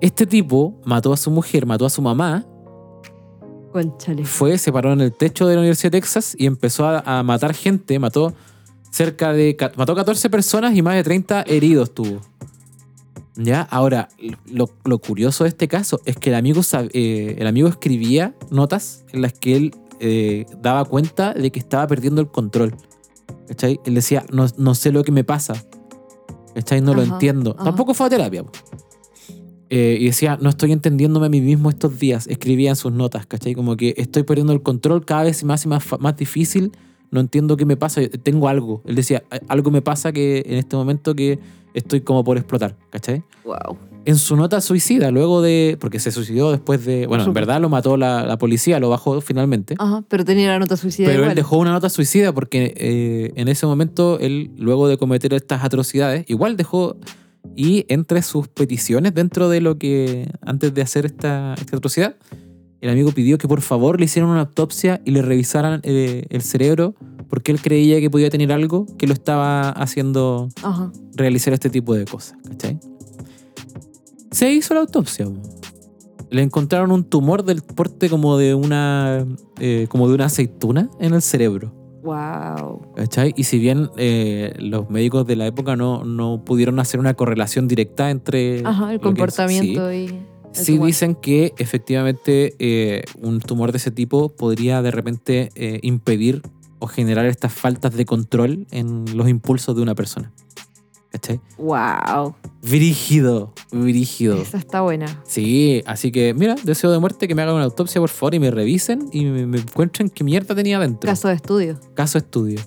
[SPEAKER 1] Este tipo mató a su mujer, mató a su mamá,
[SPEAKER 2] Conchale.
[SPEAKER 1] fue, se paró en el techo de la Universidad de Texas y empezó a, a matar gente, mató cerca de... ca- mató 14 personas y más de 30 heridos tuvo. Ya, ahora, lo, lo curioso de este caso es que el amigo, sab- eh, el amigo escribía notas en las que él eh, daba cuenta de que estaba perdiendo el control. ¿Cachai? Él decía, no, no sé lo que me pasa. ¿Cachai? No lo
[SPEAKER 2] Ajá,
[SPEAKER 1] entiendo.
[SPEAKER 2] ajá.
[SPEAKER 1] Tampoco fue a terapia. po. Eh, y decía, no estoy entendiéndome a mí mismo estos días. Escribía en sus notas, ¿cachai? Como que estoy perdiendo el control cada vez más y más, fa- más difícil. No entiendo qué me pasa. eh, Tengo algo. Él decía, algo me pasa que en este momento que estoy como por explotar, ¿cachai?
[SPEAKER 2] Wow.
[SPEAKER 1] en su nota suicida, luego de. Porque se suicidó después de. Bueno, en
[SPEAKER 2] supuesto.
[SPEAKER 1] verdad lo mató la, la policía, lo bajó finalmente.
[SPEAKER 2] Ajá, pero tenía la nota suicida
[SPEAKER 1] pero él
[SPEAKER 2] igual.
[SPEAKER 1] dejó una nota suicida porque eh, en ese momento él, luego de cometer estas atrocidades, igual dejó. Y entre sus peticiones, dentro de lo que. Antes de hacer esta, esta atrocidad, el amigo pidió que por favor le hicieran una autopsia y le revisaran eh, el cerebro porque él creía que podía tener algo que lo estaba haciendo
[SPEAKER 2] Ajá.
[SPEAKER 1] realizar este tipo de cosas, ¿cachai? Se hizo la autopsia. po. Le encontraron un tumor del porte como de una eh, como de una aceituna en el cerebro.
[SPEAKER 2] Wow.
[SPEAKER 1] ¿Cachai? Y si bien eh, los médicos de la época no, no pudieron hacer una correlación directa entre
[SPEAKER 2] Ajá,
[SPEAKER 1] lo
[SPEAKER 2] el
[SPEAKER 1] que-
[SPEAKER 2] comportamiento y. el
[SPEAKER 1] Sí, sí
[SPEAKER 2] tumor.
[SPEAKER 1] dicen que efectivamente eh, un tumor de ese tipo podría de repente eh, impedir o generar estas faltas de control en los impulsos de una persona. ¿Cachai?
[SPEAKER 2] Wow.
[SPEAKER 1] Brígido, brígido.
[SPEAKER 2] Esa está buena.
[SPEAKER 1] Sí, así que mira, deseo de muerte que me hagan una autopsia por favor y me revisen y me, me encuentren qué mierda tenía dentro.
[SPEAKER 2] Caso de estudio.
[SPEAKER 1] Caso estudio.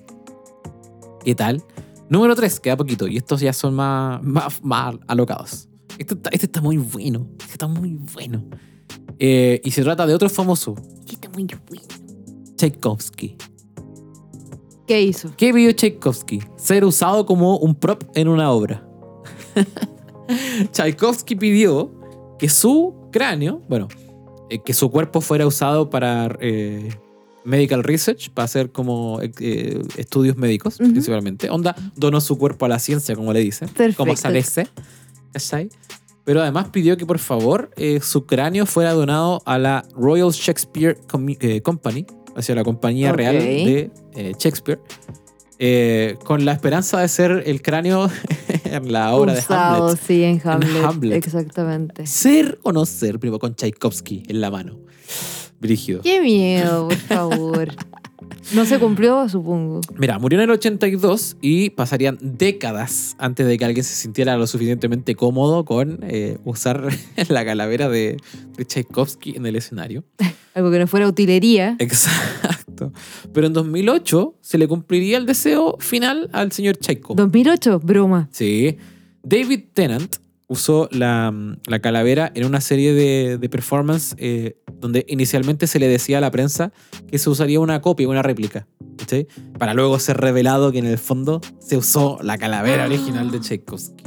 [SPEAKER 1] ¿Qué tal? Número 3, queda poquito y estos ya son más, más, más alocados. Este está, este está muy bueno, este está muy bueno. Eh, y se trata de otro famoso,
[SPEAKER 2] Qué está muy bueno.
[SPEAKER 1] Tchaikovsky.
[SPEAKER 2] ¿Qué hizo?
[SPEAKER 1] ¿Qué vio Tchaikovsky? Ser usado como un prop en una obra. Tchaikovsky pidió que su cráneo, bueno, eh, que su cuerpo fuera usado para eh, medical research, para hacer como eh, eh, estudios médicos
[SPEAKER 2] Ujú.
[SPEAKER 1] principalmente. Onda donó su cuerpo a la ciencia, como le dicen, como
[SPEAKER 2] Perfecto.
[SPEAKER 1] sale ¿cachai? Pero además pidió que por favor eh, su cráneo fuera donado a la Royal Shakespeare Commu- eh, Company, o sea, la compañía
[SPEAKER 2] Ok.
[SPEAKER 1] real de eh, Shakespeare, eh, con la esperanza de ser el cráneo en la obra de
[SPEAKER 2] Usado,
[SPEAKER 1] Hamlet.
[SPEAKER 2] sí, en Hamlet.
[SPEAKER 1] Hamlet.
[SPEAKER 2] Exactamente.
[SPEAKER 1] Ser o no ser, primo, con Tchaikovsky en la mano. Brígido.
[SPEAKER 2] Qué miedo, por favor. No se cumplió, supongo.
[SPEAKER 1] Mira, murió en el 82 y pasarían décadas antes de que alguien se sintiera lo suficientemente cómodo con eh, usar la calavera de, de Tchaikovsky en el escenario.
[SPEAKER 2] Algo que no fuera utilería.
[SPEAKER 1] Eh, Exacto. Pero en 2008 se le cumpliría el deseo final al señor Tchaikovsky.
[SPEAKER 2] 2008, broma.
[SPEAKER 1] Sí. David Tennant usó la, mm, la calavera en una serie de, de performance eh, donde inicialmente se le decía a la prensa que se usaría una copia, una réplica, ¿cachai? Para luego ser revelado que en el fondo se usó la calavera
[SPEAKER 2] Ah.
[SPEAKER 1] original de Tchaikovsky.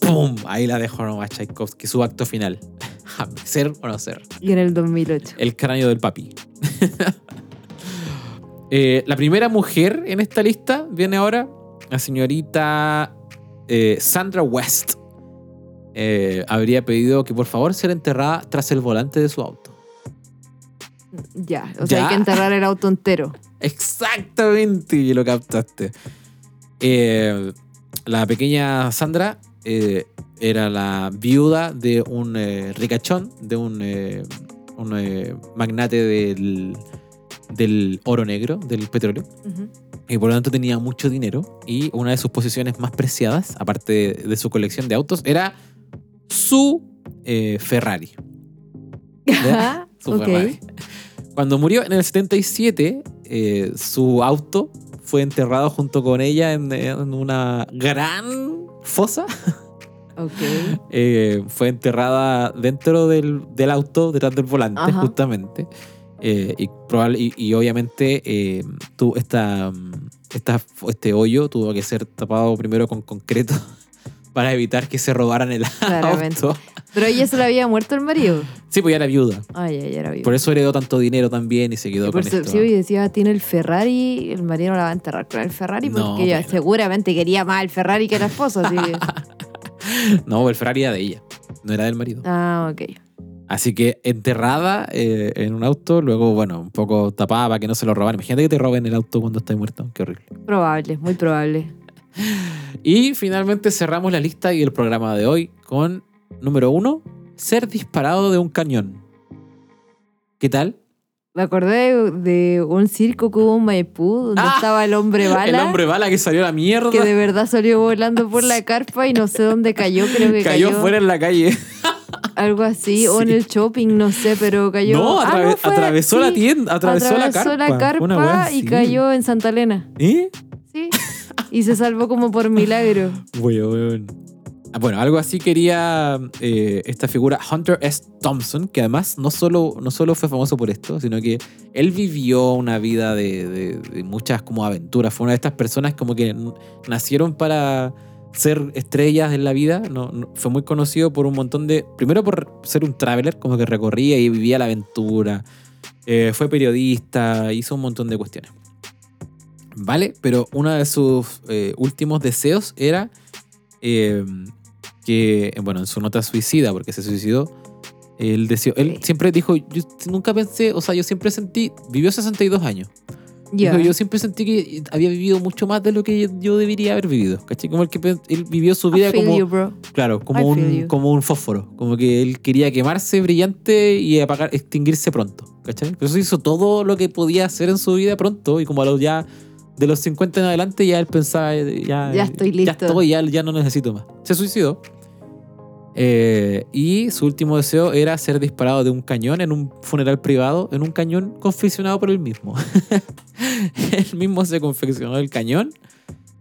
[SPEAKER 1] ¡Pum! Ahí la dejó nomás Tchaikovsky, su acto final. ser o no ser.
[SPEAKER 2] Y en el 2008.
[SPEAKER 1] El cráneo del papi. Eh, la primera mujer en esta lista viene ahora, la señorita eh, Sandra West. Eh, habría pedido que por favor sea enterrada tras el volante de su auto.
[SPEAKER 2] Ya. O
[SPEAKER 1] Ya.
[SPEAKER 2] sea, hay que enterrar el auto entero.
[SPEAKER 1] Exactamente, y lo captaste. Eh, la pequeña Sandra eh, era la viuda de un eh, ricachón, de un, eh, un, eh, magnate del, del oro negro, del petróleo.
[SPEAKER 2] Ujú.
[SPEAKER 1] y por lo tanto tenía mucho dinero y una de sus posiciones más preciadas, aparte de, de su colección de autos, era su eh, Ferrari. ¿Ya? su
[SPEAKER 2] Ah, Ok.
[SPEAKER 1] Ferrari. Cuando murió en el 77, eh, su auto fue enterrado junto con ella en, en una gran fosa.
[SPEAKER 2] Ok.
[SPEAKER 1] Eh, fue enterrada dentro del, del auto, detrás del volante,
[SPEAKER 2] Ajá.
[SPEAKER 1] justamente. Eh, y, probable- y, y obviamente eh, tu- esta, mm, esta- este hoyo tuvo que ser tapado primero con concreto para evitar que se robaran el
[SPEAKER 2] Claramente.
[SPEAKER 1] auto.
[SPEAKER 2] Pero ella se le había muerto el marido.
[SPEAKER 1] Sí, pues ya era viuda.
[SPEAKER 2] Ay, ay, era vivo.
[SPEAKER 1] Por eso heredó tanto dinero también y se quedó
[SPEAKER 2] Y
[SPEAKER 1] con
[SPEAKER 2] por eso,
[SPEAKER 1] esto.
[SPEAKER 2] sí, y decía, tiene el Ferrari, el marido no la va a enterrar con el Ferrari porque
[SPEAKER 1] No,
[SPEAKER 2] ella
[SPEAKER 1] pero-
[SPEAKER 2] seguramente quería más el Ferrari que la esposa. Así que-
[SPEAKER 1] No, el Ferrari era de ella, no era del marido.
[SPEAKER 2] Ah, ok.
[SPEAKER 1] Así que enterrada eh, en un auto, luego, bueno, un poco tapada para que no se lo robaran. Imagínate que te roben el auto cuando estás muerto, qué horrible.
[SPEAKER 2] Probable, muy probable.
[SPEAKER 1] Y finalmente cerramos la lista y el programa de hoy con, número uno, ser disparado de un cañón. ¿Qué tal?
[SPEAKER 2] Me acordé de, de un circo que hubo en Maipú donde
[SPEAKER 1] Ah,
[SPEAKER 2] estaba el hombre bala.
[SPEAKER 1] El hombre bala que salió a la mierda.
[SPEAKER 2] que de verdad salió volando por la carpa y no sé dónde cayó, creo que
[SPEAKER 1] cayó,
[SPEAKER 2] cayó,
[SPEAKER 1] fuera en la calle.
[SPEAKER 2] algo así, o en
[SPEAKER 1] Sí.
[SPEAKER 2] el shopping, no sé, pero cayó.
[SPEAKER 1] No,
[SPEAKER 2] Ah,
[SPEAKER 1] atrave-
[SPEAKER 2] fue-
[SPEAKER 1] atravesó la
[SPEAKER 2] sí,
[SPEAKER 1] tienda, atravesó,
[SPEAKER 2] atravesó
[SPEAKER 1] la carpa. una wea
[SPEAKER 2] y
[SPEAKER 1] así.
[SPEAKER 2] cayó en Santa Elena,
[SPEAKER 1] ¿Eh?
[SPEAKER 2] sí, y se salvó como por milagro.
[SPEAKER 1] Weón. Ah, Bueno, algo así quería eh, esta figura Hunter S. Thompson, que además no solo, no solo fue famoso por esto, sino que él vivió una vida de, de- de muchas como aventuras. Fue una de estas personas como que n- nacieron para ser estrellas en la vida. No, no- fue muy conocido por un montón de... Primero por ser un traveler, como que recorría y vivía la aventura. Eh, fue periodista, hizo un montón de cuestiones. ¿Vale? Pero uno de sus eh, últimos deseos era eh, que, bueno, en su nota suicida, porque se suicidó, él, deseó, él
[SPEAKER 2] Sí.
[SPEAKER 1] siempre dijo, yo nunca pensé, o sea, yo siempre sentí, vivió 62 años.
[SPEAKER 2] Ya,
[SPEAKER 1] Dijo, yo siempre sentí que había vivido mucho más de lo que yo debería haber vivido. ¿Cachai? Como el que pe- él vivió su
[SPEAKER 2] I
[SPEAKER 1] vida
[SPEAKER 2] feel
[SPEAKER 1] como,
[SPEAKER 2] you, bro.
[SPEAKER 1] claro,
[SPEAKER 2] I
[SPEAKER 1] como
[SPEAKER 2] feel
[SPEAKER 1] un,
[SPEAKER 2] you.
[SPEAKER 1] como un fósforo. Como que él quería quemarse brillante y apagar, extinguirse pronto. ¿Cachai? Por eso hizo todo lo que podía hacer en su vida pronto y como a los ya de los 50 en adelante ya él pensaba eh, ya,
[SPEAKER 2] Ya estoy
[SPEAKER 1] ya
[SPEAKER 2] listo.
[SPEAKER 1] estoy, ya, ya no necesito más. Se suicidó. Eh, y su último deseo era ser disparado de un cañón en un funeral privado, en un cañón confeccionado por él mismo. él mismo se confeccionó el cañón.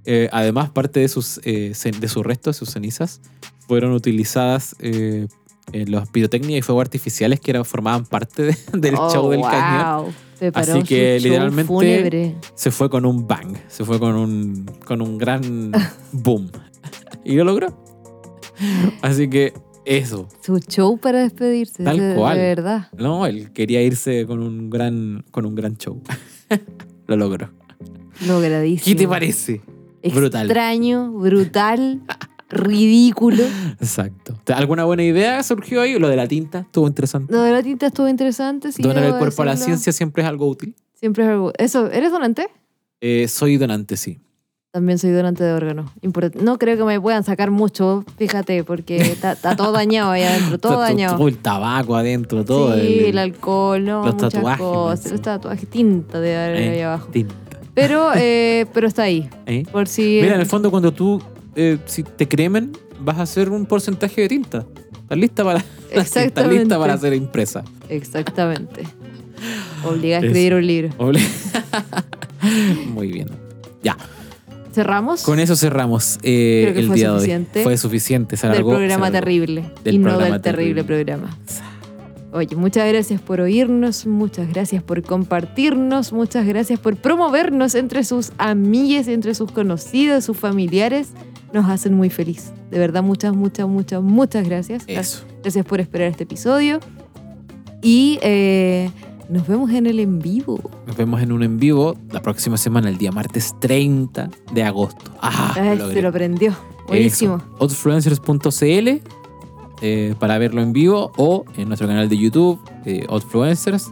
[SPEAKER 1] Eh, además, parte de sus, eh, cen- de sus restos, sus cenizas, fueron utilizadas eh, en las pirotecnias y fuegos artificiales que eran, formaban parte de- del
[SPEAKER 2] Oh,
[SPEAKER 1] show del cañón
[SPEAKER 2] wow. Preparó
[SPEAKER 1] Así
[SPEAKER 2] su
[SPEAKER 1] que,
[SPEAKER 2] show
[SPEAKER 1] literalmente,
[SPEAKER 2] fúnebre.
[SPEAKER 1] se fue con un bang, se fue con un, con un gran boom. Y lo logró. Así que eso.
[SPEAKER 2] su show para despedirse,
[SPEAKER 1] Tal
[SPEAKER 2] de- de
[SPEAKER 1] cual.
[SPEAKER 2] verdad.
[SPEAKER 1] No, él quería irse con un gran, con un gran show. lo logró.
[SPEAKER 2] Logradísimo.
[SPEAKER 1] ¿Qué te parece? Brutal.
[SPEAKER 2] Extraño, brutal, ridículo.
[SPEAKER 1] Exacto. ¿Alguna buena idea surgió ahí? Lo de la tinta estuvo interesante.
[SPEAKER 2] Lo de la tinta estuvo interesante. Sí,
[SPEAKER 1] Donar el
[SPEAKER 2] debo
[SPEAKER 1] cuerpo a la
[SPEAKER 2] decirlo.
[SPEAKER 1] ciencia siempre es algo útil.
[SPEAKER 2] Siempre es algo. Eso, ¿eres donante?
[SPEAKER 1] Eh, soy donante, sí.
[SPEAKER 2] También soy donante de órganos. Import- No creo que me puedan sacar mucho, fíjate, porque está, está todo dañado ahí adentro, todo
[SPEAKER 1] Está
[SPEAKER 2] dañado.
[SPEAKER 1] Todo el tabaco adentro, todo.
[SPEAKER 2] sí,
[SPEAKER 1] el-
[SPEAKER 2] el, alcohol, no,
[SPEAKER 1] los
[SPEAKER 2] muchas
[SPEAKER 1] tatuajes,
[SPEAKER 2] cosas.
[SPEAKER 1] eso.
[SPEAKER 2] Los tatuajes, tinta de ahí,
[SPEAKER 1] Eh,
[SPEAKER 2] abajo.
[SPEAKER 1] tinta,
[SPEAKER 2] Pero, eh, pero está ahí.
[SPEAKER 1] ¿eh?
[SPEAKER 2] Por si.
[SPEAKER 1] Mira, en el fondo, cuando tú, eh, si te cremen, vas a hacer un porcentaje de tinta. Estás lista para, estás
[SPEAKER 2] Exactamente.
[SPEAKER 1] lista para ser impresa.
[SPEAKER 2] Exactamente. Obliga a
[SPEAKER 1] Eso.
[SPEAKER 2] escribir un libro.
[SPEAKER 1] Obli- Muy bien. Ya,
[SPEAKER 2] ¿Cerramos?
[SPEAKER 1] con eso cerramos eh,
[SPEAKER 2] Creo que
[SPEAKER 1] el
[SPEAKER 2] fue
[SPEAKER 1] día de
[SPEAKER 2] suficiente
[SPEAKER 1] hoy. Fue suficiente. Se
[SPEAKER 2] del
[SPEAKER 1] alargó,
[SPEAKER 2] programa
[SPEAKER 1] se alargó.
[SPEAKER 2] terrible
[SPEAKER 1] Del
[SPEAKER 2] y no
[SPEAKER 1] programa
[SPEAKER 2] del terrible, programa. Oye, muchas gracias por oírnos, muchas gracias por compartirnos, muchas gracias por promovernos entre sus amigues, entre sus conocidos, sus familiares. Nos hacen muy feliz. De verdad, muchas, muchas, muchas, muchas gracias.
[SPEAKER 1] Eso.
[SPEAKER 2] Gracias por esperar este episodio. Y eh, nos vemos en el en vivo.
[SPEAKER 1] Nos vemos en un en vivo la próxima semana, el día martes 30 de agosto. Ah,
[SPEAKER 2] Ay,
[SPEAKER 1] lo
[SPEAKER 2] se
[SPEAKER 1] logré.
[SPEAKER 2] lo prendió. Buenísimo.
[SPEAKER 1] Eso. Oddfluencers.cl eh, para verlo en vivo o en nuestro canal de YouTube, eh, Oddfluencers,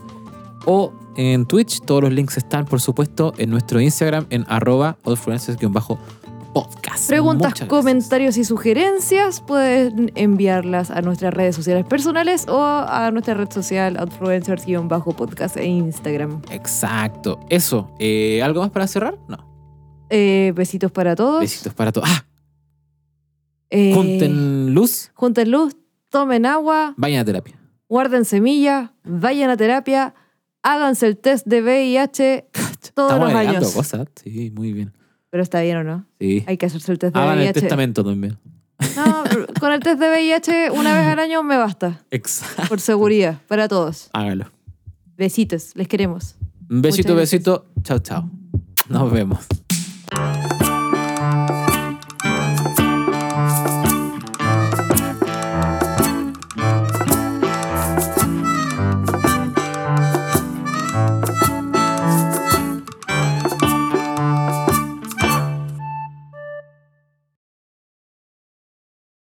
[SPEAKER 1] o en Twitch. Todos los links están, por supuesto, en nuestro Instagram en arroba oddfluencers-podcast.
[SPEAKER 2] Preguntas,
[SPEAKER 1] Muchas gracias.
[SPEAKER 2] comentarios y sugerencias pueden enviarlas a nuestras redes sociales personales o a nuestra red social outfluencers-podcast e Instagram.
[SPEAKER 1] Exacto. Eso. Eh, ¿Algo más para cerrar? No.
[SPEAKER 2] Eh, besitos para todos.
[SPEAKER 1] Besitos para todos. Ah,
[SPEAKER 2] Eh,
[SPEAKER 1] junten luz,
[SPEAKER 2] junten luz, tomen agua,
[SPEAKER 1] vayan a terapia.
[SPEAKER 2] guarden semillas, vayan a terapia, háganse el test de VIH todos
[SPEAKER 1] Estamos
[SPEAKER 2] los
[SPEAKER 1] agregando
[SPEAKER 2] años.
[SPEAKER 1] cosas. Sí, muy bien.
[SPEAKER 2] Pero está bien o no,
[SPEAKER 1] Sí.
[SPEAKER 2] hay que hacerse el test de
[SPEAKER 1] Hagan Ah, el
[SPEAKER 2] VIH.
[SPEAKER 1] testamento también.
[SPEAKER 2] No, pero con el test de VIH una vez al año me basta,
[SPEAKER 1] Exacto.
[SPEAKER 2] por seguridad, para todos.
[SPEAKER 1] Hágalo.
[SPEAKER 2] Besitos, les queremos.
[SPEAKER 1] Un besito,
[SPEAKER 2] Muchas gracias.
[SPEAKER 1] besito. Chao, chao. Nos vemos.